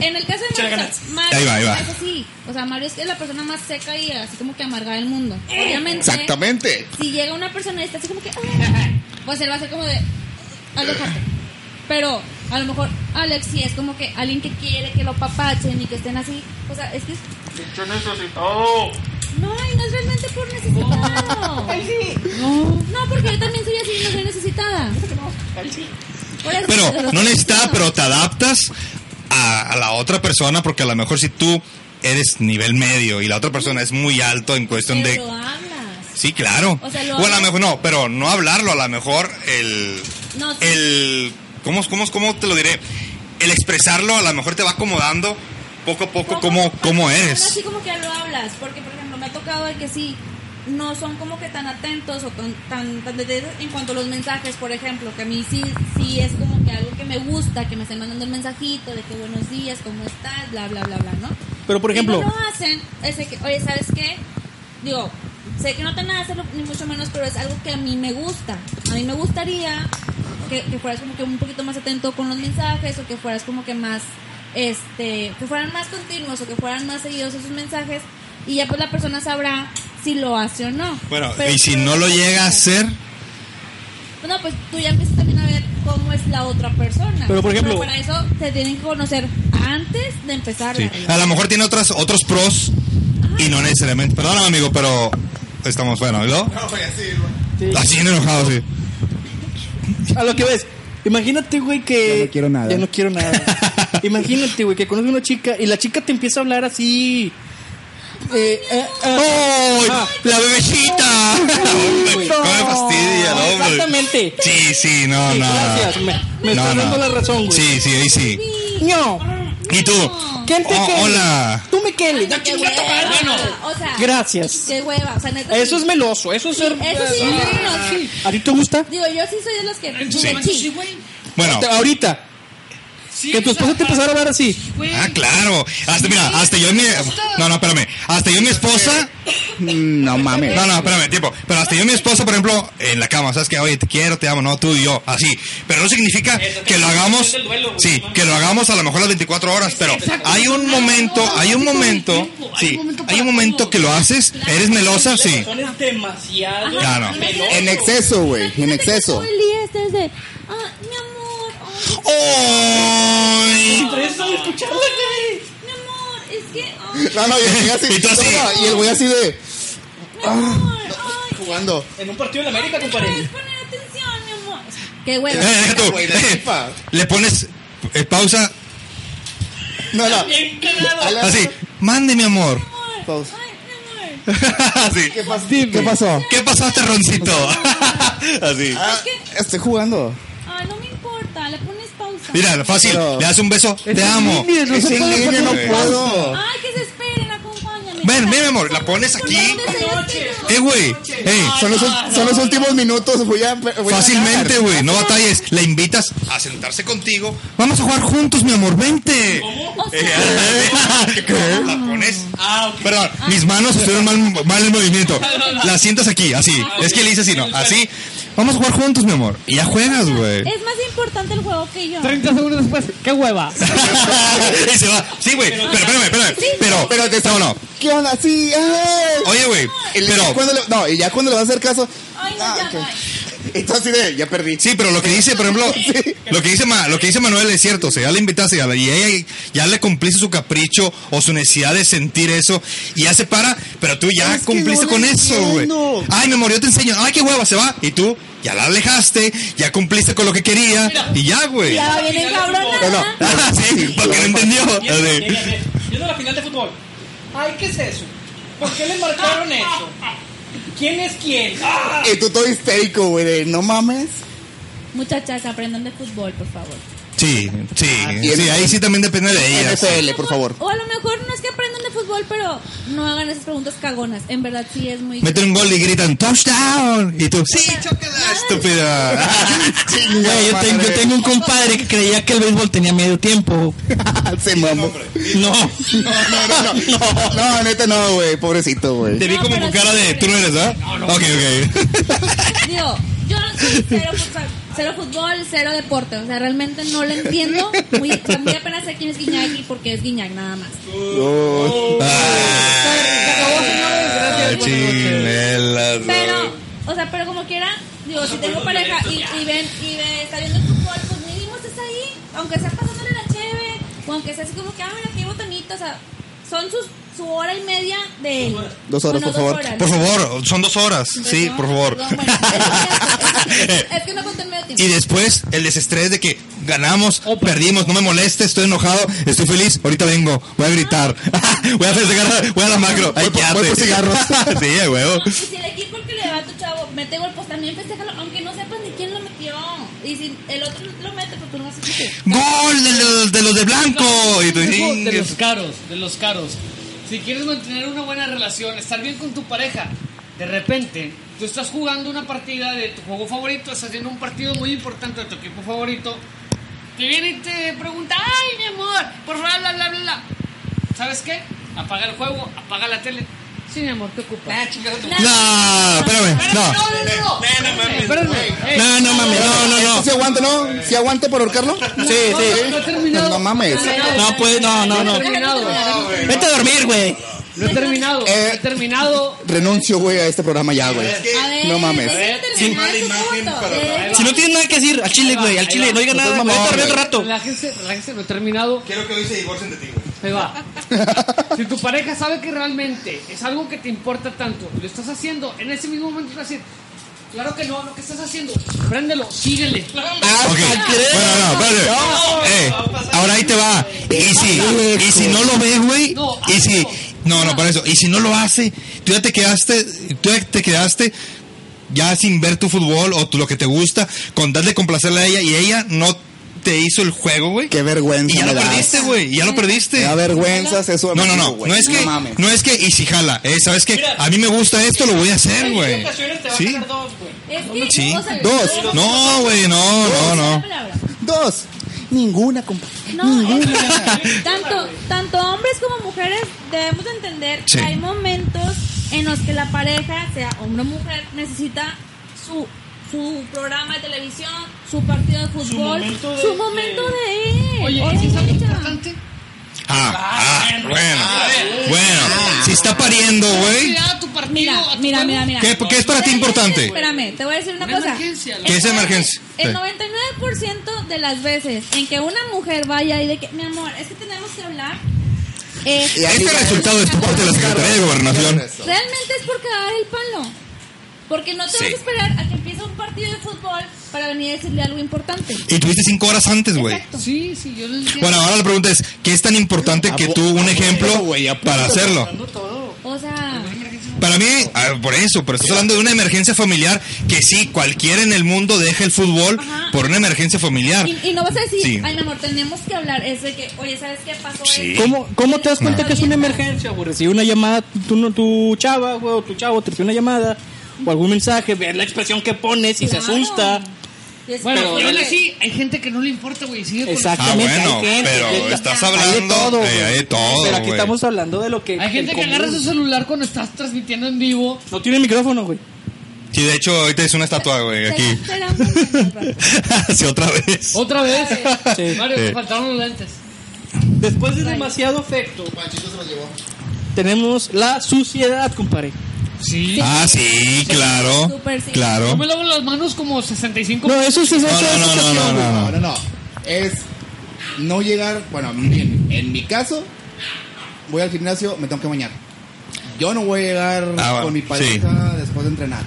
Speaker 4: En el caso de Mario, o sea, Mario
Speaker 5: Ahí va, ahí va.
Speaker 4: es así. O sea, Mario es la persona más seca y así como que amargada del mundo.
Speaker 1: Eh.
Speaker 4: Obviamente.
Speaker 2: Exactamente.
Speaker 4: Si llega una persona y está así como que. "Ah", Pues él va a ser como de. Alejate. Pero a lo mejor Alex sí es como que alguien que quiere que lo papachen y que estén así. O sea, es que. es- No, y no es realmente por necesitado. No. No, porque yo también soy así y no soy necesitada. Por eso-
Speaker 5: Pero no necesitas, pero te adaptas a, a la otra persona porque a lo mejor si tú eres nivel medio y la otra persona es muy alto en cuestión de...
Speaker 4: Pero hablas.
Speaker 5: Sí, claro.
Speaker 4: O sea, lo
Speaker 5: a lo
Speaker 4: hablas.
Speaker 5: mejor, no, pero no hablarlo, a lo mejor el...
Speaker 4: No, sí.
Speaker 5: el ¿cómo, cómo, ¿Cómo te lo diré? El expresarlo a lo mejor te va acomodando poco a poco cómo, cómo
Speaker 4: Hablas
Speaker 5: eres.
Speaker 4: Así como que lo hablas, porque por ejemplo me ha tocado de que sí, no son como que tan atentos o tan, tan, tan detalles en cuanto a los mensajes, por ejemplo, que a mí sí, sí es como que algo que me gusta, que me estén mandando el mensajito de que buenos días, cómo estás, bla, bla, bla, bla, ¿no?
Speaker 1: Pero, por
Speaker 4: Si
Speaker 1: ejemplo-
Speaker 4: no lo hacen, es de que, oye, ¿sabes qué? Digo, sé que no te nada hacerlo, ni mucho menos, pero es algo que a mí me gusta. A mí me gustaría que, que fueras como que un poquito más atento con los mensajes o que fueras como que más, este, que fueran más continuos o que fueran más seguidos esos mensajes y ya pues la persona sabrá si lo hace o no.
Speaker 5: Bueno,
Speaker 4: Pero
Speaker 5: y si no lo
Speaker 4: puedes
Speaker 5: llega a
Speaker 4: hacer.
Speaker 5: hacer,
Speaker 4: Bueno, pues tú ya empiezas también a ver cómo es la otra persona.
Speaker 1: Pero, por ejemplo-
Speaker 4: para eso te tienen que conocer antes de empezar.
Speaker 5: Sí. Ah,
Speaker 4: la
Speaker 5: A
Speaker 4: relación.
Speaker 5: lo mejor tiene otras, otros pros y no necesariamente. Perdóname, amigo, pero estamos bueno, ¿no? Así bien enojado, sí.
Speaker 1: A lo que ves. Imagínate, güey, que.
Speaker 15: Ya no quiero nada.
Speaker 1: Ya no quiero nada. Imagínate, güey, que conoces a una chica y la chica te empieza a hablar así. Eh, eh, eh,
Speaker 5: ¡Oh!
Speaker 1: ah,
Speaker 5: ¡La bebecita!
Speaker 1: güey.
Speaker 5: ¡No me fastidia, no, hombre!
Speaker 1: Exactamente.
Speaker 5: Sí, sí, no,
Speaker 1: Sí,
Speaker 5: no.
Speaker 1: gracias. Me, me
Speaker 5: No,
Speaker 1: estás
Speaker 5: no.
Speaker 1: dando la razón, güey.
Speaker 5: Sí, sí, ahí sí.
Speaker 1: No.
Speaker 5: ¿Y tú?
Speaker 1: ¿Quién te
Speaker 5: Oh,
Speaker 1: quiere?
Speaker 5: hola.
Speaker 1: Tú me quieres.
Speaker 4: Qué hueva. o sea,
Speaker 1: Gracias.
Speaker 4: Qué hueva. O sea, neta,
Speaker 1: Eso es
Speaker 4: sí.
Speaker 1: meloso. Eso es ser.
Speaker 4: Eso sí, no, sí.
Speaker 1: ¿A ti te gusta?
Speaker 4: Digo, yo sí soy de los que.
Speaker 5: Sí.
Speaker 4: Sí.
Speaker 5: Bueno,
Speaker 1: Ahorita. que tu esposa te empezara a hablar así.
Speaker 5: Ah, claro. Hasta, mira, hasta yo y mi. No, no, espérame. Hasta yo y mi esposa.
Speaker 2: No mames.
Speaker 5: Mm, No, no, espérame, tiempo. Pero hasta yo y mi esposa, por ejemplo, en la cama, ¿sabes qué? Oye, te quiero, te amo, no, tú y yo, así. Pero no significa que lo hagamos. Sí, que lo hagamos a lo mejor las 24 horas, pero hay un momento, hay un momento. Sí, hay un momento que lo haces. ¿Eres melosa? Sí.
Speaker 8: Son demasiado.
Speaker 5: No, no.
Speaker 2: En exceso, güey. En exceso.
Speaker 4: Todo el día estás de, ah, mi amor, ay,
Speaker 5: ¡Ay!
Speaker 4: mi amor, es que, ay,
Speaker 2: No, no, y el güey así.
Speaker 5: Y tú así.
Speaker 2: no, no, y el güey así de.
Speaker 4: mi
Speaker 5: Ah.
Speaker 4: amor, ay,
Speaker 2: Jugando.
Speaker 8: En un partido en América,
Speaker 4: puedes
Speaker 8: compadre.
Speaker 4: poner atención, mi amor. O sea, Qué huevo.
Speaker 5: Eh, deja tú.
Speaker 2: Güey, la tipa.
Speaker 5: Le pones eh, pausa
Speaker 2: No, no.
Speaker 8: Bien cagado.
Speaker 2: Ala-
Speaker 5: así. Mande, mi amor.
Speaker 2: Pausa.
Speaker 4: Ay, mi amor,
Speaker 5: Así.
Speaker 2: ¿Qué pasó? ¿Qué pasó?
Speaker 5: ¿Qué pasó, terroncito? Así.
Speaker 2: Ah, estoy jugando.
Speaker 4: ay, no me importa, le pones pausa.
Speaker 5: Mira, fácil.
Speaker 2: Pero-
Speaker 5: Le das un beso. Te amo.
Speaker 2: Es en línea, no puedo.
Speaker 4: Ay, que se esperen, acompáñame.
Speaker 5: Ven, ven, mi amor, la pones aquí.
Speaker 4: ¿Dónde se
Speaker 5: Eh, güey. Ey,
Speaker 2: Son los, son los últimos minutos. Voy a, voy a ganar.
Speaker 5: fácilmente, güey. No batalles. La invitas a sentarse contigo. Vamos a jugar juntos, mi amor. Vente.
Speaker 4: O sea,
Speaker 5: Eh, La pones.
Speaker 8: Ah,
Speaker 5: Perdón, mis manos estuvieron mal, mal en movimiento. La sientas aquí, así. Es que le hice así, no. Así. Vamos a jugar juntos, mi amor. Y ya juegas, güey.
Speaker 4: es más importante el juego que yo.
Speaker 16: 30 segundos después, qué hueva.
Speaker 5: y se va. Sí, güey. Pero espérame, espérame. Pero,
Speaker 2: Pero te
Speaker 5: no, no.
Speaker 2: ¿Qué onda? Sí. ay.
Speaker 5: Oye, güey.
Speaker 2: Y le-
Speaker 5: Pero,
Speaker 2: cuando le- no, y ya cuando le vas a hacer caso.
Speaker 4: Ay, no, ya,
Speaker 2: Ah, ok.
Speaker 4: bye.
Speaker 2: Entonces, así de, ya perdí.
Speaker 5: Sí, pero lo que dice, por ejemplo, lo que dice Ma- lo que dice Manuel es cierto, o sea, ya le invitaste ya, la- y ella ya le cumpliste su capricho o su necesidad de sentir eso y ya se para, pero tú ya
Speaker 2: Es que
Speaker 5: cumpliste
Speaker 2: no
Speaker 5: con
Speaker 2: lo
Speaker 5: eso, güey.
Speaker 2: entiendo.
Speaker 5: Ay, mi amor, yo te enseño. Ay, qué hueva, se va. Y tú ya la alejaste, ya cumpliste con lo que quería y ya, güey.
Speaker 4: Ya viene
Speaker 2: No, no.
Speaker 4: cabronada.
Speaker 5: Ah, sí, porque no entendió. A ver.
Speaker 8: Viendo la final de fútbol. Ay, ¿qué es eso? ¿Por qué le marcaron eso? ¿Quién es quién? ¡Ah!
Speaker 2: Y tú todo histérico, güey. de, No mames.
Speaker 4: Muchachas, aprendan de fútbol, por favor.
Speaker 5: Sí, sí,
Speaker 2: y en-
Speaker 5: sí, ahí sí también depende de ella.
Speaker 2: NFL, por favor.
Speaker 4: O a lo mejor no es que aprendan de fútbol, pero no hagan esas preguntas cagonas. En verdad sí es muy...
Speaker 5: Mete un gol y gritan touchdown y tú, sí, chócala, estúpida.
Speaker 1: Güey, yo, tengo, yo tengo un compadre que creía que el béisbol tenía medio tiempo.
Speaker 2: Se mamó.
Speaker 1: No.
Speaker 2: No, no, no, no. No, neta, no, güey. Pobrecito,
Speaker 5: Te
Speaker 2: güey.
Speaker 5: vi
Speaker 4: No,
Speaker 5: como
Speaker 4: pero
Speaker 5: con cara
Speaker 4: sí,
Speaker 5: de
Speaker 4: pero-
Speaker 5: tú no eres, ¿verdad? ok, ok.
Speaker 4: Digo, yo soy cero, fut- cero fútbol, cero deporte. O sea, realmente no lo entiendo. Muy, a mí apenas sé quién es Guiñaki porque es Guiñac nada más.
Speaker 5: Ah, chinelas,
Speaker 4: Pero, o sea, pero como quiera, digo, si tengo pareja y, y ven y ve, está viendo el fútbol, pues mínimo estás ahí, aunque sea pasándole la cheve, o aunque sea así como que, ah, mira, qué botanita, o sea, son sus, su hora y media de él.
Speaker 2: Dos horas, por favor.
Speaker 4: horas.
Speaker 5: Por favor, son dos horas. Sí,
Speaker 4: Perdón,
Speaker 5: por favor.
Speaker 4: perdón, bueno, es, que- es que- es que no conté el medio tiempo.
Speaker 5: Y después el desestrés de que ganamos, perdimos, no me moleste, estoy enojado, estoy feliz, ahorita vengo, voy a gritar, voy a festejar, voy a la macro, ay,
Speaker 2: por-
Speaker 5: quédate.
Speaker 2: voy por cigarros.
Speaker 5: sí, a huevo.
Speaker 4: Y si el equipo al que le va a tu chavo mete gol, pues también festéjalo, aunque no sepas ni quién lo metió. Y si el otro lo mete, pues tú no vas a
Speaker 5: Gol de los de, los de blanco. Y tú,
Speaker 3: De
Speaker 5: "Ingues".
Speaker 3: los caros, de los caros. Si quieres mantener una buena relación, estar bien con tu pareja, de repente tú estás jugando una partida de tu juego favorito, estás haciendo un partido muy importante de tu equipo favorito, que viene y te pregunta, ay mi amor, por favor, bla, bla, bla, bla. ¿Sabes qué? Apaga el juego, apaga la tele. Ah, Sí, mi amor, te ocupas.
Speaker 5: No, espérame, no.
Speaker 3: no, Espérame, espérame.
Speaker 5: No, no mames, no, no, no.
Speaker 2: Si aguanta, ¿no? Si aguanta por ahorcarlo.
Speaker 1: Sí, sí.
Speaker 3: No he terminado.
Speaker 2: No mames.
Speaker 1: No, pues, no, no, no.
Speaker 3: No he terminado.
Speaker 1: Vete a dormir, güey.
Speaker 3: No he terminado. No
Speaker 2: Eh.
Speaker 3: he terminado.
Speaker 2: Renuncio, güey, a este programa ya, güey. No mames.
Speaker 4: Sin mala imagen para
Speaker 1: Si no tienes nada que decir, al chile, güey, al chile, no digas nada. Vete a dormir otro rato.
Speaker 3: Relájense, relájense, no he terminado.
Speaker 5: Quiero que hoy se divorcien de ti,
Speaker 3: Ahí va. Si tu pareja sabe que realmente es algo que te importa tanto, y lo estás haciendo, en ese mismo momento te vas a decir, claro que no, lo que estás haciendo, préndelo, síguele.
Speaker 5: Ok, bueno, no, espérate. Eh, ahora ahí te va. Y si, y si no lo ves, güey.
Speaker 3: No,
Speaker 5: Y si, no, no, para eso. Y si no lo hace, tú ya te quedaste, tú ya te quedaste ya sin ver tu fútbol o tu- lo que te gusta, con darle complacerle a ella y ella no te hizo el juego, güey.
Speaker 2: Qué
Speaker 5: Y
Speaker 2: vergüenza
Speaker 5: ya
Speaker 2: me
Speaker 5: lo
Speaker 2: das.
Speaker 5: perdiste, güey. y Ya lo
Speaker 2: Me
Speaker 5: perdiste.
Speaker 2: da vergüenza eso.
Speaker 5: No, no, no. No es que,
Speaker 2: mames.
Speaker 5: no es que, y si jala, eh, ¿sabes qué? A mí me gusta esto, lo voy a hacer, güey. Sí.
Speaker 4: Es que,
Speaker 5: Sí.
Speaker 4: o sea,
Speaker 2: Dos.
Speaker 5: No, güey, no, no, no.
Speaker 4: palabra.
Speaker 2: Dos. Ninguna, compadre.
Speaker 4: No, es
Speaker 2: Ninguna.
Speaker 4: que tanto, tanto hombres como mujeres debemos de entender
Speaker 17: Sí.
Speaker 4: que hay momentos en los que la pareja, sea hombre o mujer, necesita su su programa de televisión, su partido de fútbol, su momento de, él.
Speaker 3: Oye,
Speaker 4: O
Speaker 3: ¿es
Speaker 4: sea,
Speaker 3: algo importante?
Speaker 5: Ah, ah, bueno. Bueno, si está pariendo, güey.
Speaker 3: Cuidado a tu partido, a
Speaker 4: Mira,
Speaker 3: tu
Speaker 4: mira,
Speaker 3: juego.
Speaker 4: mira, mira.
Speaker 5: ¿Qué- qué es para ti importante?
Speaker 4: Espérame, te voy a decir una
Speaker 3: Una
Speaker 4: cosa.
Speaker 3: emergencia, la
Speaker 5: ¿Qué es
Speaker 4: El-
Speaker 5: emergencia?
Speaker 4: El
Speaker 5: Sí.
Speaker 4: 99% de las veces en que una mujer vaya y de que, mi amor, es que tenemos que hablar. eh,
Speaker 17: Y ahí
Speaker 5: Este es el resultado de tu parte de la Secretaría de Gobernación.
Speaker 4: Realmente es por cagar el palo. Porque no te
Speaker 5: Sí.
Speaker 4: vas a esperar a que empiece un partido de fútbol para venir a decirle algo importante.
Speaker 5: Y tuviste cinco horas antes, güey.
Speaker 4: Exacto.
Speaker 3: Sí, sí, yo lo entiendo.
Speaker 5: Bueno, ahora la pregunta es, ¿qué es tan importante que tú un ejemplo para hacerlo?
Speaker 4: O sea,
Speaker 5: Para mí, ah, por eso, pero estás hablando de una emergencia familiar que sí, cualquiera en el mundo deja el fútbol
Speaker 4: Ajá.
Speaker 5: por una emergencia familiar.
Speaker 4: y, y no vas a decir,
Speaker 5: Sí.
Speaker 4: ay, mi amor, tenemos que hablar. Es de que, oye, ¿sabes qué pasó?
Speaker 5: Sí.
Speaker 4: esto?
Speaker 1: ¿Cómo, ¿Cómo te das cuenta
Speaker 4: No.
Speaker 1: que es una emergencia, güey? Recibí una llamada, tú no, tu chava, güey, o tu chavo te recibió una llamada, o algún mensaje, ver la expresión que pones y se
Speaker 4: Claro.
Speaker 1: asusta.
Speaker 3: Ah,
Speaker 4: Y es-
Speaker 3: Bueno,
Speaker 4: oye,
Speaker 3: y aún así, hay gente que no le importa, güey. Sigue con-
Speaker 5: Ah,
Speaker 1: Exactamente.
Speaker 5: bueno,
Speaker 1: hay gente
Speaker 5: pero
Speaker 1: que está-
Speaker 5: estás
Speaker 4: hay de
Speaker 5: hablando...
Speaker 1: todo,
Speaker 5: eh, hay
Speaker 1: güey.
Speaker 5: de todo,
Speaker 1: Pero aquí
Speaker 5: güey.
Speaker 1: estamos hablando de lo que...
Speaker 3: Hay gente
Speaker 1: el
Speaker 3: que agarra
Speaker 1: común.
Speaker 3: su celular cuando estás transmitiendo en vivo.
Speaker 1: No tiene micrófono, güey.
Speaker 5: Sí, de hecho, ahorita es una estatua, güey, aquí.
Speaker 4: te la- te
Speaker 5: sí, otra vez.
Speaker 3: Otra vez.
Speaker 1: Sí.
Speaker 3: Mario,
Speaker 5: Sí.
Speaker 3: te faltaron los lentes.
Speaker 1: Después de demasiado efecto, tenemos la suciedad, compadre.
Speaker 3: Sí.
Speaker 5: Ah, sí, claro.
Speaker 4: Súper sí.
Speaker 3: Yo
Speaker 5: Claro.
Speaker 3: me lavo las manos como 65
Speaker 1: No, eso sí es
Speaker 5: No,
Speaker 1: eso
Speaker 5: no,
Speaker 1: es
Speaker 5: no, no,
Speaker 1: suciedad, güey.
Speaker 5: no, no,
Speaker 2: No,
Speaker 5: no.
Speaker 2: no, no. Es no llegar, bueno, en, en mi caso, voy al gimnasio, me tengo que bañar. Yo no voy a llegar
Speaker 5: Ah, bueno,
Speaker 2: con mi pareja después de entrenar.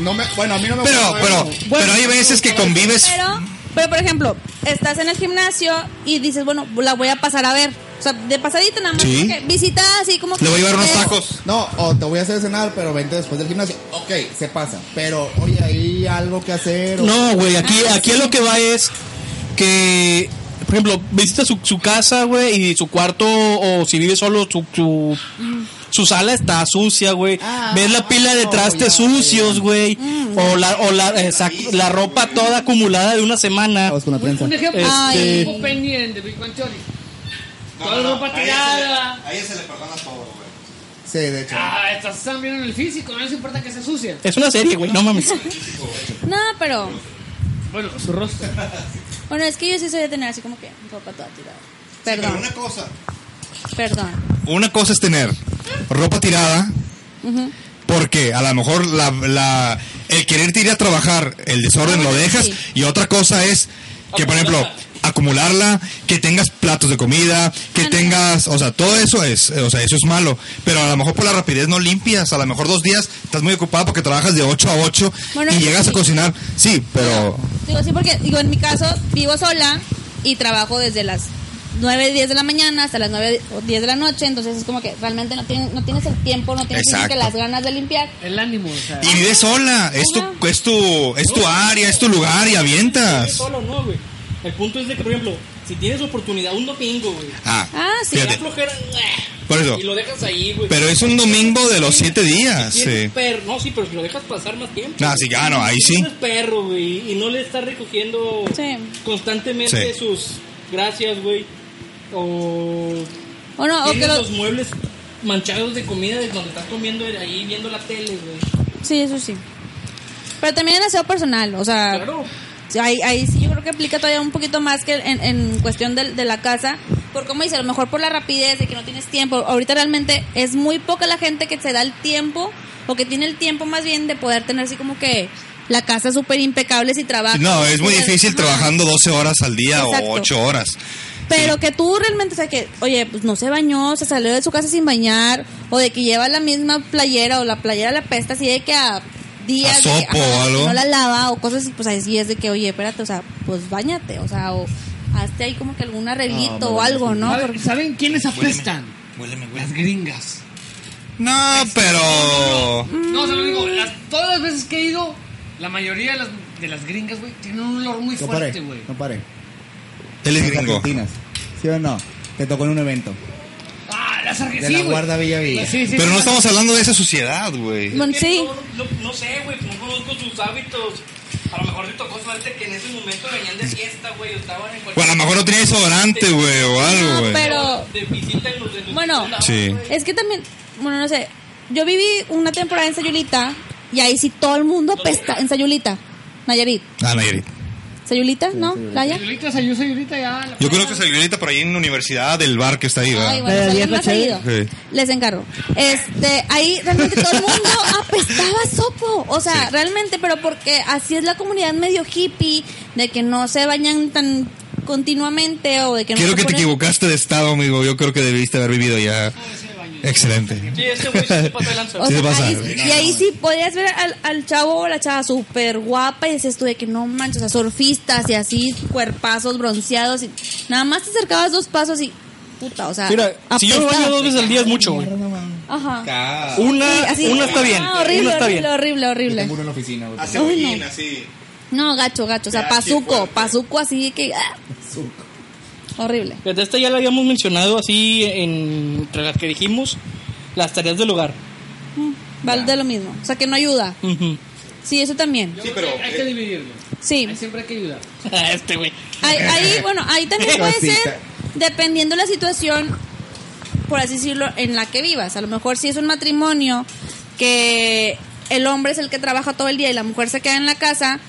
Speaker 2: No me, bueno, a mí no me
Speaker 5: Pero,
Speaker 2: gusta,
Speaker 5: pero,
Speaker 2: bueno,
Speaker 5: pero hay veces que convives...
Speaker 4: Pero, pero por ejemplo, estás en el gimnasio y dices, bueno, la voy a pasar a ver. O sea, de pasadita nada más.
Speaker 5: Sí.
Speaker 4: como que visita así como que. Eh,
Speaker 5: Le voy a llevar unos
Speaker 4: ves.
Speaker 5: tacos.
Speaker 2: No, o te voy a hacer cenar, pero vente después del gimnasio. Ok, se pasa. Pero, oye, hay algo que hacer. o-
Speaker 18: No, güey, aquí,
Speaker 4: Ah,
Speaker 18: aquí
Speaker 4: sí.
Speaker 18: lo que va es que, por ejemplo, visita su, su casa, güey, y su cuarto, o si vive solo, su, su, su sala está sucia, güey.
Speaker 2: Ah,
Speaker 18: Ves la pila de
Speaker 2: no,
Speaker 18: trastes
Speaker 2: ya, Mm,
Speaker 18: sucios, güey. O la, o la, exact- la ropa toda acumulada de una semana.
Speaker 2: Vamos con la trenza.
Speaker 3: Un ejemplo, Ah,
Speaker 4: Ay.
Speaker 3: tipo Penny en The Big Bang Theory. Toda la ropa tirada.
Speaker 5: A ella se le perdona todo, güey.
Speaker 2: Sí, de hecho.
Speaker 3: Ah, estás tan bien en el físico, no les importa que sea sucia.
Speaker 18: Es una serie, güey, no mames.
Speaker 4: No, pero.
Speaker 3: Bueno, su rostro.
Speaker 4: Bueno, es que yo sí soy de tener así como que mi ropa toda tirada.
Speaker 5: Pero
Speaker 4: Perdón,
Speaker 5: una cosa.
Speaker 4: perdón.
Speaker 5: Una cosa es tener ropa tirada,
Speaker 4: Ujú.
Speaker 5: porque a lo mejor la, la- el quererte ir a trabajar, el desorden lo dejas,
Speaker 4: Sí.
Speaker 5: y otra cosa es que, por ejemplo, acumularla, que tengas platos de comida, que
Speaker 4: Ah, no.
Speaker 5: tengas, o sea, todo eso es, o sea, eso es malo, pero a lo mejor por la rapidez no limpias, a lo mejor dos días estás muy ocupado porque trabajas de 8 a 8
Speaker 4: Bueno,
Speaker 5: y
Speaker 4: eso
Speaker 5: llegas
Speaker 4: sí.
Speaker 5: a cocinar, sí, pero...
Speaker 4: Digo, sí, porque digo, en mi caso vivo sola y trabajo desde las 9, 10 de la mañana hasta las 9 o 10 de la noche, entonces es como que realmente no tienes, no tienes el tiempo, no tienes como
Speaker 5: Exacto.
Speaker 4: que las ganas de limpiar.
Speaker 3: El ánimo, o sea.
Speaker 5: Y vives sola, es tu, es tu, es tu área, es tu lugar y avientas.
Speaker 1: Solo no, güey. El punto es de que, por ejemplo, si tienes oportunidad un domingo, güey.
Speaker 5: Ah,
Speaker 4: Ah, sí.
Speaker 1: te da
Speaker 5: fíjate,
Speaker 1: flojera,
Speaker 5: por eso.
Speaker 1: Y lo dejas ahí, güey.
Speaker 5: Pero es un domingo de los
Speaker 1: Sí.
Speaker 5: siete días,
Speaker 1: Si tienes
Speaker 5: sí.
Speaker 1: perro- no, sí, pero si lo dejas pasar más tiempo.
Speaker 5: Ah, sí, ah, no, ahí
Speaker 1: Si
Speaker 5: sí.
Speaker 1: tienes perro, güey, y no le estás recogiendo
Speaker 4: Sí.
Speaker 1: constantemente
Speaker 5: Sí.
Speaker 1: sus gracias, güey. O
Speaker 4: O no, o que
Speaker 1: tienes
Speaker 4: Ah, lo-
Speaker 1: los muebles manchados de comida de donde estás comiendo ahí viendo la tele, güey.
Speaker 4: Sí, eso sí. Pero también el aseo personal, o sea,
Speaker 1: Claro.
Speaker 4: sí, ahí, ahí sí yo creo que aplica todavía un poquito más que en, en cuestión del- de, la casa. Por como dice, a lo mejor por la rapidez de que no tienes tiempo. Ahorita realmente es muy poca la gente que se da el tiempo o que tiene el tiempo más bien de poder tener así como que la casa súper impecable si trabaja.
Speaker 5: No, es muy difícil
Speaker 4: Ajá.
Speaker 5: trabajando 12 horas al día
Speaker 4: Exacto.
Speaker 5: o 8 horas.
Speaker 4: Pero que tú realmente, o sea, que, oye, pues no se bañó, se salió de su casa sin bañar, o de que lleva la misma playera o la playera la pesta así de que a días.
Speaker 5: A
Speaker 4: de que,
Speaker 5: sopo o
Speaker 4: ajá,
Speaker 5: algo.
Speaker 4: No la lava o cosas, pues ahí sí es de que, oye, espérate, o sea, pues bañate, o sea, o hazte ahí como que algún arreglito o algo, ¿no?
Speaker 3: ¿Saben-
Speaker 4: Porque-
Speaker 3: ¿Saben quiénes apestan? Las gringas.
Speaker 5: No, pero...
Speaker 3: No, se lo digo, las- todas las veces que he ido, la mayoría de las, de las gringas, güey, tienen un olor muy
Speaker 2: No
Speaker 3: fuerte,
Speaker 2: pare,
Speaker 3: güey.
Speaker 2: no pare.
Speaker 5: Él es
Speaker 2: Las
Speaker 5: gringo.
Speaker 2: argentinas. ¿Sí o no? Te tocó en un evento.
Speaker 3: Ah, las
Speaker 2: De
Speaker 3: argentinas.
Speaker 2: la Guarda Villa Villa.
Speaker 3: Sí, sí,
Speaker 5: Pero
Speaker 3: sí.
Speaker 5: no estamos hablando de esa suciedad, güey.
Speaker 4: Bueno, sí,
Speaker 1: No, no- no sé, güey, no conozco sus hábitos.
Speaker 8: A lo mejor te tocó suerte que en ese momento venían de fiesta, güey, o estaban en
Speaker 5: O a
Speaker 8: cualquier.
Speaker 5: lo mejor no tenía desodorante, güey, o algo,
Speaker 4: No,
Speaker 5: güey.
Speaker 4: pero
Speaker 8: De visita en los de los-
Speaker 4: Bueno,
Speaker 5: Sí.
Speaker 4: es que también, bueno, no sé, yo viví una temporada en Sayulita y ahí sí todo el mundo apesta en Sayulita, Nayarit.
Speaker 5: Ah, Nayarit.
Speaker 4: ¿Sayulita? ¿No? ¿Laya?
Speaker 3: Sayulita, Sayul, Sayulita, ya. la-
Speaker 5: Yo conozco esa señorita por ahí en la universidad del bar que está ahí,
Speaker 4: Ay,
Speaker 5: ¿verdad?
Speaker 4: bueno,
Speaker 19: Nayarit,
Speaker 4: Sayul no ha
Speaker 19: Nayarit.
Speaker 4: salido.
Speaker 5: Sí.
Speaker 4: Les encargo. Este, ahí realmente todo el mundo apestaba a sopo. O sea, realmente, pero porque así es la comunidad medio hippie, de que no se bañan tan continuamente o de que no
Speaker 5: Creo
Speaker 4: se
Speaker 5: que te
Speaker 4: ponen-
Speaker 5: equivocaste de estado, amigo. Yo creo que debiste haber vivido
Speaker 20: Ah,
Speaker 5: ya. Excelente.
Speaker 8: Sí, ese güey se pasó de lanza.
Speaker 4: O
Speaker 5: Sí
Speaker 4: sea,
Speaker 5: te pasa.
Speaker 4: ahí- y ahí sí podías ver al, al chavo o la chava súper guapa y decías tú de que no manches, o sea, surfistas y así, cuerpazos bronceados y nada más te acercabas dos pasos y puta, o sea,
Speaker 1: Mira, si yo me
Speaker 4: apestaba.
Speaker 1: baño dos veces al día es mucho, güey.
Speaker 4: Ajá.
Speaker 1: Una,
Speaker 4: Sí, así-
Speaker 1: una está bien.
Speaker 4: Ah, horrible,
Speaker 1: una está
Speaker 4: horrible,
Speaker 1: bien.
Speaker 4: horrible, horrible.
Speaker 2: Tengo uno en la oficina, güey.
Speaker 20: Uh, Hace
Speaker 4: Ay, no.
Speaker 20: hollín, así.
Speaker 4: No, gacho, gacho, o sea,
Speaker 20: Ya,
Speaker 4: pazuco,
Speaker 20: qué fuerte.
Speaker 4: pazuco así que ah, horrible.
Speaker 1: Fíjate, esta ya la habíamos mencionado así en, entre las que dijimos, las tareas del hogar.
Speaker 4: Mm, Vale de lo mismo, o sea, que no ayuda.
Speaker 1: Ujú.
Speaker 4: Sí, eso también.
Speaker 3: Yo creo que Hay
Speaker 5: eh,
Speaker 3: que dividirlo.
Speaker 4: Sí.
Speaker 3: Ahí siempre hay que ayudar.
Speaker 1: este güey.
Speaker 4: Ahí, ahí, bueno, ahí también puede ser, dependiendo la situación, por así decirlo, en la que vivas. A lo mejor si es un matrimonio que el hombre es el que trabaja todo el día y la mujer se queda en la casa,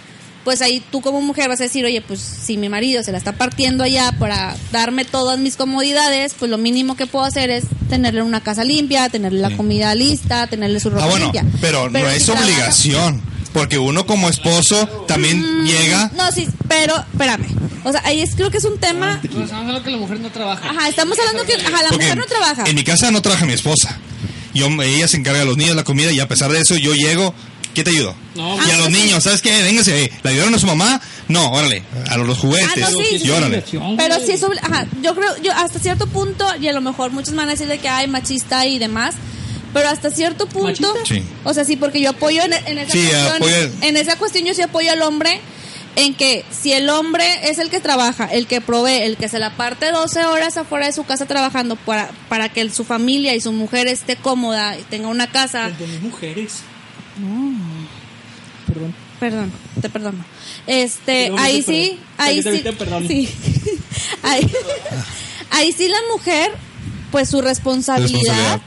Speaker 4: pues ahí tú como mujer vas a decir, oye, pues si mi marido se la está partiendo allá para darme todas mis comodidades, pues lo mínimo que puedo hacer es tenerle una casa limpia, tenerle la comida lista, tenerle su ropa
Speaker 5: Ah, bueno,
Speaker 4: limpia.
Speaker 5: pero no
Speaker 4: si
Speaker 5: es
Speaker 4: trabaja-
Speaker 5: obligación. Porque uno como esposo también
Speaker 4: Mm,
Speaker 5: llega.
Speaker 4: No, sí, pero espérame. O sea, ahí es, creo que es un tema
Speaker 5: Ah,
Speaker 3: No, estamos hablando que la mujer no trabaja.
Speaker 4: Ajá, estamos hablando que ajá, la
Speaker 5: porque
Speaker 4: mujer no trabaja.
Speaker 5: En mi casa no trabaja mi esposa. Yo, ella se encarga de los niños, la comida, y a pesar de eso yo llego. ¿Qué te ayudo? y
Speaker 20: pues,
Speaker 4: Ah,
Speaker 5: a los
Speaker 4: sí.
Speaker 5: niños, ¿sabes qué? Véngase, eh, ¿la ayudaron a su mamá? No, órale, a los juguetes.
Speaker 4: Ah, no, sí.
Speaker 5: Y órale.
Speaker 4: Pero sí es obli- ajá, yo creo, yo hasta cierto punto, y a lo mejor muchos van a decir de que hay machista y demás, pero hasta cierto punto,
Speaker 5: ¿Machista? Sí.
Speaker 4: o sea, sí, porque yo apoyo en, en esa
Speaker 5: Sí,
Speaker 4: cuestión,
Speaker 5: apoya-
Speaker 4: en esa cuestión yo sí apoyo al hombre en que si el hombre es el que trabaja, el que provee, el que se la parte 12 horas afuera de su casa trabajando para, para que su familia y su mujer esté cómoda y tenga una casa,
Speaker 1: Las de mis mujeres.
Speaker 4: Perdón, te perdono. Este,
Speaker 1: Yo
Speaker 4: ahí
Speaker 1: te perdono.
Speaker 4: sí, ahí
Speaker 1: Yo también
Speaker 4: sí.
Speaker 1: te perdono.
Speaker 4: sí. ahí, ahí sí la mujer, pues su responsabilidad,
Speaker 5: Responsabilidad.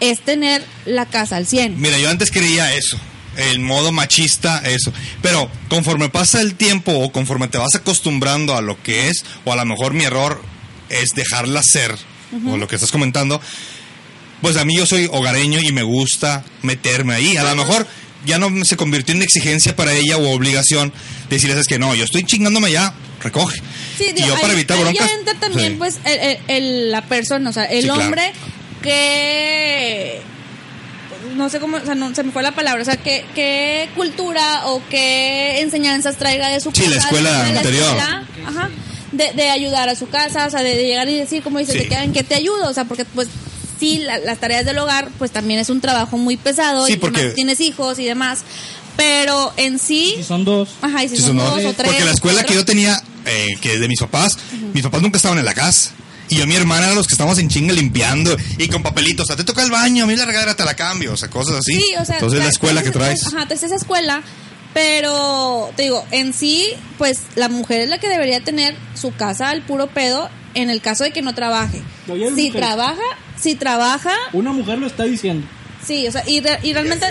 Speaker 4: es tener la casa al 100.
Speaker 5: Mira, yo antes creía eso, el modo machista, eso. Pero conforme pasa el tiempo o conforme te vas acostumbrando a lo que es, o a lo mejor mi error es dejarla ser, o lo que estás comentando, pues a mí yo soy hogareño y me gusta meterme ahí. A lo mejor ya no se convirtió en exigencia para ella o obligación decirles es que no, yo estoy chingándome ya, recoge.
Speaker 4: Sí,
Speaker 5: y
Speaker 4: digo,
Speaker 5: yo para
Speaker 4: ahí-
Speaker 5: evitar
Speaker 4: ahí
Speaker 5: broncas.
Speaker 4: ya entra también
Speaker 5: sí.
Speaker 4: pues el- el- el- la persona, o sea, el
Speaker 5: Sí, claro.
Speaker 4: hombre que pues, no sé cómo, o sea, no, se me fue la palabra, o sea, qué, qué cultura o qué enseñanzas traiga de su
Speaker 5: Sí, la
Speaker 4: casa,
Speaker 5: escuela
Speaker 4: de
Speaker 5: anterior.
Speaker 4: ajá, de, de ayudar a su casa, o sea, de, de llegar y decir, como dices,
Speaker 5: Sí.
Speaker 4: de que, "¿En qué te ayudo? O sea, porque pues sí, la- las tareas del hogar, pues también es un trabajo muy pesado,
Speaker 5: Sí,
Speaker 4: y
Speaker 5: porque-
Speaker 4: más tienes hijos y demás, pero en sí,
Speaker 1: Si son dos.
Speaker 4: ajá, y si
Speaker 5: Sí,
Speaker 4: son
Speaker 5: son
Speaker 4: dos o tres,
Speaker 5: Porque la escuela que
Speaker 4: cuatro,
Speaker 5: yo tenía, eh, que es de mis papás, mis papás nunca estaban en la casa. Y yo y mi hermana eran los que estábamos en chinga limpiando y con papelitos. O sea, te toca el baño, a mí la regadera te la cambio, o sea, cosas así.
Speaker 4: Sí, o sea,
Speaker 5: Entonces
Speaker 4: tra-
Speaker 5: la escuela que traes.
Speaker 4: Ajá, traes esa escuela, pero te digo, en sí, pues la mujer es la que debería tener su casa al puro pedo en el caso de que no trabaje.
Speaker 1: No, ya es
Speaker 4: Si
Speaker 1: mujer.
Speaker 4: trabaja, si trabaja,
Speaker 1: Una mujer lo está diciendo.
Speaker 4: sí, o sea, y, re- y realmente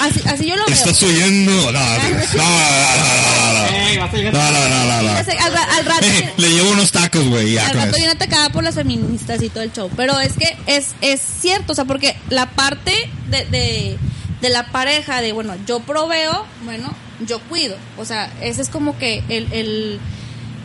Speaker 4: así, así yo lo veo.
Speaker 5: Estás oyendo. No, no,
Speaker 1: Ey, vas a llegar-
Speaker 5: no, no, no, no, no, no, no, no,
Speaker 4: Ya
Speaker 5: no.
Speaker 4: sé, Al, ra- al rato,
Speaker 5: Eh, Le llevo unos tacos, güey, ya
Speaker 4: al
Speaker 5: con
Speaker 4: rato
Speaker 5: eso.
Speaker 4: viene atacada por las feministas y todo el show. Pero es que es, es cierto, o sea, porque la parte de, de, de la pareja, de bueno, yo proveo, bueno, yo cuido. O sea, ese es como que el, el,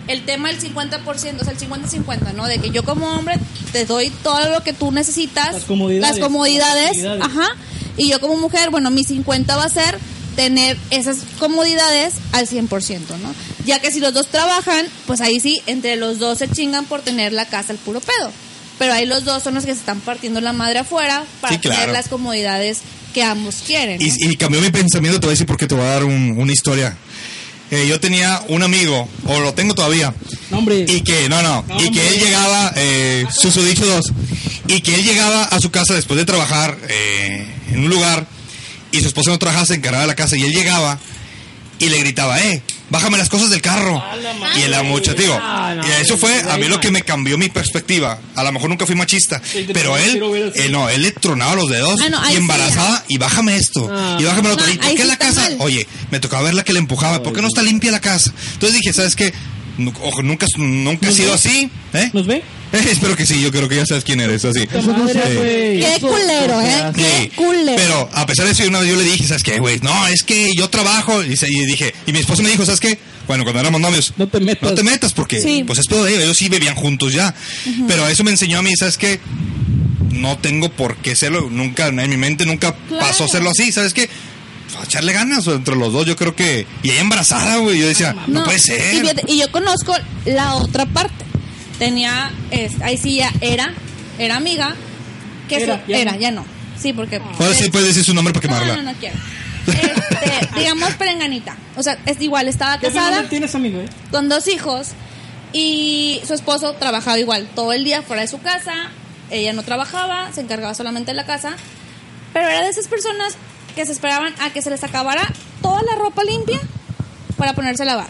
Speaker 4: el tema del 50%, o sea, el 50-50, ¿no? De que yo como hombre te doy todo lo que tú necesitas,
Speaker 1: Las comodidades.
Speaker 4: las comodidades,
Speaker 1: Las comodidades.
Speaker 4: ajá. Y yo como mujer, bueno, mi 50 va a ser tener esas comodidades al 100%, ¿no? Ya que si los dos trabajan, pues ahí sí, entre los dos se chingan por tener la casa al puro pedo. Pero ahí los dos son los que se están partiendo la madre afuera para
Speaker 5: Sí, claro.
Speaker 4: tener las comodidades que ambos quieren. ¿no?
Speaker 5: Y, y cambió mi pensamiento, te voy a decir porque te voy a dar un- una historia. Eh, yo tenía un amigo, o lo tengo todavía,
Speaker 1: No, hombre.
Speaker 5: Y que, no, no, y que él llegaba, eh, susodicho 2, y que él llegaba a su casa después de trabajar eh, en un lugar, y su esposa no trabajaba, se encargaba de la casa, y él llegaba, y le gritaba, eh, bájame las cosas del carro. Y la muchacha, digo,
Speaker 3: Ah, no,
Speaker 5: y eso fue a mí lo que me cambió mi perspectiva. A lo mejor nunca fui machista, pero él, él no, él le tronaba los dedos
Speaker 4: Ah, no, ahí
Speaker 5: y
Speaker 4: sí,
Speaker 5: embarazada y bájame esto
Speaker 3: Ah.
Speaker 5: y bájame lo otro.
Speaker 4: No,
Speaker 5: ¿Y por
Speaker 4: ahí
Speaker 5: qué
Speaker 4: sí
Speaker 5: la
Speaker 4: está
Speaker 5: casa?
Speaker 4: mal.
Speaker 5: Oye, me tocaba ver la que le empujaba, ¿por qué no está limpia la casa? Entonces dije, ¿sabes qué? Nu- ojo, nunca, nunca he sido así, ¿eh?
Speaker 1: ¿Nos ve?
Speaker 5: Eh, espero que sí, yo creo que ya sabes quién eres, así. Sí.
Speaker 4: Qué culero, ¿eh? Qué
Speaker 5: Sí.
Speaker 4: culero.
Speaker 5: Pero a pesar de eso, una vez yo le dije, ¿sabes qué, güey? No, es que yo trabajo. Y, se- y dije, y mi esposo me dijo, ¿sabes qué? Bueno, cuando éramos novios,
Speaker 1: No te metas.
Speaker 5: no te metas porque
Speaker 4: Sí.
Speaker 5: pues es todo de ellos. Ellos sí bebían juntos ya. Pero eso me enseñó a mí, ¿sabes qué? No tengo por qué serlo. Nunca, en mi mente nunca
Speaker 4: Claro.
Speaker 5: pasó a serlo así, ¿sabes qué? A echarle ganas o entre los dos, yo creo que. Y ella embarazada, güey. Yo decía, no, puede
Speaker 4: Y,
Speaker 5: ser.
Speaker 4: fíjate, y yo conozco la otra parte. Tenía, es- ahí sí ya era, era amiga. Que su- era,
Speaker 1: Era, ya no.
Speaker 4: ya no. Sí, porque. pues,
Speaker 5: Ahora sí puedes decir su nombre para
Speaker 4: no,
Speaker 5: quemarla.
Speaker 4: no, no quiero. Este, digamos perenganita. O sea, es igual, estaba
Speaker 1: ¿Qué
Speaker 4: casada
Speaker 1: opinión tienes, amigo? eh?
Speaker 4: con dos hijos y su esposo trabajaba igual todo el día fuera de su casa. Ella no trabajaba, se encargaba solamente de la casa. Pero era de esas personas que se esperaban a que se les acabara toda la ropa limpia para ponerse a lavar.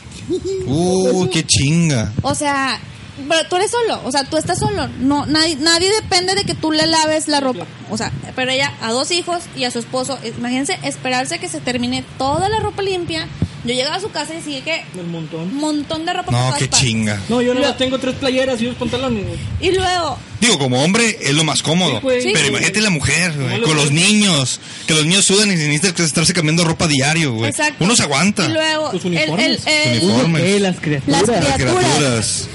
Speaker 5: Uh, qué chinga.
Speaker 4: O sea, pero tú eres solo, o sea, tú estás solo. No, nadie, nadie depende de que tú le laves la ropa. O sea, pero ella a dos hijos y a su esposo, eh, imagínense esperarse que se termine toda la ropa limpia. Yo llegaba a su casa y sigue que
Speaker 1: El montón.
Speaker 4: un montón de ropa por
Speaker 5: No,
Speaker 4: todas
Speaker 5: qué
Speaker 4: partes.
Speaker 5: chinga.
Speaker 1: No, yo no tengo tres playeras y unos pantalones. güey.
Speaker 4: Y luego,
Speaker 5: Digo, como hombre es lo más cómodo.
Speaker 1: Sí, güey.
Speaker 4: Sí.
Speaker 5: Pero imagínate la mujer, güey,
Speaker 1: No,
Speaker 5: con
Speaker 1: lo-
Speaker 5: los niños. Que los niños sudan y necesitan que estarse cambiando ropa diario, güey.
Speaker 4: exacto.
Speaker 5: Uno se aguanta.
Speaker 4: Y luego,
Speaker 1: Los
Speaker 4: el- el-
Speaker 1: uniformes.
Speaker 4: el-
Speaker 5: Uniformes.
Speaker 1: las criaturas.
Speaker 4: las
Speaker 5: Las
Speaker 4: criaturas.
Speaker 5: criaturas.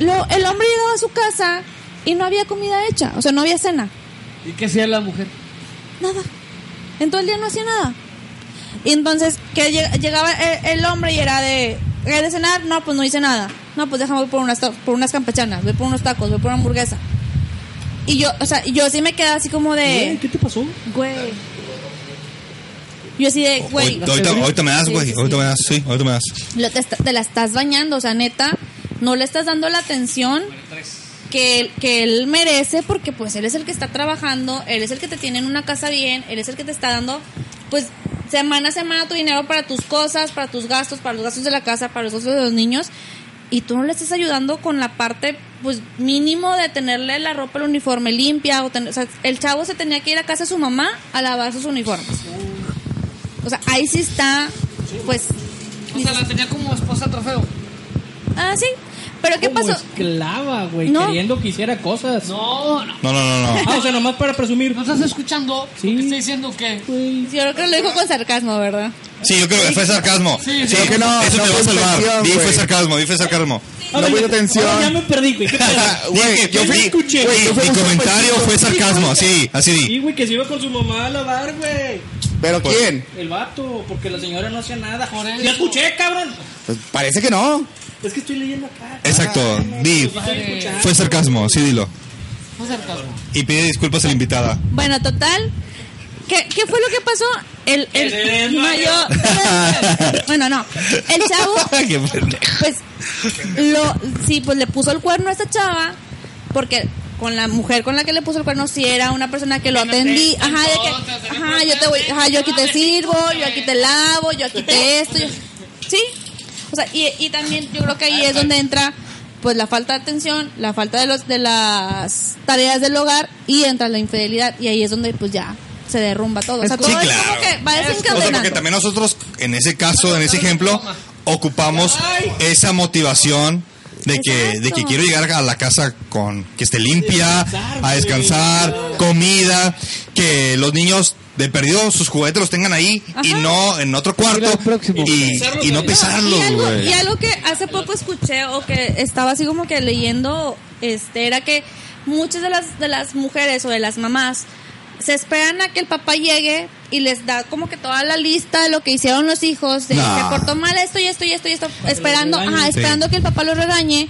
Speaker 4: Lo- el hombre llegaba a su casa y no había comida hecha, o sea, no había cena.
Speaker 21: ¿Y qué hacía la mujer?
Speaker 4: Nada. En todo el día no hacía nada. Y entonces, que lle- llegaba e-, el, el hombre y era de, ¿qué de cenar? No, pues no hice nada. No, pues déjame voy por unas, ta- por unas campechanas, voy por unos tacos, voy por una hamburguesa. Y yo, o sea, yo sí me quedaba así como
Speaker 1: Güey,
Speaker 4: de,
Speaker 1: ¿Qué te pasó?
Speaker 4: güey. Yo así de, güey.
Speaker 5: Hoy- ahorita, ahorita me das,
Speaker 4: Sí, sí,
Speaker 5: güey.
Speaker 4: sí.
Speaker 5: Ahorita me das, sí, ahorita me das.
Speaker 4: Lo te, está- te la estás bañando, o sea, neta, no le estás dando la atención que, él- que él merece porque pues él es el que está trabajando, él es el que te tiene en una casa bien, él es el que te está dando pues semana a semana tu dinero para tus cosas, para tus gastos, para los gastos de la casa, para los gastos de los niños y tú no le estás ayudando con la parte pues mínimo de tenerle la ropa, el uniforme limpia o, ten- o sea, el chavo se tenía que ir a casa de su mamá a lavar sus uniformes. O sea, ahí sí está pues
Speaker 3: O sea, la tenía como esposa trofeo.
Speaker 4: Ah, sí. Pero ¿qué
Speaker 1: Como
Speaker 4: pasó?
Speaker 1: esclava, güey,
Speaker 4: No.
Speaker 1: queriendo que hiciera cosas.
Speaker 3: No, no.
Speaker 5: No, no, no, no.
Speaker 1: Ah, o sea, nomás para presumir.
Speaker 3: ¿No pues estás escuchando?
Speaker 1: Sí.
Speaker 3: Lo que está diciendo que.
Speaker 4: Sí, yo creo que lo dijo con sarcasmo, ¿verdad?
Speaker 5: Sí, yo creo que fue sarcasmo. Sí,
Speaker 2: Creo que no,
Speaker 5: Eso
Speaker 2: no
Speaker 5: te va a
Speaker 2: fue
Speaker 5: salvar.
Speaker 2: intención,
Speaker 5: Di, fue
Speaker 2: güey.
Speaker 5: sarcasmo, di, fue sarcasmo.
Speaker 1: Ahora
Speaker 2: puse
Speaker 1: ya-
Speaker 2: atención.
Speaker 1: ahora ya me perdí, güey. ¿Qué pedo?
Speaker 5: Dije,
Speaker 1: yo
Speaker 5: di-
Speaker 1: escuché.
Speaker 5: güey,
Speaker 2: Yo fui
Speaker 5: mi
Speaker 2: un
Speaker 5: comentario
Speaker 2: supercito.
Speaker 5: fue sarcasmo, así, así di.
Speaker 1: Sí, güey, que se iba con su mamá a lavar, güey.
Speaker 2: ¿Pero
Speaker 5: Pues-
Speaker 2: quién?
Speaker 1: El vato, porque la señora no hacía nada.
Speaker 3: eso.
Speaker 1: Ya escuché, cabrón.
Speaker 2: Pues parece que no.
Speaker 1: Es que estoy leyendo acá.
Speaker 5: Exacto, di.
Speaker 3: eh,
Speaker 1: Estoy escuchando.
Speaker 5: Fue sarcasmo, sí, dilo.
Speaker 3: Fue sarcasmo.
Speaker 5: Y pide disculpas a la invitada.
Speaker 4: Bueno, total. ¿Qué, qué fue lo que pasó? El, el mayor. bueno, no. El chavo,
Speaker 5: Qué pendejo.
Speaker 4: pues, lo, sí, pues le puso el cuerno a esta chava, porque con la mujer con la que le puso el cuerno, si era una persona que lo atendí, ajá, de que, ajá, yo te voy, ajá, yo aquí te sirvo, yo aquí te lavo, yo aquí te esto, yo- sí, o sea, y, y también yo creo que ahí es donde entra, pues, la falta de atención, la falta de los, de las tareas del hogar y entra la infidelidad y ahí es donde, pues, ya se derrumba todo, o sea,
Speaker 5: Sí,
Speaker 4: todo es
Speaker 5: claro.
Speaker 4: como que va
Speaker 5: O sea, porque
Speaker 4: desencadenando.
Speaker 5: también nosotros, en ese caso, en ese ejemplo, ocupamos esa motivación de que, de que
Speaker 4: Exacto.
Speaker 5: quiero llegar a la casa con que esté limpia, a descansar, comida, que los niños de perdido sus juguetes los tengan ahí y
Speaker 4: Ajá.
Speaker 5: no en otro cuarto y, y no
Speaker 4: y,
Speaker 5: pesarlos,
Speaker 4: algo,
Speaker 5: güey.
Speaker 4: y algo que hace poco escuché o que estaba así como que leyendo, este, era que muchas de las, de las mujeres o de las mamás se esperan a que el papá llegue y les da como que toda la lista de lo que hicieron los hijos, de
Speaker 5: Nah.
Speaker 4: se portó mal esto y esto y esto y esto, esperando,
Speaker 1: regañen.
Speaker 4: ajá,
Speaker 5: Sí.
Speaker 4: esperando que el papá lo regañe.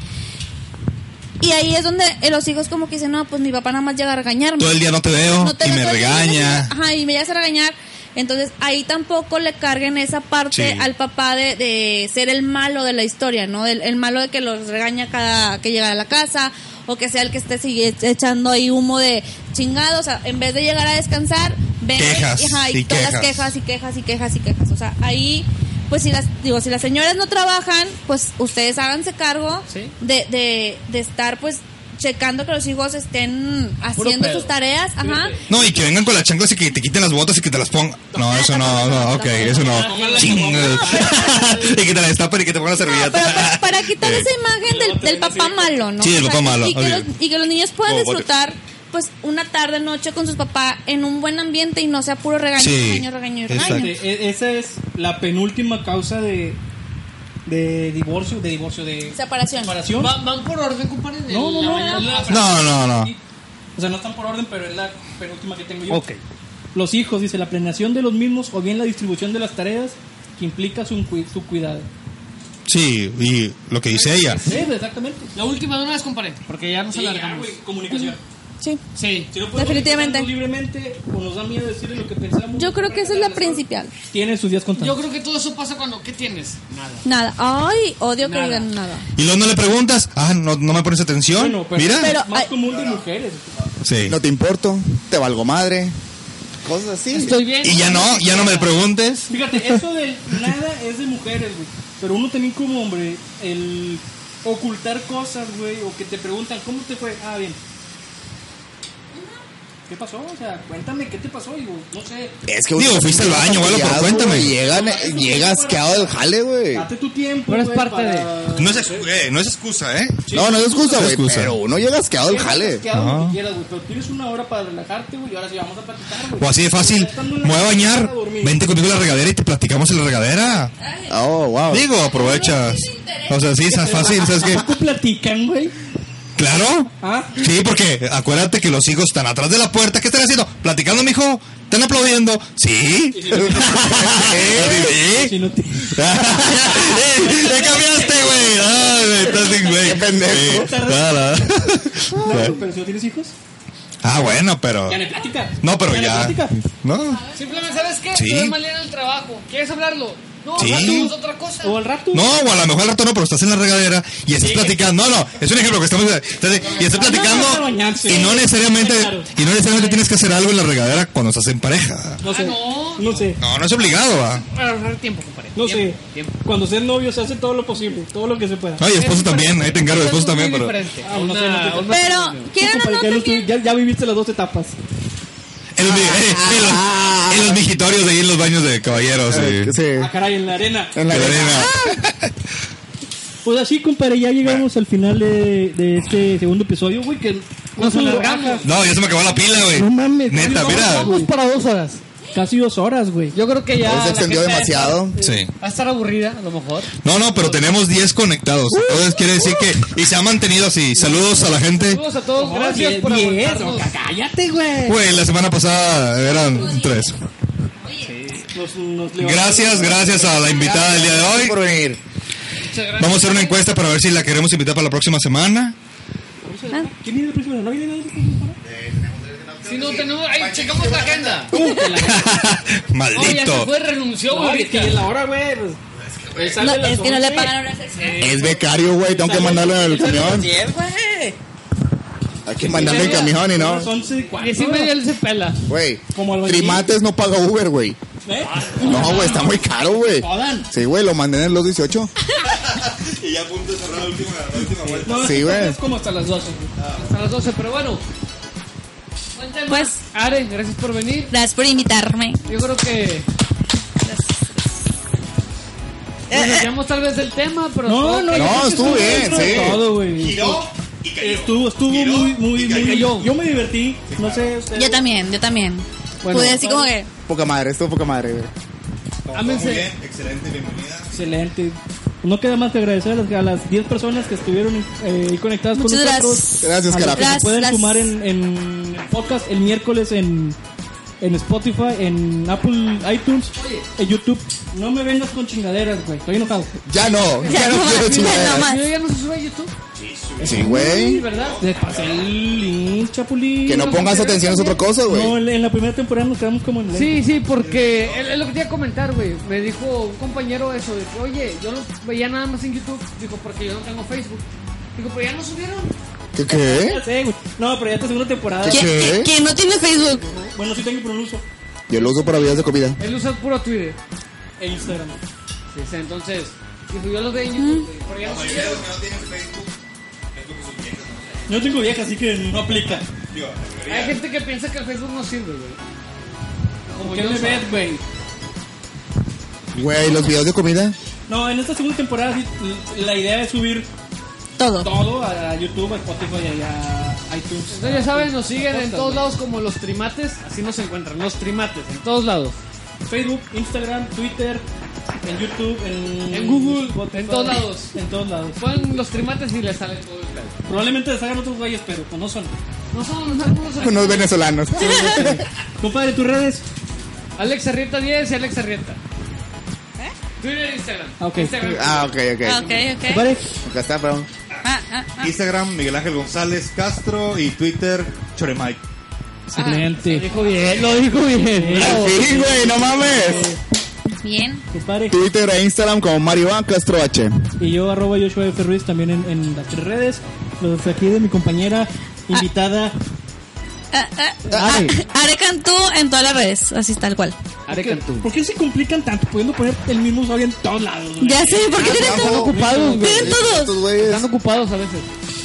Speaker 4: Y ahí es donde eh, los hijos como que dicen, no, pues mi papá nada más llega a regañarme
Speaker 5: Todo el día no te veo
Speaker 4: no te
Speaker 5: y
Speaker 4: lo
Speaker 5: me
Speaker 4: estoy diciendo,
Speaker 5: regaña.
Speaker 4: sino- Ajá, y me llegas a regañar. Entonces ahí tampoco le carguen esa parte
Speaker 5: Sí.
Speaker 4: al papá de, de ser el malo de la historia, ¿no? Del- El, malo de que los regaña cada que llega a la casa o que sea el que esté sigue echando ahí humo de chingado. O sea, en vez de llegar a descansar, ven
Speaker 5: Quejas
Speaker 4: y, ajá, y
Speaker 5: y
Speaker 4: todas las
Speaker 5: quejas.
Speaker 4: quejas y quejas y quejas y quejas. O sea, ahí pues si las, digo, si las señoras no trabajan, pues ustedes háganse cargo
Speaker 3: Sí.
Speaker 4: de, de, de estar pues checando que los hijos estén haciendo
Speaker 8: pedo.
Speaker 4: sus tareas, ajá.
Speaker 5: No, y que vengan con las chanclas y que te quiten las botas y que te las pongan. No, eso no, no, ok, eso no. Chingas. y que te las destapen y que te pongan la
Speaker 4: No, pero pues,
Speaker 5: servilleta. Eh.
Speaker 4: para, para quitar esa imagen del, del papá malo, ¿no?
Speaker 5: Sí, del
Speaker 4: O sea,
Speaker 5: papá
Speaker 4: y-
Speaker 5: malo,
Speaker 4: Y que,
Speaker 5: ok.
Speaker 4: los, y que los niños puedan
Speaker 5: Oh, vale.
Speaker 4: disfrutar, pues, una tarde, noche con sus papás en un buen ambiente y no sea puro regaño,
Speaker 5: Sí,
Speaker 4: regaño, regaño,
Speaker 5: exacto.
Speaker 4: regaño.
Speaker 1: E- e- Esa es la penúltima causa de, de divorcio, de divorcio, de
Speaker 4: Separación.
Speaker 1: separación.
Speaker 3: Va- van por orden, compadre. de
Speaker 1: No, no,
Speaker 3: la
Speaker 1: no,
Speaker 3: mañana.
Speaker 1: no.
Speaker 3: La-
Speaker 5: No, no, no.
Speaker 1: O sea, no están por orden, pero es la penúltima que tengo yo.
Speaker 9: Ok.
Speaker 1: Los hijos, dice, la planeación de los mismos o bien la distribución de las tareas que implica su, cui- su cuidado.
Speaker 5: Sí, y lo que dice ella.
Speaker 1: Sí, exactamente.
Speaker 3: La última de una vez, compadre, porque ya nos
Speaker 1: Sí, ya,
Speaker 3: alargamos.
Speaker 1: güey, comunicación.
Speaker 4: Sí.
Speaker 3: Sí.
Speaker 1: Si no podemos
Speaker 4: Definitivamente.
Speaker 1: expresarnos libremente o nos da miedo decirle lo que pensamos.
Speaker 4: Yo creo que esa es la principal.
Speaker 1: Tiene sus días contados.
Speaker 3: Yo creo que todo eso pasa cuando. ¿Qué tienes? Nada.
Speaker 4: Nada. Ay, odio que
Speaker 3: Nada.
Speaker 4: digan nada.
Speaker 5: Y luego no le preguntas, ah, no, no me pones atención.
Speaker 1: Bueno, pues, pero-
Speaker 5: Mira.
Speaker 4: Pero-
Speaker 1: Más
Speaker 4: Ay.
Speaker 1: común de mujeres.
Speaker 5: sí.
Speaker 2: No te importo, te valgo madre. Cosas así.
Speaker 3: Estoy bien.
Speaker 5: Y ya no, ya no me preguntes.
Speaker 1: Fíjate, eso del nada es de mujeres, güey. Pero uno también como hombre, el ocultar cosas, güey, o que te preguntan, ¿cómo te fue? Ah, bien. ¿Qué pasó? O sea, cuéntame, ¿qué te pasó? Digo, no sé,
Speaker 2: Es que
Speaker 5: Digo,
Speaker 2: uno-
Speaker 5: fuiste al baño o algo, pero
Speaker 2: Ya,
Speaker 5: cuéntame.
Speaker 2: güey, llegan- eh, llegas queado del jale, güey.
Speaker 1: date tu tiempo.
Speaker 8: Pero es
Speaker 1: güey,
Speaker 8: parte
Speaker 1: para-
Speaker 5: No es, excu- eh, no es excusa, ¿eh?
Speaker 2: No, no es excusa, güey.
Speaker 5: excusa.
Speaker 2: Pero uno llega asqueado del
Speaker 1: Quieres
Speaker 2: jale.
Speaker 1: que hagas lo
Speaker 5: Ajá.
Speaker 1: que quieras, güey, pero tienes una hora para relajarte, güey, y ahora sí vamos a platicar, güey.
Speaker 5: O así de fácil,
Speaker 1: Estando en
Speaker 5: me
Speaker 1: la
Speaker 5: voy a
Speaker 1: cama
Speaker 5: bañar,
Speaker 1: para dormir.
Speaker 5: vente conmigo a la regadera y te platicamos en la regadera.
Speaker 2: Oh, wow.
Speaker 5: Digo, aprovechas. O sea, sí, es fácil, ¿sabes qué?
Speaker 1: ¿Poco platican, güey?
Speaker 5: Claro.
Speaker 1: ¿Ah?
Speaker 5: Sí, porque acuérdate que los hijos están atrás de la puerta. ¿Qué están haciendo? ¿Platicando, mijo? ¿Están aplaudiendo? Sí. Sí.
Speaker 1: Si no te...
Speaker 5: Eh, ¡Te cambiaste, güey! ¡Ay, güey! Estás sin, güey.
Speaker 2: Qué pendejo.
Speaker 5: Sí, nada.
Speaker 1: No, pero si no tienes hijos,
Speaker 5: Ah, bueno, pero.
Speaker 1: ya le platica.
Speaker 5: No, pero
Speaker 1: le
Speaker 5: ya.
Speaker 1: platica.
Speaker 5: No.
Speaker 3: Simplemente, ¿sabes qué?
Speaker 5: Sí.
Speaker 3: Te ves mal en el trabajo. ¿Quieres hablarlo? No,
Speaker 5: Sí.
Speaker 3: hacemos otra cosa.
Speaker 1: O al rato.
Speaker 5: No, o a lo mejor al rato no, pero estás en la regadera y estás platicando. No, no, es un ejemplo que estamos. estás- y estás platicando
Speaker 1: no, no, no, no, sí.
Speaker 5: y no necesariamente
Speaker 1: Claro.
Speaker 5: y no necesariamente tienes que hacer algo en la regadera cuando estás en pareja.
Speaker 1: No sé.
Speaker 3: Ah, no.
Speaker 1: No sé.
Speaker 5: No, no es obligado, va.
Speaker 3: Para ahorrar tiempo, compadre.
Speaker 1: No
Speaker 3: Tiempo,
Speaker 1: sé.
Speaker 3: tiempo.
Speaker 1: Cuando seas novio se hace todo lo posible, todo lo que se pueda.
Speaker 5: Ay, esposo
Speaker 3: Es
Speaker 5: también, ahí te encargo,
Speaker 3: diferente,
Speaker 5: esposo
Speaker 3: es muy
Speaker 5: también, pero.
Speaker 3: diferente.
Speaker 1: Ah, no sé, no sé.
Speaker 3: Una- una-
Speaker 4: Pero,
Speaker 1: Compadre,
Speaker 4: quieran o no,
Speaker 1: ya, lo estuve-
Speaker 4: también-
Speaker 1: ya, ya viviste las dos etapas.
Speaker 5: En los, eh, en los- en los mijitorios de ahí, en los baños de caballeros.
Speaker 2: Eh,
Speaker 5: y-
Speaker 2: sí.
Speaker 1: Ah, caray, en la arena.
Speaker 2: En la
Speaker 5: de
Speaker 2: arena.
Speaker 5: arena.
Speaker 1: Pues así, compadre, ya llegamos al final de, de este segundo episodio, güey, que nos
Speaker 8: alargamos.
Speaker 5: No, ya se me acabó la pila, güey.
Speaker 8: No mames.
Speaker 5: Neta,
Speaker 8: no,
Speaker 5: mira.
Speaker 8: Vamos para dos horas.
Speaker 1: Casi dos horas, güey.
Speaker 8: Yo creo que ya.
Speaker 3: Ah,
Speaker 2: Pero
Speaker 8: la
Speaker 2: Se extendió
Speaker 8: gente-
Speaker 2: demasiado.
Speaker 5: Sí.
Speaker 3: Va a estar aburrida, a lo mejor.
Speaker 5: No, no, pero tenemos 10 conectados.
Speaker 8: Uh,
Speaker 5: Entonces quiere decir que. Y se ha mantenido así. Saludos a la gente.
Speaker 3: Saludos a todos,
Speaker 1: No,
Speaker 3: gracias
Speaker 1: diez-
Speaker 3: por
Speaker 1: diez,
Speaker 3: aguantarnos.
Speaker 1: o sea, Cállate, güey.
Speaker 5: Güey, la semana pasada eran 3.
Speaker 1: Nos- nos levantamos.
Speaker 5: Gracias, gracias a la invitada del día de hoy.
Speaker 2: Por venir.
Speaker 3: Muchas gracias.
Speaker 5: Vamos a hacer una encuesta para ver si la queremos invitar para la próxima semana.
Speaker 1: ¿Quién viene el próximo? ¿No viene nadie?
Speaker 3: Si no tenemos, ahí checamos la agenda. Oye, ya se
Speaker 5: Maldito.
Speaker 3: fue, renunció,
Speaker 1: No, es
Speaker 3: güey.
Speaker 1: que ya es la hora, güey. pues. Él sale
Speaker 4: No,
Speaker 1: a las
Speaker 4: es que no le
Speaker 1: 11.
Speaker 4: pagan horas extras.
Speaker 2: Es becario, güey. Tengo que mandarlo en el camión. Hay que mandarlo en el camión y
Speaker 1: A
Speaker 2: no.
Speaker 1: las 11 y cuarto.
Speaker 3: Diez y media él se pela.
Speaker 2: Güey.
Speaker 1: Como albañil.
Speaker 2: Trimates no paga Uber, güey.
Speaker 1: ¿Eh?
Speaker 2: No, güey, está muy caro, güey.
Speaker 1: Jodan.
Speaker 2: Sí, güey, lo mandé en los 18.
Speaker 22: Y ya a punto de cerrar la última, la última vuelta.
Speaker 1: No,
Speaker 2: Sí, güey.
Speaker 1: Es como hasta las 12.
Speaker 3: Hasta las 12, pero bueno. Buen tema.
Speaker 4: Pues-
Speaker 3: Are, gracias por venir.
Speaker 4: Gracias por invitarme.
Speaker 3: Yo creo que. Nos llamamos tal vez del tema, pero.
Speaker 1: No, no, yo creo que
Speaker 2: estuvo bien,
Speaker 1: dentro de
Speaker 2: sí.
Speaker 1: Todo, güey.
Speaker 22: Giró y cayó.
Speaker 1: Estuvo, estuvo
Speaker 22: Giró
Speaker 1: muy, muy,
Speaker 22: y cayó.
Speaker 1: muy. Yo, me divertí. No sé. ustedes.
Speaker 4: Yo también, yo también. Pude así como que.
Speaker 2: Poca madre, esto poca madre, güey.
Speaker 22: Todo
Speaker 3: Ámense.
Speaker 22: Muy bien, excelente, bienvenida.
Speaker 1: Excelente. No queda más que agradecer a las, a las 10 personas que estuvieron eh, ahí conectadas
Speaker 4: Muchas
Speaker 1: con nosotros.
Speaker 4: gracias.
Speaker 2: Gracias,
Speaker 1: A los que
Speaker 2: carajo.
Speaker 1: se pueden
Speaker 4: Gracias.
Speaker 1: sumar en, en el podcast el miércoles en, en Spotify, en Apple iTunes, en YouTube. No me vengas con chingaderas, güey. Estoy enojado.
Speaker 2: Ya no, ya,
Speaker 4: Ya
Speaker 2: no,
Speaker 4: no
Speaker 2: quiero
Speaker 4: más, ya no
Speaker 2: chingar.
Speaker 4: más.
Speaker 3: Yo ya no se sube a YouTube.
Speaker 2: Sí, güey.
Speaker 3: ¿Verdad?
Speaker 1: Les pasé el link, chapulín.
Speaker 2: Que no pongas atención es otra cosa,
Speaker 1: No,
Speaker 2: güey.
Speaker 1: en la- en la primera temporada nos quedamos como en la...
Speaker 3: Sí, sí, porque es es lo que te iba a comentar, güey. Me dijo un compañero eso, de que, oye, yo no veía nada más en YouTube. Dijo, porque yo no tengo Facebook. Digo, pero ya no subieron.
Speaker 2: ¿Qué qué?
Speaker 1: Ya sé, güey. No, pero ya esta segunda temporada.
Speaker 2: ¿Qué?
Speaker 4: ¿Quién,
Speaker 2: Sí.
Speaker 4: quién- quién no tiene Facebook?
Speaker 1: Bueno, sí tengo, pero no uso
Speaker 2: Yo lo uso para videos de comida.
Speaker 3: Él usa puro Twitter.
Speaker 1: el Instagram.
Speaker 3: O sea, entonces, dijo, yo los veo en YouTube, güey, pero ya no
Speaker 22: mayoría de los que no tienen Facebook es porque son viejas,
Speaker 1: Yo tengo vieja, así que no aplica.
Speaker 22: ¿no? Digo, la mayoría.
Speaker 3: Hay gente que piensa que el Facebook no sirve, güey. Como
Speaker 1: ¿Qué
Speaker 3: yo
Speaker 1: me
Speaker 3: soy.
Speaker 1: ves, güey?
Speaker 2: Güey, los videos de comida.
Speaker 1: No, en esta segunda temporada sí, la idea es subir
Speaker 4: Todo.
Speaker 1: todo a a YouTube, a Spotify y a iTunes.
Speaker 3: Entonces, ya saben, nos siguen en
Speaker 1: Podcast,
Speaker 3: todos
Speaker 1: güey.
Speaker 3: lados como los trimates. Así nos encuentran, los trimates, en todos lados.
Speaker 1: Facebook, Instagram, Twitter, en YouTube, en,
Speaker 3: En Google,
Speaker 1: Spotify,
Speaker 3: en todos lados.
Speaker 1: En todos lados.
Speaker 3: Ponen los trimates y les sale todo el pedo.
Speaker 1: Probablemente les hagan otros güeyes, pero pues no son.
Speaker 3: No son, no son unos
Speaker 2: Unos venezolanos.
Speaker 1: Compadre, tus redes.
Speaker 3: Alex Arrieta 10 y Alex Arrieta. Twitter e Instagram.
Speaker 1: Ah, ok.
Speaker 3: Instagram.
Speaker 2: Ah, ok,
Speaker 4: Ah,
Speaker 2: ok.
Speaker 4: Ok, ok.
Speaker 1: Compadre,
Speaker 2: Acá está, perdón.
Speaker 4: Ah, ah, ah.
Speaker 5: Instagram, Miguel Ángel González Castro y Twitter, Choremike.
Speaker 1: Excelente.
Speaker 3: Lo dijo bien, lo
Speaker 1: Ah, dijo bien.
Speaker 2: Al fin, güey, no mames.
Speaker 4: Bien.
Speaker 1: Compadre.
Speaker 2: Twitter e Instagram como Mario Iván Castro H.
Speaker 1: Y yo arroba Joshua F. Ruiz también en, en las tres redes. Los aquí de mi compañera invitada.
Speaker 4: Ah, ah,
Speaker 1: Are.
Speaker 4: ah, Are Cantú en todas las redes, así tal cual.
Speaker 3: Are Cantú.
Speaker 1: ¿Por qué se complican tanto pudiendo poner el mismo usuario en todos lados? güey?
Speaker 4: Ya sé, ¿por qué tienen
Speaker 2: Están
Speaker 4: todo?
Speaker 2: ocupados,
Speaker 4: güey. Tienen todos.
Speaker 2: Estos güeyes.
Speaker 3: Están ocupados a veces.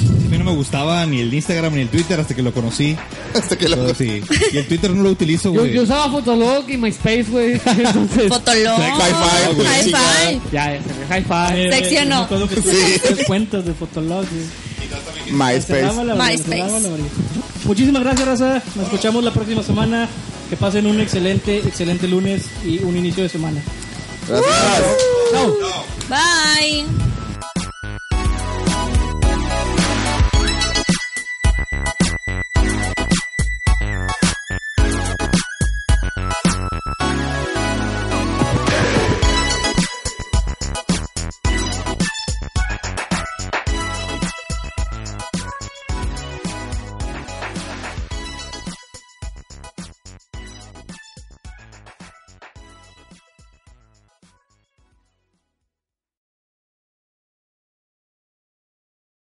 Speaker 11: A mí no me gustaba ni el Instagram ni el Twitter hasta que lo conocí.
Speaker 2: Hasta que
Speaker 11: Pero
Speaker 2: lo.
Speaker 11: sí. Y el Twitter no lo utilizo,
Speaker 3: Yo,
Speaker 11: güey.
Speaker 3: yo usaba Fotolog y MySpace, güey. Entonces.
Speaker 4: Fotolog.
Speaker 2: High five, güey,
Speaker 4: High five.
Speaker 3: ya, ya se ve. High five.
Speaker 1: Eh,
Speaker 4: Sexy o no.
Speaker 1: me acuerdo que
Speaker 2: Sí.
Speaker 1: sí. tres cuentas de Fotolog. güey. Se lava
Speaker 2: MySpace.
Speaker 1: la verga,
Speaker 4: MySpace.
Speaker 1: se lava la verga. Muchísimas gracias, Raza. Nos escuchamos la próxima semana. Que pasen un excelente, excelente lunes y un inicio de semana.
Speaker 2: Gracias.
Speaker 4: Bye.